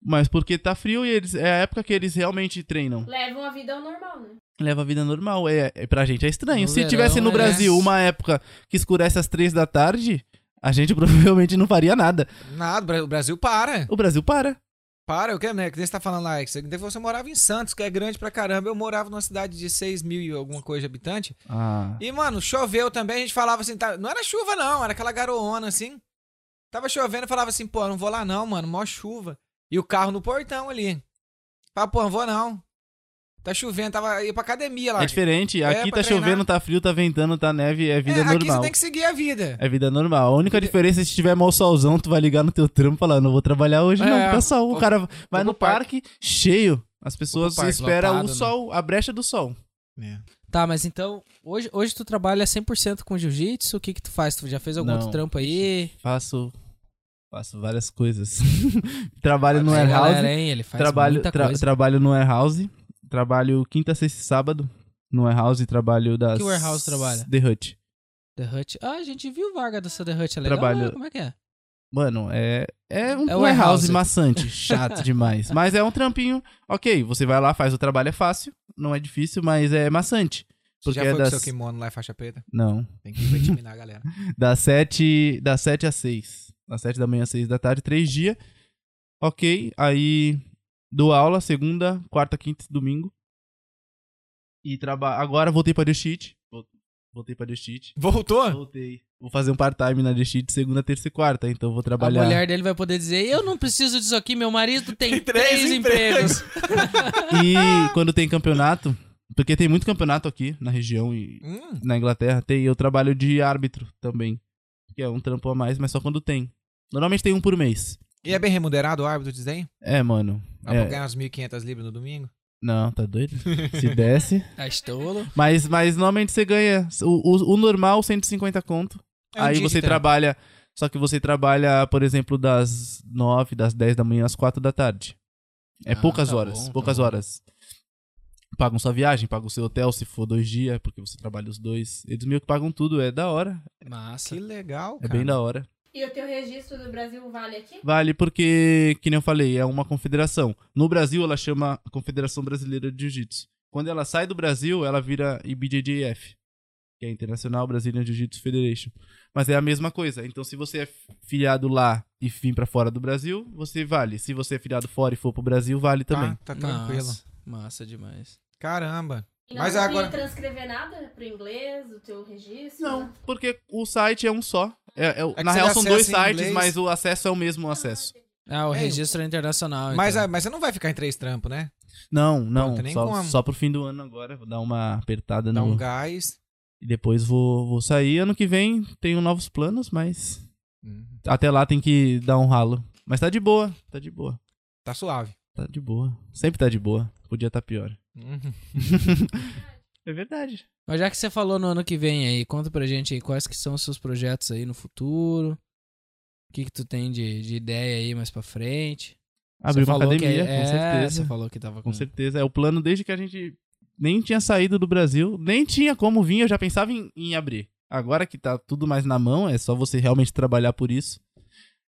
Mas porque tá frio e eles, é a época que eles realmente treinam. Levam a vida ao normal, né? Leva a vida normal. É, é- pra gente é estranho. No Se verão, tivesse no é. Brasil uma época que escurece às três da tarde, a gente provavelmente não faria nada. Nada, o Bra- o Brasil para. O Brasil para. Para, o que, né? Que nem você tá falando lá, que você, você morava em Santos, que é grande pra caramba. Eu morava numa cidade de 6 mil e alguma coisa de habitante. Ah. E, mano, choveu também, a gente falava assim, tá- não era chuva não, era aquela garoona assim. Tava chovendo, eu falava assim, pô, eu não vou lá não, mano, mó chuva. E o carro no portão ali. Falava, pô, não vou não. Tá chovendo, tava ia pra academia lá. É diferente. É, Aqui pra tá treinar. chovendo, tá frio, tá ventando, tá neve, é vida É, aqui você normal. tem que seguir a vida. É vida normal. A única diferença é se tiver mau solzão, tu vai ligar no teu trampo e falar, não vou trabalhar hoje não, É, tá sol. vou- O cara vai pro no parque, cheio. As pessoas parque, esperam lotado, o né? sol, a brecha do sol. Tá, mas então, hoje, hoje tu trabalha 100% com jiu-jitsu? O que que tu faz? Tu já fez algum Não. outro trampo aí? Faço, faço várias coisas. trabalho no Essa galera, warehouse, hein? Ele faz é trabalho, muita tra- coisa. trabalho no warehouse, trabalho quinta, sexta e sábado no warehouse, trabalho das... Que warehouse trabalha? The Hut. The Hut. Ah, a gente viu vaga dessa The Hut, é legal? Trabalho- né? Como é que é? Mano, é, é um É warehouse, warehouse. maçante, chato demais. Mas é um trampinho, ok, você vai lá, faz o trabalho, é fácil, não é difícil, mas é maçante. Você Porque já é foi com das... seu kimono lá em faixa preta? Não, Tem que vai intimidar a galera. das 7, das 7 às 6. Das 7 da manhã às 6 da tarde, três dias. Ok, aí dou aula segunda, quarta, quinta e domingo. E traba... agora voltei pra The Sheet. Vol- Voltei pra The Sheet. Voltou? Voltei. Vou fazer um part-time na The Sheet segunda, terça e quarta, então vou A trabalhar. mulher dele vai poder dizer, eu não preciso disso aqui, meu marido tem, Tem três três, empregos. E quando tem campeonato, porque tem muito campeonato aqui na região e Hum, na Inglaterra, tem eu trabalho de árbitro também. Que é um trampo a mais, mas só quando tem. Normalmente tem um por mês. e é bem remunerado o árbitro de desenho? É, mano. Dá pra É, ganhar umas 1.500 libras no domingo? não, tá doido? Se desce. Tá estolo. Mas, mas normalmente você ganha. O, o, o normal, 150 conto. É um Aí dia de você treino. trabalha. Só que você trabalha, por exemplo, das 9, das 10 da manhã às 4 da tarde. É Ah, poucas tá horas. bom, tá poucas bom. horas. Pagam sua viagem, pagam seu hotel se for dois dias, porque você trabalha os dois. Eles meio que pagam tudo, é da hora. Massa. Que legal, É cara. bem da hora. E o teu registro do Brasil vale aqui? Vale porque, que nem eu falei, é uma confederação. No Brasil, ela chama Confederação Brasileira de Jiu-Jitsu. Quando ela sai do Brasil, ela vira IBJJF, que é Internacional Brazilian Jiu-Jitsu Federation. Mas é a mesma coisa. Então, se você é filiado lá e vim pra fora do Brasil, você vale. Se você é filiado fora e for pro Brasil, vale também. Tá, tá tranquilo. Massa, massa demais. Caramba. E não Mas precisa agora- transcrever nada pro inglês, o teu registro? Não, porque o site é um só. É- é- que na você real, são acessa dois em sites, inglês. mas o acesso é o mesmo acesso. Ah, o É, registro é internacional. Mas, então. ah, mas você não vai ficar em três trampos, né? Não, não. Pronto, nem só, como. só pro fim do ano agora. Vou dar uma apertada Dá no, um gás. E depois vou, vou sair. Ano que vem tenho novos planos, mas Hum, até lá tem que dar um ralo. Mas tá de boa, tá de boa, Tá suave. tá de boa. Sempre tá de boa. Podia estar tá pior. Uhum. É verdade. Mas já que você falou no ano que vem aí, conta pra gente aí quais que são os seus projetos aí no futuro. O que que tu tem de, de ideia aí mais pra frente. Abrir Você uma falou academia, que é- com é, certeza. Você falou que tava com... Com certeza. É o plano desde que a gente nem tinha saído do Brasil, nem tinha como vir, eu já pensava em, em abrir. Agora que tá tudo mais na mão, é só você realmente trabalhar por isso.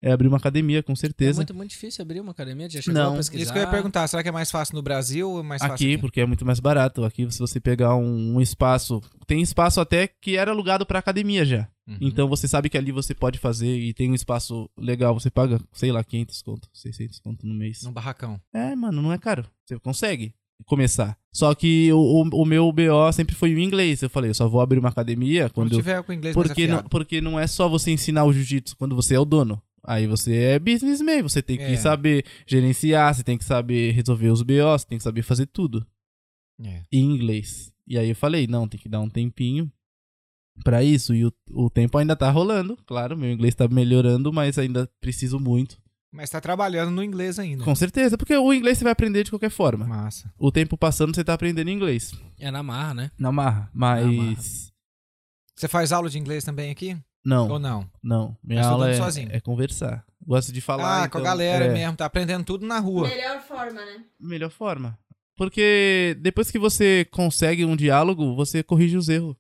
É abrir uma academia, com É certeza. muito, muito difícil abrir uma academia, já chegou Não. a pesquisar. Isso que eu ia perguntar. Será que é mais fácil no Brasil ou é mais fácil Aqui, porque é muito mais barato. Aqui, se você pegar um, um espaço. Tem espaço até que era alugado pra academia já. Uhum. Então você sabe que ali você pode fazer e tem um espaço legal. Você paga, sei lá, 500 conto, 600 conto no mês. Num barracão. É, mano, não é caro. Você consegue começar. Só que o, o- o meu BO sempre foi o inglês. Eu falei, eu só vou abrir uma academia Quando, quando. eu- tiver com o inglês mais Porque não, afiado. porque não é só você ensinar o jiu-jitsu quando você é o dono. Aí você é businessman, você tem que É. saber gerenciar, você tem que saber resolver os BO, você tem que saber fazer tudo É. em inglês. E aí eu falei, não, tem que dar um tempinho pra isso. E o, o tempo ainda tá rolando, claro, meu inglês tá melhorando, mas ainda preciso muito. Mas tá trabalhando no inglês ainda. Com certeza, porque o inglês você vai aprender de qualquer forma. Massa. O tempo passando, você tá aprendendo inglês. É na marra, né? Na marra. Mas. Você faz aula de inglês também aqui? Ou Não, não? não. Minha Mas todo aula mundo é, sozinho. é conversar. Gosto de falar. ah, com então, a galera é, mesmo. Tá aprendendo tudo na rua. Melhor forma, né? Melhor forma. Porque depois que você consegue um diálogo, você corrige os erros.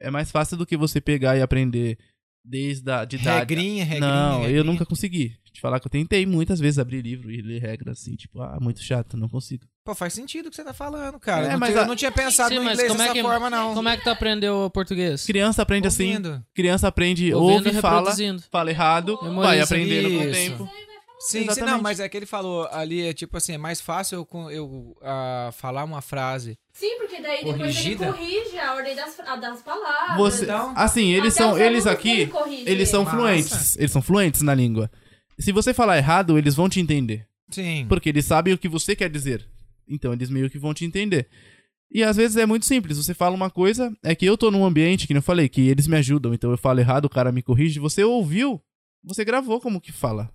É mais fácil do que você pegar e aprender desde a de idade Regrinha, regrinha. Não, regrinha. eu nunca consegui. Te falar que eu tentei muitas vezes abrir livro e ler regras assim, tipo, ah, muito chato, não consigo. Pô, faz sentido o que você tá falando, cara. É, eu, não mas tinha, a- eu não tinha pensado Sim, no mas inglês como é dessa que- forma, não. Como é que tu aprendeu o português? Criança aprende assim, Ouvindo. criança aprende, Ouvindo e ouve, fala, reproduzindo. fala errado, Memoriza. vai aprendendo com o Isso. tempo. Sim, sim, não, Exatamente. mas é que ele falou ali, é tipo assim, é mais fácil eu, con- eu ah, falar uma frase. Sim, porque daí depois Corrigida? ele corrige a ordem das, a das palavras. Você, Então- assim, eles Até são, os eles alunos aqui, dele corrigem eles são ele. Massa. fluentes, eles são fluentes na língua. Se você falar errado, eles vão te entender, Sim. porque eles sabem o que você quer dizer. Então eles meio que vão te entender. E às vezes é muito simples, você fala uma coisa, é que eu tô num ambiente que não falei, que eles me ajudam, então eu falo errado, o cara me corrige, você ouviu, você gravou como que fala.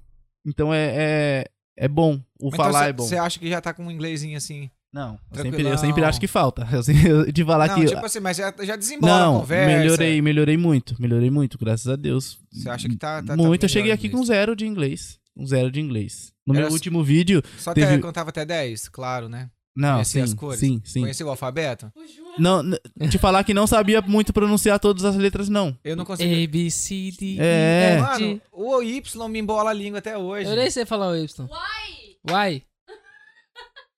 Então é, é, é bom, o Então falar cê- é bom. Você acha que já tá com um inglesinho assim? Não, eu Tranquilão. sempre, eu sempre acho que falta. Eu sempre- eu- de falar não, que. tipo assim, mas já, já desembola a não, conversa. melhorei, melhorei muito, melhorei muito, graças a Deus. Você acha que tá. tá- tá muito, eu melhor cheguei aqui inglês? com zero de inglês. Um zero de inglês. No Era meu só- último vídeo. Só teve- até contava até 10, claro, né? Não, Conhecia sim, as cores? sim, sim. Conheceu o alfabeto? O Ju é Não, n- te falar que não sabia muito pronunciar todas as letras, não. Eu não consegui. A, B, C, D, E, É. F, Mano, G. o Y me embola a língua até hoje. Eu nem sei falar o Y. Why?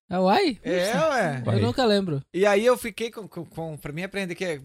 É why? É, ué. Why? Eu nunca lembro. E aí eu fiquei com, com, com- pra mim aprender que é-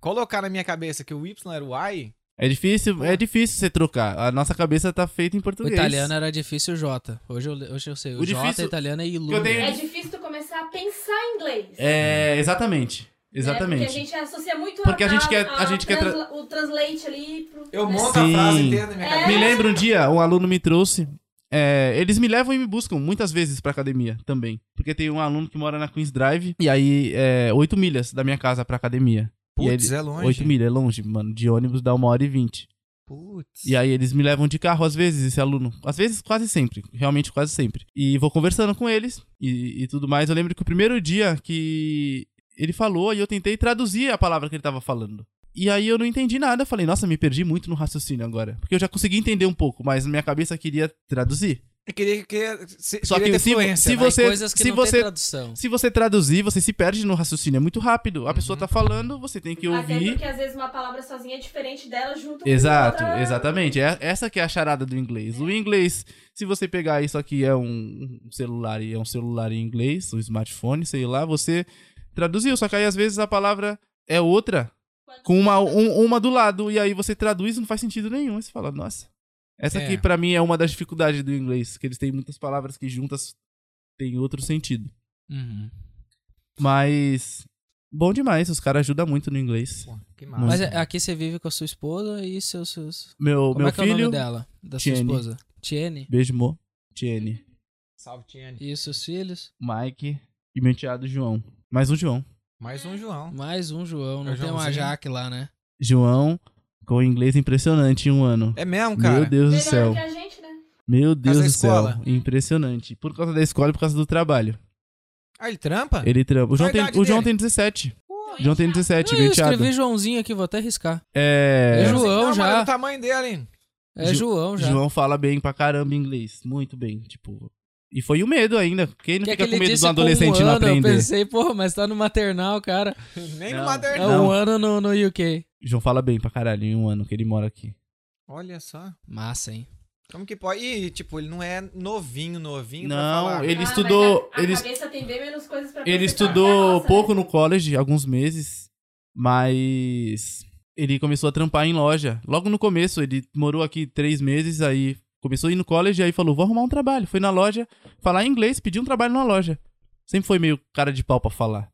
colocar na minha cabeça que o Y era o Y. É difícil, é difícil você trocar. A nossa cabeça tá feita em O português. italiano é era difícil o J. Hoje eu, hoje eu sei. O, O J difícil- italiano é ilu. Eu tenho- É difícil tu começar a pensar em inglês. né? É, exatamente. Exatamente. É, Porque a gente associa muito Porque a gente a- quer- a gente quer tra- transla- o translate ali pro. Eu né? monto Sim. a frase inteira na minha É. cabeça. Me lembro um dia, um aluno me trouxe. é, eles me levam e me buscam muitas vezes pra academia também. Porque tem um aluno que mora na Queens Drive. E aí, é, 8 milhas da minha casa pra academia. e aí, Putz, é longe. 8 milhas, é longe, mano. De ônibus dá uma hora e vinte. Putz. E aí eles me levam de carro, às vezes, esse aluno. Às vezes, quase sempre. Realmente, quase sempre. E vou conversando com eles e, e tudo mais. Eu lembro que o primeiro dia que ele falou, e eu tentei traduzir a palavra que ele tava falando. E aí eu não entendi nada. Eu Falei, nossa, me perdi muito no raciocínio agora. Porque eu já consegui entender um pouco, mas minha cabeça queria traduzir. Eu queria, queria, se, Só queria que ter se- fluência, se né? Tem você- coisas que se não você- tem tradução. Se você traduzir, você se perde no raciocínio. É muito rápido. A pessoa tá falando, você tem que Até ouvir. porque às vezes uma palavra sozinha é diferente dela junto Exato, com outra. exatamente. É, essa que é a charada do inglês. O inglês, se você pegar isso aqui é um um celular e é um celular em inglês, um smartphone, sei lá, você traduziu, só que aí às vezes a palavra é outra, com uma, um- uma do lado, e aí você traduz e não faz sentido nenhum. Aí você fala, nossa. Essa É. aqui pra mim é uma das dificuldades do inglês, que eles têm muitas palavras que juntas têm outro sentido. Uhum. Mas bom demais, os caras ajudam muito no inglês. né? Pô, que massa. Mas é- aqui você vive com a sua esposa e seus. seus... Meu, Como meu é que é o filho, nome dela? Da Tiene. sua esposa? Tiene. beijo, mo, Tiene. Salve, Tiane. E os seus filhos? Mike e meu enteado João. Mais um João. Mais um João. Mais um João. É Não o tem uma Joãozinho. Jaque lá, né? João com inglês impressionante em um ano. É Então, mesmo, cara? Meu Deus do Melhor céu. que a gente, né? Meu causa Deus da do céu. escola. Impressionante. Por causa da escola e por causa do trabalho. Ah, ele trampa? Ele trampa. O João, a tem, idade o João dele? tem 17. Pô, O João tem gente, 17, Ah, meu eu enteado. escrevi Joãozinho aqui, vou até riscar. É. É Não, João mas já. olha o tamanho dele, hein? É Ju- João já. João fala bem pra caramba inglês. Muito bem. Tipo. E foi o medo ainda. Quem não Que fica aquele com medo de disse um com adolescente um não ano, aprender? Eu pensei, pô, mas tá no maternal, cara. Nem Não. no É Madeira. Não. um ano no, no UK. João fala bem pra caralho em um ano que ele mora aqui. Olha só. Massa, hein? Como que pode? E, tipo, ele não é novinho, novinho pra Não, falar. ele Ah, estudou- mas A, a ele- cabeça tem bem menos coisas pra Ele processar estudou que a nossa, pouco né? no college, alguns meses, mas ele começou a trampar em loja. Logo no começo, ele morou aqui três meses, aí começou a ir no college, aí falou, vou arrumar um trabalho. Foi na loja, falar inglês, pediu um trabalho na loja. Sempre foi meio cara de pau pra falar.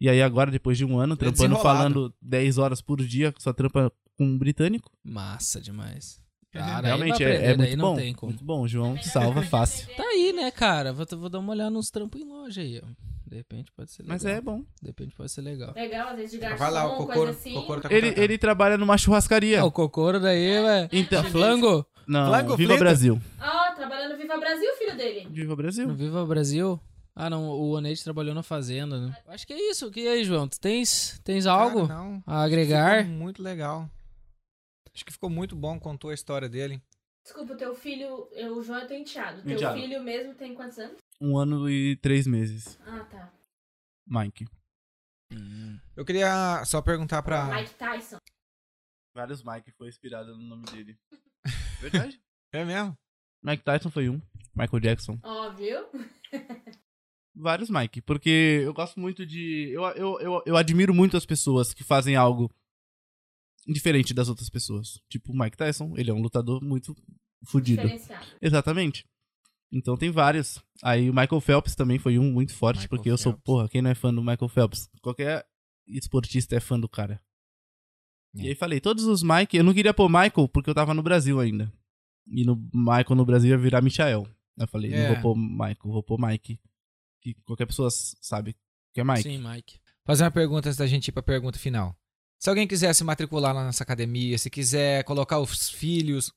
E aí agora, depois de um ano, trampando, desenrolado. falando 10 horas por dia, só trampa com um britânico. Massa demais. Cara, Realmente, aí é- vai é, aprender, daí muito não bom. tem como. Muito bom, João salva fácil. Tá aí, né, cara? Vou, vou dar uma olhada nos trampos em loja aí, ó. De repente pode ser legal. Mas é bom. De repente pode ser legal. Legal, às vezes de garçom, Vai lá, o coisa Cocoro, assim. Cocoro tá Ele, contratado. ele trabalha numa churrascaria. Ah, o Cocoro daí, velho. É. Então, Flango, não, Flango Viva frito? Brasil. Ó, trabalhando Viva Brasil, filho dele. Viva Brasil. no Viva Brasil. Ah, não, o Oneide trabalhou na fazenda, né? Acho que é isso. E aí, João? Tu tens, tens Cara, algo não. a Ficou agregar? muito legal. Acho que ficou muito bom, contou a história dele. Desculpa, o teu filho. Eu, o João é teu enteado. Teu Enteado. filho mesmo tem quantos anos? Um ano e três meses, Ah, tá. Mike. Eu queria só perguntar pra... Mike Tyson. Vários Mike foi inspirado no nome dele. Verdade? É mesmo? Mike Tyson foi um. Michael Jackson. Ó, viu? Vários Mike. Porque eu gosto muito de. Eu, eu, eu, eu admiro muito as pessoas que fazem algo diferente das outras pessoas. Tipo, o Mike Tyson, ele é um lutador muito fudido. Diferenciado. Exatamente. Então tem vários. Aí o Michael Phelps também foi um muito forte, Michael porque eu sou, Phelps. porra, quem não é fã do Michael Phelps? Qualquer esportista é fã do cara. É. E aí falei, todos os Mike, eu não queria pôr Michael porque eu tava no Brasil ainda. E no Michael no Brasil ia virar Michael. Aí Eu falei, É. não vou pôr Michael, vou pôr Mike. que qualquer pessoa s- sabe que é Mike. Sim, Mike. Fazer uma pergunta antes da gente ir pra pergunta final. Se alguém quiser se matricular na nossa academia, se quiser colocar os filhos,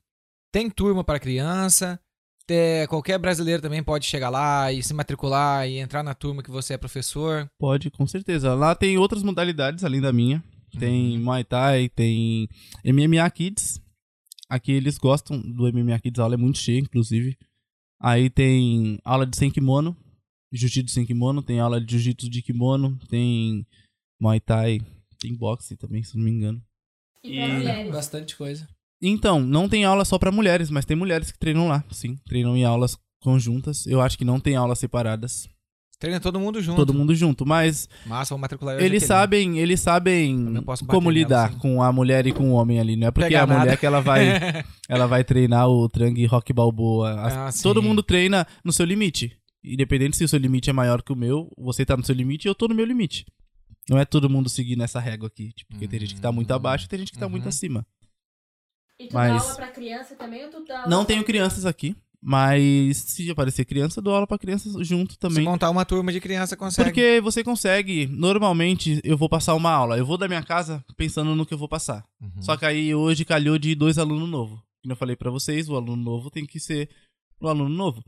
tem turma para criança. Te- qualquer brasileiro também pode chegar lá e se matricular e entrar na turma que você é professor. Pode, com certeza. Lá tem outras modalidades além da minha. Tem Muay Thai, tem MMA Kids. Aqui eles gostam do MMA Kids, a aula é muito cheia, inclusive. Aí tem aula de sem kimono, jiu-jitsu sem kimono, tem aula de jiu-jitsu de kimono, tem Muay Thai, tem boxe também, se não me engano. E E- pra mulheres. Bastante coisa. Então, não tem aula só pra mulheres, mas tem mulheres que treinam lá, sim. Treinam em aulas conjuntas. Eu acho que não tem aulas separadas. Treina todo mundo junto. Todo mundo junto, mas Massa, vou matricular eu e a Eles Jaqueline. sabem, eles Também sabem posso bater como nela, lidar sim. com a mulher e com o homem ali. Não é porque Pegar é a mulher nada. que ela vai, ela vai treinar o Trang Rock Balboa. As- Ah, sim. todo mundo treina no seu limite. Independente se o seu limite é maior que o meu, você tá no seu limite e eu tô no meu limite. Não é todo mundo seguindo essa régua aqui. Tipo, porque tem gente que tá muito Hum. abaixo e tem gente que tá muito Uhum. acima. E tu dá Mas- aula pra criança também ou tu dá aula Não tenho crianças aqui, mas se aparecer criança, eu dou aula pra crianças junto Se também. montar uma turma de criança consegue. Porque você consegue, normalmente eu vou passar uma aula. Eu vou da minha casa pensando no que eu vou passar. Uhum. Só que aí hoje calhou de dois alunos novos. Como eu falei pra vocês, o aluno novo tem que ser o aluno novo.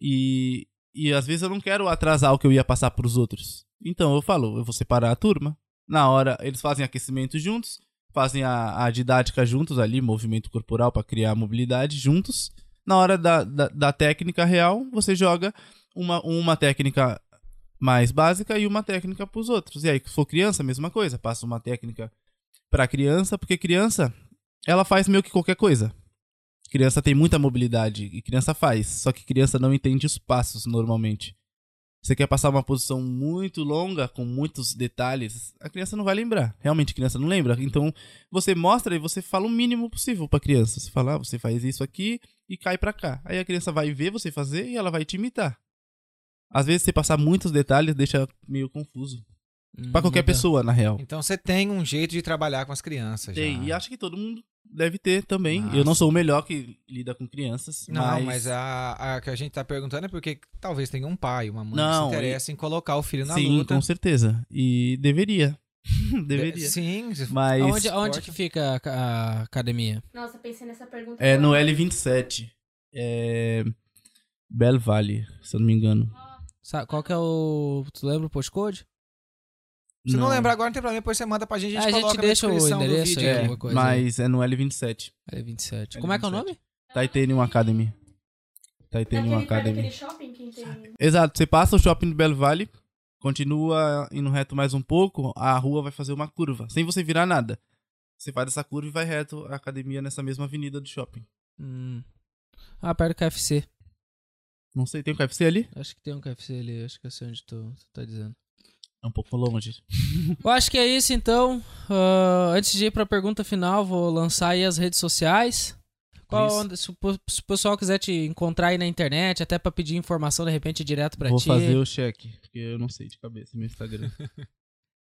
E, e às vezes eu não quero atrasar o que eu ia passar pros outros. Então eu falo, eu vou separar a turma. Na hora, eles fazem aquecimento juntos, fazem a, a didática juntos ali, movimento corporal pra criar mobilidade juntos. Na hora da, da, da técnica real, você joga uma, uma técnica mais básica e uma técnica pros outros. E aí, se for criança, mesma coisa. Passa uma técnica pra criança, porque criança, ela faz meio que qualquer coisa. Criança tem muita mobilidade e criança faz, só que criança não entende os passos normalmente. Você quer passar uma posição muito longa, com muitos detalhes, a criança não vai lembrar. Realmente, criança não lembra. Então, você mostra e você fala o mínimo possível pra criança. Você fala, ah, você faz isso aqui e cai pra cá. Aí a criança vai ver você fazer e ela vai te imitar. Às vezes, você passar muitos detalhes deixa meio confuso. Pra Hum, qualquer muda. pessoa, na real. Então você tem um jeito de trabalhar com as crianças. Tem, já. e acho que todo mundo deve ter também. Nossa. Eu não sou o melhor que lida com crianças, Não, mas... mas, é, a, a que a gente tá perguntando é porque talvez tenha um pai, uma mãe Não, que se interessa em colocar o filho na Sim, luta. com certeza. E deveria. deveria. É, Sim, se- Mas Aonde, aonde Esporte. que fica a, ca- a academia? Nossa, pensei nessa pergunta. é no agora. L27. É... Bel Vale, se eu não me engano. Sa- qual que é o. Tu lembra o postcode? se não, lembrar agora, não tem problema, depois você manda pra gente, a Ah, gente A gente coloca deixa o na descrição do endereço vídeo aí. aqui. é, alguma coisa mas é no L27. L27. L27. Como é que é o nome? Titanium Academy. Titanium Naquele, perto Academy. Tá daquele shopping que tem... Exato, você passa o shopping do Belo Vale, continua indo reto mais um pouco, a rua vai fazer uma curva, sem você virar nada. Você faz essa curva e vai reto a academia nessa mesma avenida do shopping. Hum. Ah, perto do KFC. Não sei, tem um KFC ali? Acho que tem um KFC ali, acho que eu sei onde tu, tu tá dizendo. É um pouco longe. Eu acho que é isso então. Ah, antes de ir pra pergunta final, vou lançar aí as redes sociais. Qual Isso. onda- se, o po- se o pessoal quiser te encontrar aí na internet, até pra pedir informação de repente direto pra Vou ti. fazer o check, porque eu não sei de cabeça meu Instagram.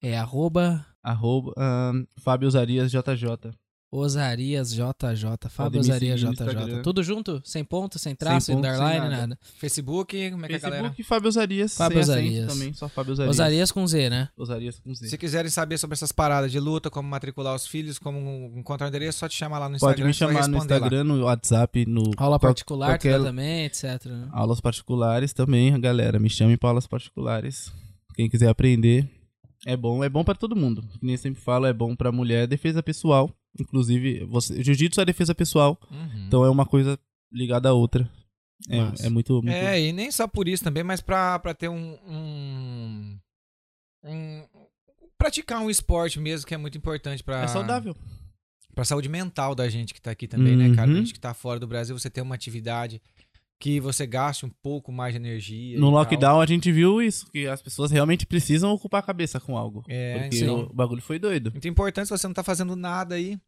É arroba Arroba ahn, Fábio Osarias JJ. Osarias JJ, Fábio Podem me Osarias seguir no JJ. Instagram. Tudo junto? Sem ponto, sem traço, sem ponto, sem underline, nada. nada. Facebook, como é que é a galera? Facebook Fábio Osarias. Fábio sem acento Osarias. também, só Fábio Osarias. Osarias com Z, né? Osarias com Z. Se quiserem saber sobre essas paradas de luta, como matricular os filhos, como encontrar o endereço, só te chama lá no Instagram. Pode me que você vai chamar no responder lá. Instagram, é no WhatsApp, no qual- Aula particular tu dá qualquer também, etc. né? Aulas particulares também, galera. Me chamem para aulas particulares. Quem quiser aprender, é bom. É bom para todo mundo. Que nem eu sempre falo, é bom para mulher. Defesa pessoal. Inclusive, você- jiu-jitsu é defesa pessoal. Uhum. Então é uma coisa ligada à outra. Massa. É, é muito, muito- É, e nem só por isso também, mas pra, pra ter um, um, um- Praticar um esporte mesmo, que é muito importante pra. É saudável. Pra saúde mental da gente que tá aqui também, né, cara? A Uhum. gente que tá fora do Brasil, você tem uma atividade que você gaste um pouco mais de energia. No e tal. lockdown a gente viu isso, que as pessoas realmente precisam ocupar a cabeça com algo. É, porque sim. o bagulho foi doido. Muito importante se você não tá fazendo nada aí.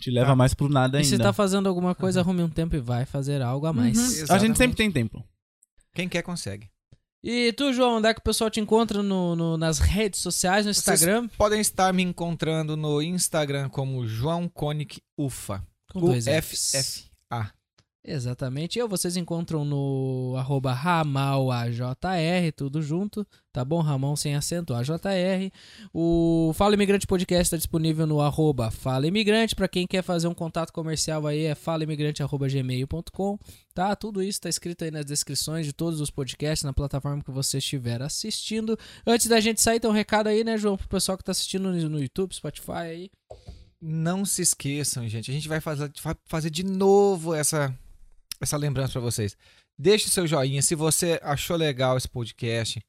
Te leva mais pro nada E ainda. É. se tá fazendo alguma coisa, arrume um tempo e vai fazer algo a mais. Uhum. A Exatamente. gente sempre tem tempo. Quem quer consegue. E tu, João, onde é que o pessoal te encontra no, no- nas redes sociais, no Vocês- Instagram? Podem estar me encontrando no Instagram como João Conic Ufa. Com dois U F Fs. F A. Exatamente. Eu vocês encontram no arroba RamalAJR, tudo junto, tá bom? Ramon sem acento, AJR. O Fala Imigrante Podcast está disponível no arroba Fala Imigrante. Para quem quer fazer um contato comercial aí é falaimigrante.gmail.com, tá? Tudo isso tá escrito aí nas descrições de todos os podcasts, na plataforma que você estiver assistindo. Antes da gente sair, tem um recado aí, né, João? Pro pessoal que tá assistindo no YouTube, Spotify aí. Não se esqueçam, gente. A gente vai fazer, vai fazer de novo essa, essa lembrança pra vocês. Deixe seu joinha se você achou legal esse podcast.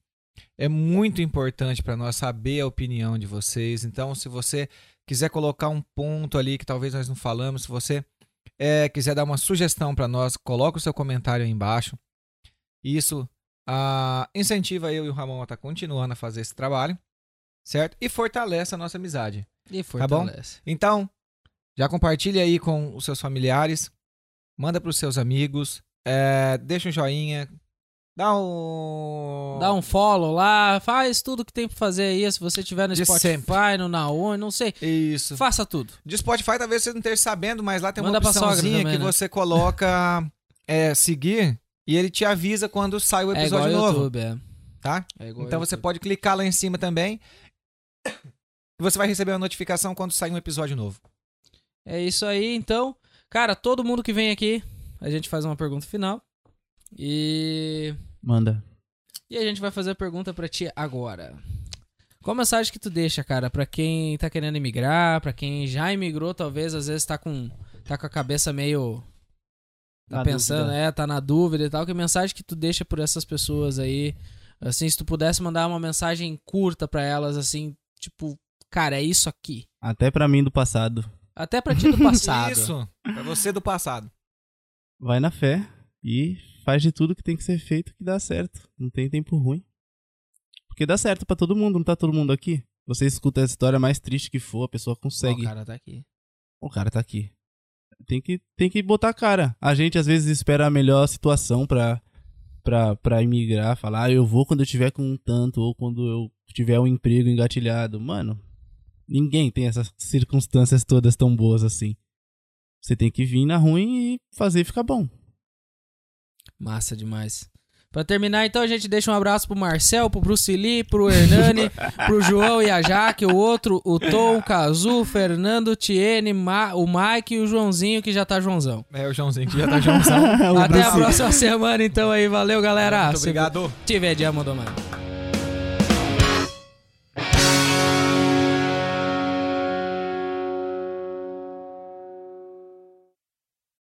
É muito importante pra nós saber a opinião de vocês. Então, se você quiser colocar um ponto ali que talvez nós não falamos, se você eh, quiser dar uma sugestão pra nós, coloca o seu comentário aí embaixo. Isso ah, incentiva eu e o Ramon a estar continuando a fazer esse trabalho, certo? E fortalece a nossa amizade. E Tá bom? fortalece. Então, já compartilha aí com os seus familiares, manda para os seus amigos, é, deixa um joinha, dá um... Dá um follow lá, faz tudo que tem pra fazer aí. Se você tiver no De Spotify, sempre. no Naon, não sei. Isso. Faça tudo. De Spotify talvez você não esteja sabendo, mas lá tem uma Manda pra sogra opçãozinha também, que né? você coloca é, seguir e ele te avisa quando sai o É Um episódio igual ao novo, YouTube, é. tá? É igual ao Então você YouTube. pode clicar lá em cima também e você vai receber uma notificação quando sair um episódio novo. É isso aí, então. Cara, todo mundo que vem aqui, a gente faz uma pergunta final. E. Manda. E a gente vai fazer a pergunta pra ti agora. Qual mensagem que tu deixa, cara, pra quem tá querendo emigrar, pra quem já emigrou, talvez, às vezes tá com, tá com a cabeça meio. Tá Na pensando, dúvida. é, tá na dúvida e tal. Que mensagem que tu deixa por essas pessoas aí? Assim, se tu pudesse mandar uma mensagem curta pra elas, assim, tipo, cara, é isso aqui. Até pra mim do passado. Até pra ti do passado. Isso, pra você do passado. Vai na fé e faz de tudo que tem que ser feito que dá certo. Não tem tempo ruim. Porque dá certo pra todo mundo, não tá todo mundo aqui? Você escuta a história mais triste que for, a pessoa Ó, o consegue. cara tá aqui. o cara tá aqui. Tem que, tem que botar a cara. A gente às vezes espera a melhor situação pra, pra, pra imigrar, falar, "Ah, eu vou quando eu tiver com um tanto, ou quando eu tiver um emprego engatilhado. Mano, ninguém tem essas circunstâncias todas tão boas assim. Você tem que vir na ruim e fazer ficar bom. Massa demais. Pra terminar, então, a gente deixa um abraço pro Marcel, pro Bruce Lee, pro Hernani, pro João e a Jaque, o outro, o Tom, o Cazu, o Fernando, o Tiene, Ma- o Mike e o Joãozinho, que já tá Joãozão. É o Joãozinho que já tá Joãozão. Até a próxima semana, então, aí. Valeu, galera. Muito obrigado. Se tiver dia, mandou mais.